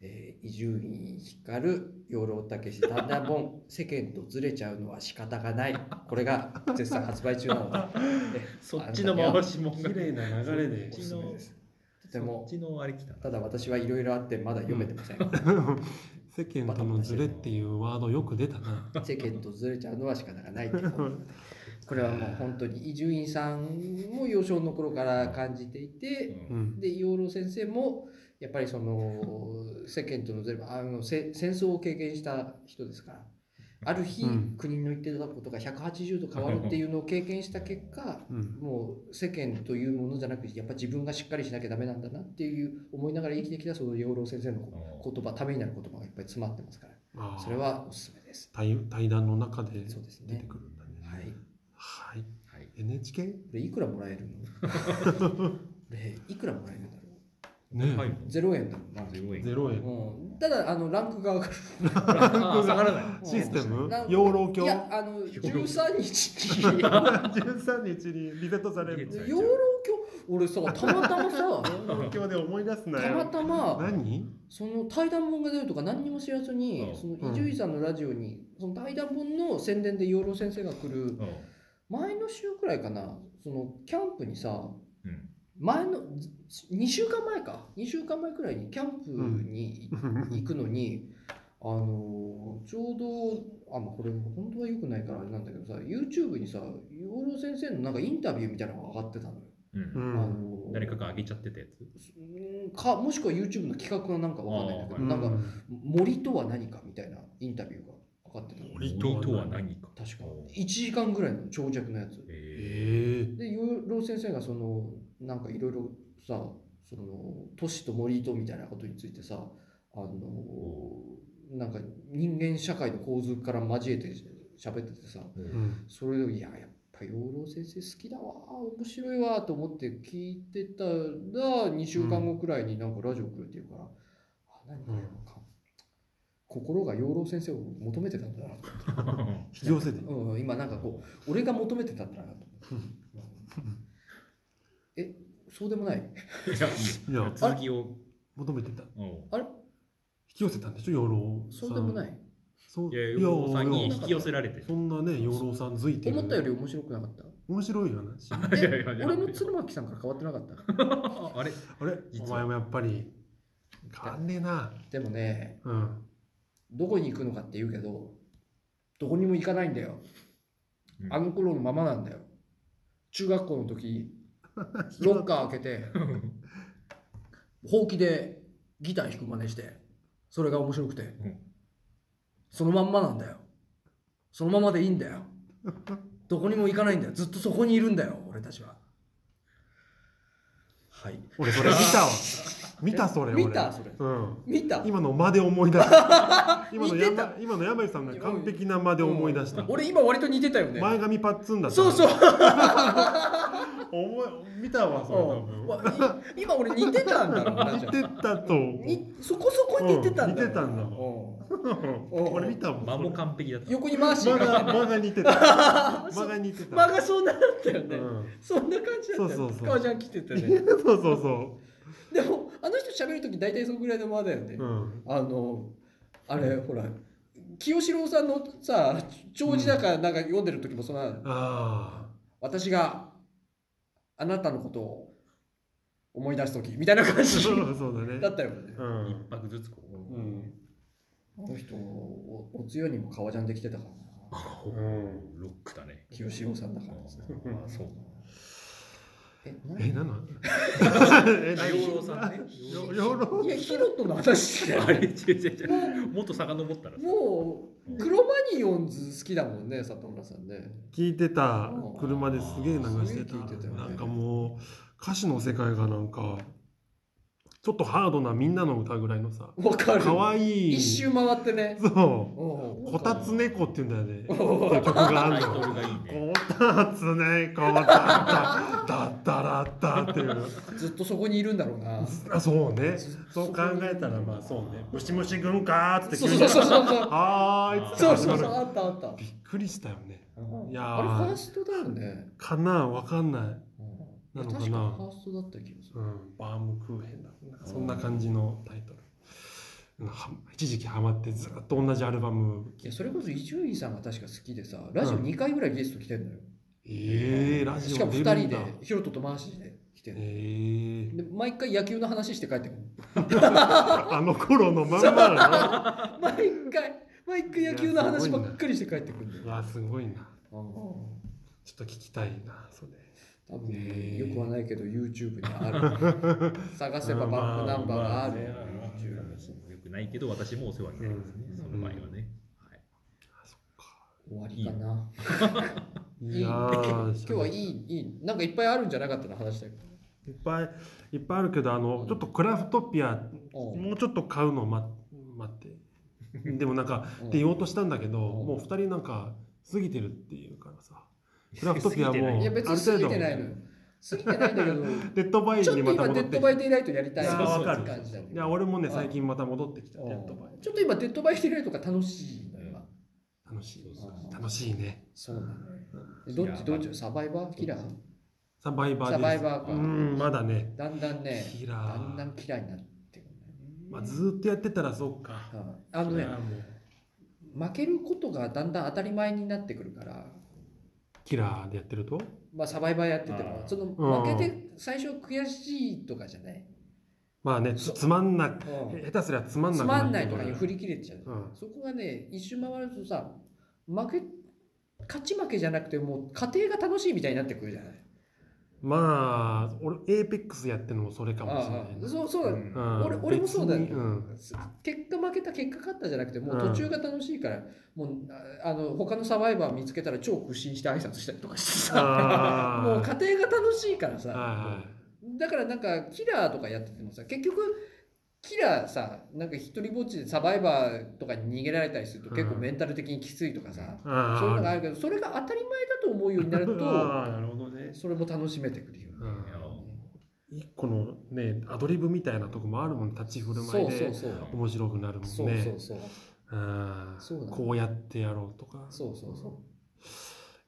B: えー伊集院光養老たけし短大本 世間とずれちゃうのは仕方がないこれが絶賛発売中なので
A: そっちの回しもんが
C: 綺麗な流れで
B: おすすめですとて
A: そ
B: も
A: っちのあれ来たな
B: ただ私はいろいろあってまだ読めてません。
C: 世間とのズレっていうワードよく出たな
B: 世間とずれちゃうのは仕方が ないっていうこれはもう本当に伊集院さんも幼少の頃から感じていうて、
A: ん
C: うん
B: で養老先生もやっぱりその世間とのずれあのせ戦争を経験した人ですから。ある日、
C: うん
B: 国の言ってたことが180度変わるっていうのを経験した結果、
C: うん
B: もう世間というものじゃなくやっぱ自分がしっかりしなきゃダメなんだなっていう思いながら生きてきたその養老先生の言葉ためになる言葉がいっぱい詰まってますから
C: ああ
B: それはおすすめです。
C: 対対談の中で
B: そうです
C: 出
B: ね
C: てくるんだね
B: はい。
C: はい
A: はい
C: NHK ね
B: これいくらもらえるの？でいくらもらえるんだろう。
C: え、
A: はい
B: ゼロ円だろうな。
A: 0円
C: 0円
B: うん。ただあのランクが上がる。
A: あー下がらない
C: システム
B: ランク
C: 養老
B: い
C: 教
B: やあの十三日に養老
C: 13日にリセットされる
A: リセ
B: 教俺さたまた まさ
C: 東京で思い出すな
B: たま
C: よ
B: たま
C: 何
B: その対談本が出るとか何にも知らずに
A: うん
B: その伊集院さんのラジオにその対談本の宣伝で養老先生が来る
A: うん
B: 前の週くらいかなそのキャンプにさ
A: うん
B: 前の2週間前か2週間前くらいにキャンプに行くのに、あのちょうどあ、まあ、これ本当は良くないからあれなんだけどさ YouTube にさ養老先生のなんかインタビューみたいなのが上がってたのよ。
A: うん
C: うん
B: あの
A: 誰かが上げちゃってたやつ
B: うんかもしくは YouTube の企画がなんかわかんないんだけど、
A: あー
B: なん
C: う
B: か森とは何かみたいなインタビューが上がってたの
C: 森
A: とは何か
B: 確か1時間ぐらいの長尺のやつ
A: え
C: ええ
B: で養老先生がそのなんかいろいろさその都市と森とみたいなことについてさあのなんか人間社会の構図から交えて喋っててさ
C: う
A: ー
C: ん
B: それでいややっぱ養老先生好きだわ面白いわと思って聞いてたら2週間後くらいになんかラジオ来るっていうから、あ何か、心が養老先生を求めてたんだなと、
C: 引き寄せて
B: うん、今なんかこう俺が求めてたんだなと
C: うん
B: えそうでもない
A: いや
C: いや
A: 続きを
C: 求めてた引
A: うん
B: あれ
C: き寄せたんでしょ養老さん
B: そうでもない
C: そう
A: いや養老さんに引き寄せられて
C: そんなね養老さん付いてる
B: 思ったより面白くなかった
C: 面白 い話
A: いやいやいやいや
B: 俺も鶴巻さんから変わってなかった
A: ああれ
C: あれ
A: 実
C: お
A: は
C: 前もやっぱり変わんねえな
B: でもね
C: うん
B: どこに行くのかって言うけどどこにも行かないんだよ
A: うん
B: あの頃のままなんだよ中学校の 時ロッカー開けてほうきでギター弾く真似してそれが面白くて、
A: ん
B: そのまんまなんだよそのままでいいんだよどこにも行かないんだよずっとそこにいるんだよ俺たちははい
C: 俺それ見 たわ見たそれ俺
D: 見たそれ
C: うん
B: 見た
C: 今の間で思い出した 今の
B: 似てた
C: 山今の山井さんの完璧な間で思い出した
B: 俺今割と似てたよね
C: 前髪パッツンだった
B: そうそう
C: 思い見たわそれ多分
B: わい今俺似てたんだろうなじゃ
C: 似
B: あ
C: てたと思う
B: にそこそこに似てたんだろうな
C: うん似てたんだ
B: う
C: うん 俺見たもん
A: 間も完璧だった
B: ん横に回し
C: 間が間が似てた間が似てた
B: 間がそんなだったよね、
C: うん
B: そんな感じだったよ
C: そうそうそう
B: 川ちゃん来てた ね
C: そうそうそ
B: でもあの人喋る時大体そのぐらいの間だよね、
C: ううん
B: あのあれほら清志郎さんのさ長寿だからなんか読んでる時もそんな、
C: あ
B: 私があなたのことを思い出す時みたいな感
C: あ
B: じ
C: そうそうだね
B: だったよね
C: うん
A: 一泊ずつこう
B: うんあの人おおつよにも革ジャンできてたからな
C: うん
A: ロックだね
B: 清志郎さんだからさ
A: ああそう
B: え何
C: え、なのえ、な
A: 養老さんね
C: よ養老
B: いやヒロトの話だよ
A: あれ違う違う違うもっと遡ったら
B: もうクロマニヨンズ好きだもんね里村さんね
C: 聞いてた車ですげえ流してた
B: すげえ聞いてたよね
C: なんかもう歌詞の世界がなんかちょっとハードなみんなの歌ぐらいのさ
B: わかる
C: 可愛い
B: 一周回ってね
C: そううんこたつ猫っていうんだよね
B: うん
C: っていう曲があ
A: タ
C: る
A: イト
C: の
A: ルがいいね
C: こたつ猫だっただったらったっていう
B: ずっとそこにいるんだろうな
C: あそうねそう考えたらまあそうね「ムシムシ軍か」っつって
B: そう
C: 急に
B: そうそうそう
C: 「はーい」っつって
B: そう
C: 始
B: そ
C: ま
B: うそう
C: る
B: あったあった
C: びっくりしたよねいやー
B: あれファーストだよね
C: かなわかんない
B: うん
C: なのかな
B: 確かファーストだった気がす
C: う
B: る
C: ん、バームクーヘンだなんかそんな感じのタイトル、うんは一時期ハマってずっと同じアルバム
B: いやそれこそ伊集院さんが確か好きでさラジオ2回ぐらいゲスト来てんのよ
C: ええラジ
B: しか
C: オ
B: も
C: 出る
B: 2
C: んだ
B: 人でヒロトとマーシーで来てんの
C: ええ
B: で毎回野球の話して帰ってくる
C: あの頃のま んまだ
B: 毎回毎回野球の話ばっかりして帰ってくるんだよ
C: なわあすごいな
B: うん
C: ちょっと聞きたいなそれ
B: 多
C: ね
B: 分
C: え
B: よくはないけど YouTube に ある探せばバックナンバーがある
C: まあまあね
A: よくないけど私もお世話になりますね
B: うん
A: その前はね
B: 終わりかない
C: やー
B: 今日はいいいいなんかいっぱいあるんじゃなかったの話だけど
C: いっぱいいっぱいあるけどあのちょっとクラフトピア
B: うん
C: もうちょっと買うのを待待ってでもなんかって言おうとしたんだけど、
B: うん
C: もう二人なんか過ぎてるっていうか らさクラフトピアも
A: 過ぎてない
B: いや別に過ぎてないのよ過ぎてないんだけど
C: デッド バイ
B: ちょっと
C: にまた
B: 今
C: 戻
B: デ
C: っ
B: ッド
C: てきた
B: バ
C: い
B: イデイライトやりたい
C: あーわかる
B: 感じだけど
C: や俺もね
B: うん
C: 最近また戻ってきた
B: うん
C: デッドバイ
B: ちょっと今デッドバイデイライトが楽しいの今
C: 楽しい
B: うん
C: 楽しいね
B: そうなのよどっちどっちサバイバーキラー
C: サバイバーで
B: サ
C: す
B: バイバーか
C: うんまだね
B: だんだんね
C: キ
B: だ
C: ラ
B: んだ
C: ー
B: ん嫌いになってくるんだよね
C: まあ、ずーっとやってたらそうか
B: うんあのね
C: いやもう
B: 負けることがだんだん当たり前になってくるから
C: キラーでやってると
B: まあ、サバイバーやってても
A: あー
B: その負けて最初悔しいとかじゃない、
C: まあねつつまんな
B: うん
C: 下手すりゃつまんな
B: つ
C: くな
B: ま
C: る
B: んないとかに振り切れちゃう、
C: うん
B: そこがね一周回るとさ負け勝ち負けじゃなくてもう過程が楽しいみたいになってくるじゃない
C: まあ俺エーペックスやってるのもそれかもしれな
B: あ
C: い
B: あ
C: な
B: そうそうだ、
A: うん
C: うん
B: 俺俺もそうだよ
C: 別にうん
B: す結果負けた結果勝ったじゃなくてもう
C: うん
B: 途中が楽しいから、もうああの他のサバイバー見つけたら超苦心して挨拶したりとかしてさ
C: あー
B: もう家庭が楽しいからさ、
C: は
B: だからなんかキラーとかやっててもさ結局キラーさなんか一人ぼっちでサバイバーとかに逃げられたりすると結構
C: うん
B: メンタル的にきついとかさ、
C: いはい
B: そういうのがあ
C: あ
B: るけどそれが当たり前だと思うようになる
C: ー
B: と
C: あーなるほどね
B: それも楽しめてくるよね。
C: うん一個のねアドリブみたいなとこもあるもん立ち振る舞
B: そ
C: いう
B: そ
C: で
B: うそう
C: 面白くなるもんね
B: そうそうそう
C: うん
B: そうなの
C: こうやってやろうとか
B: そうそうそ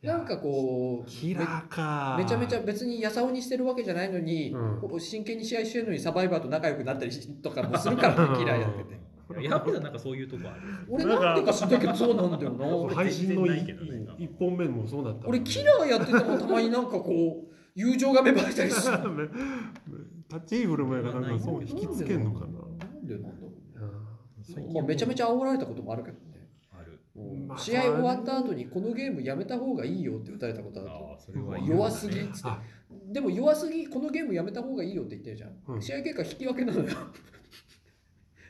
C: いうや
B: なんかこう
C: キラーか
B: めちゃめちゃ別にやさおにしてるわけじゃないのに、
C: うん
B: こう真剣に試合してるのにサバイバーと仲良くなったりしとかもするからねキラーやって て
A: ヤフーはなんかそういうとこある。
B: 俺なんでか知ってるけどそうなんだよな
C: そう配信のい
A: 全然ない
C: い
A: けどね
C: 一本目もそうだった
B: 俺キラーやっててもたまになんかこう友情が芽生えたりする
C: ー立ち振る舞いがなんかそう引きつけんのかな
B: なんでなんだろ
C: うんそう
B: うまあめちゃめちゃ煽られたこともあるけどね、
A: ある。
B: うん
C: まあ
B: 試合終わった後にこのゲームやめた方がいいよって打たれたことある
A: ああ、それは
B: 弱すぎっつって
C: あ
B: でも弱すぎこのゲームやめた方がいいよって言ってるじゃん、
C: うん
B: 試合結果引き分けなのよ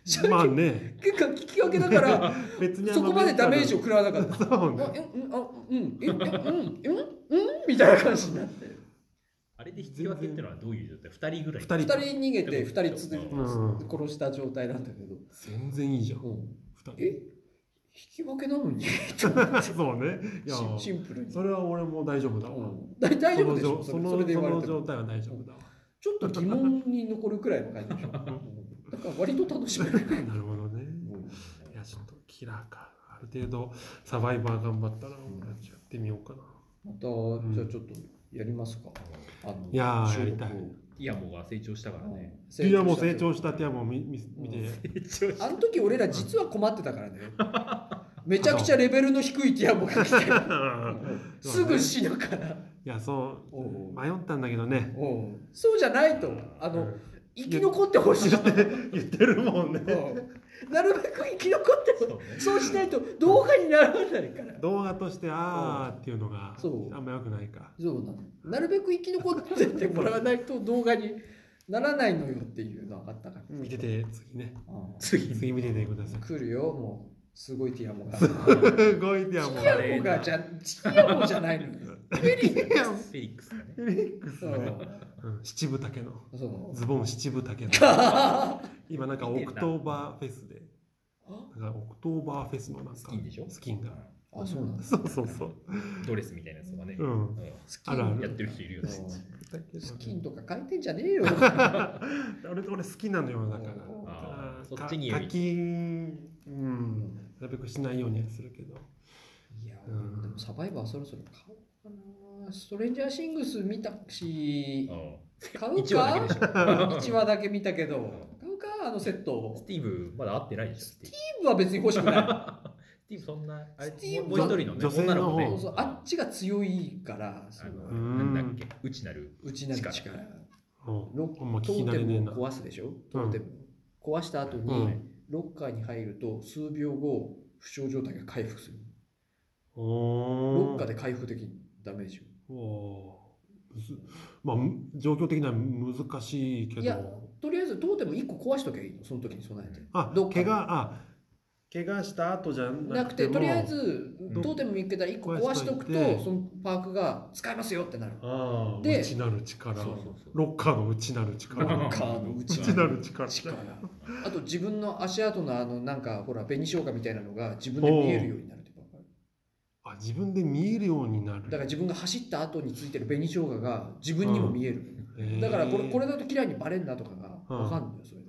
B: 試合
C: まあね
B: 結果引き分けだから
C: 別にあ
B: そ
C: の
B: こまでダメージを食らわなか った
C: そう
B: あ
C: ね
B: うんうんあうんえうんうんうんみたいな感じになって
A: あれで引き分けってのはどういう状態 ?2 人ぐらい。
C: 二
B: 2
C: 人
B: 人逃げて2人つ
C: うん
B: 殺した状態なんだけど、
C: 全然いいじゃん
B: うん
C: 二人
B: え引き分けなの に
C: そうねいや
B: シンシンプルに、
C: それは俺も大丈夫だ
B: う
C: わ
B: んだ大丈夫でしょそ
C: そ
B: れ
C: の
B: それで
C: そ
B: 言われ
C: の
B: て
C: 状
B: も
C: 態は大丈夫だわ
B: ちょっと疑問に残るくらいの感じでしょうんだから割と楽しめる、
C: なるほどねいやちょっとキラーかある程度サバイバー頑張ったら俺たちやってみようかな
B: またじゃあちょっとやりますか、あの
C: いやー
B: 収録を
C: やりたい
A: イヤモが成長したから
B: うん
A: ね。
C: ティアも成長したティアも見見見 て
A: 成長
B: あの時俺ら実は困ってた からね。めちゃくちゃレベルの低いティアボが来て、すぐ死ぬから。
C: いやそ
B: おう
C: う迷ったんだけどね
B: おうそうじゃないと、あ
C: う
B: の
C: ん
B: 生き残ってほしい。
C: 言ってるもん
B: う
C: ね
B: んなるべく生き残ってほし
A: そうね
B: い。そうしないと動画にならないから。
C: 動画としてあーっていうのが
B: そう
C: あんま良くないか
B: そうなの。なるべく生き残ってってもらわないと動画にならないのよっていうのがあったから。
C: 見てて次ね
B: うん
A: 次
C: 次見ててください
B: 来るよ、もう。すごいティアボが。
C: すごいティアも
B: ティアボがじゃ、ティアボじゃないのよ。
A: フェリックスだね。
B: そう
C: うん七分丈の
B: そう。
C: ズボン七分丈の今なんかオクトーバーフェスでなんかオクトーバーフェスのなんか
A: スキンでしょ
C: スキンが
B: あ、そうなんだ。
C: そうそうそう
A: ドレスみたいなやつとかね。
C: う
A: うん
B: スキ
C: あるあ
B: ン
C: る
A: やってる人いるよね。
B: ス キンとか書いてんじゃねえよ。
C: 俺俺好きなのよだから
A: あー
C: か
A: そっちによ
C: 課
A: り
C: 金うんなるべくしないようにはするけど
B: いや、
C: うん
B: でもサバイバーそろそろ買おうかな。ストレンジャーシングス見たし、買うか
A: 1話だけでしょ。
B: 一話だけ見たけど、買うかあのセット。
A: ス
B: ス
A: テ
B: テ
A: ィーブまだ会ってないでしょ。 スティーブ
B: ィーブは別に欲しくな
A: スティーブそんな、あれ
B: スティーブ
A: もう一人のね
C: 女性の方
A: 女
B: い。そ
A: の
B: う
A: 子
B: そ
A: ね
B: うあっちが強いから、そ
A: あの、
B: の
C: うん
A: なんだっけ、うちなる。
B: うちなる力。
A: 力
C: もう
B: ロ
C: あんま
B: ット
C: 聞き
B: ー
C: 慣
B: テ
C: れねえ
B: ム
C: な
B: を壊すでしょ。トーテム。壊した後に、
C: うん
B: ロッカーに入ると数秒後負傷状態が回復する。ロ
C: お
B: ッカーで回復的にダメージを。
C: おーむずまあむ状況的には難しいけ
B: いや
C: ど
B: とりあえずトーテム1個壊しとけばいいのその時に備えて。
C: あ
B: どっか
C: 怪
B: に
C: 我あ怪我した後じ
B: な
C: ゃな
B: く
C: く
B: て
C: ても
B: とりあえず
A: ど
B: トーテム見つけたら1個壊
C: 壊
B: し
C: し
B: と
C: と
B: くと
C: いて
B: そのパークが使えますよってなる
C: ああ
B: で
C: 内なる力
B: そう
C: ロッカーの内なる力
B: ロ
C: 内
B: ッカーの内
C: な
B: なる
C: る力
B: 力あと自分の足跡のあのなんかほら紅生姜みたいなのが自分で見えるようになるってこと
C: あ自分で見えるようになる
B: だから自分が走った後についてる紅生姜が自分にも見える、だからこれこれ
C: だ
B: だと嫌いにバレんなとかがわかんないよそれで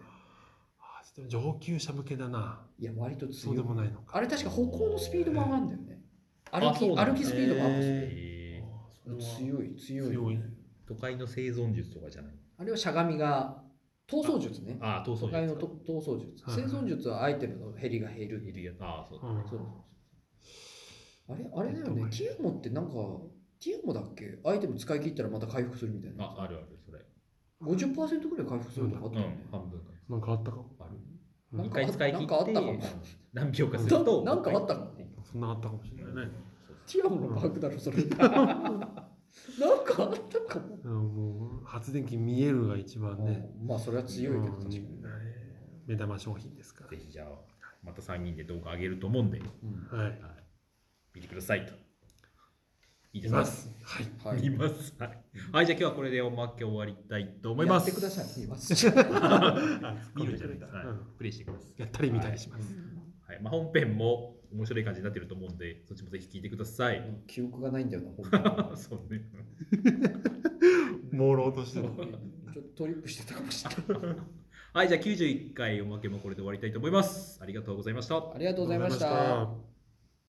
C: 上級者向けだない
B: や割と
C: そう
B: 強
C: で
B: い
C: もないのか
B: あれ確か歩行のスピードも上がるんだよね歩
A: あ
B: き
A: そうなんだ
B: 歩きスピードも上がる
C: へ
A: えー
B: 強い強い
C: 強い
A: 都会の生存術とかじゃない。
B: あれはしゃがみが逃走術ね
A: ああ、闘
B: 都
A: 争
B: 会の
A: 術
B: と
A: か。
B: 逃走術
C: は
B: 生
C: いはい
B: 存術はアイテムの減りが減るっていう
A: ああ、そう
C: うん
B: そうそうそうあれあれだよねティアモってなんかテティアモだっけアイテム使い切ったらまた回復するみたいな
A: あ、あるある、それ。
B: 50%ぐらい回復するとかあっ
A: う
B: たよね
A: ん、、半分か。
C: なんかあったかも。
A: ある。
C: うん
A: 2回使い切
B: なんかあ
A: っ
B: ってたかも
A: 何秒かすると
B: なんかあったか
A: も
B: も
A: う一回
C: そんなあったかもしれないね。
B: ティアモのバッグだ ろそれなんかあったかも、
C: うんもう発電機見えるが一番ね。
B: うんまあそれは強いけど確かに、
C: うんはい目玉商品ですか
A: ぜひじゃあまた3人で動画上げると思うんで、
B: うん
C: ら。はい。
A: 見てくださいといいで
C: い
A: すか
C: ます。はい。
B: はい
A: 見ますはい、はい、じゃあ今日はこれでおまけ終わりたいと思います
B: やってください見ます
A: 見るんじゃないですか、
C: う
A: はい
C: ん
A: プレイしてください
C: やったり見たりします。
A: はいまあ、本編も面白い感じになってると思うんでそっちもぜひ聞いてください、
D: 記憶がないんだよな、本当に
A: そうね
C: 朦朧としてる。
D: ちょっとトリップしてたかもしれない。
A: はいじゃあ91回おまけもこれで終わりたいと思いますありがとうございました
D: ありがとうございまし
C: ありがとうござい
D: た
C: まし。た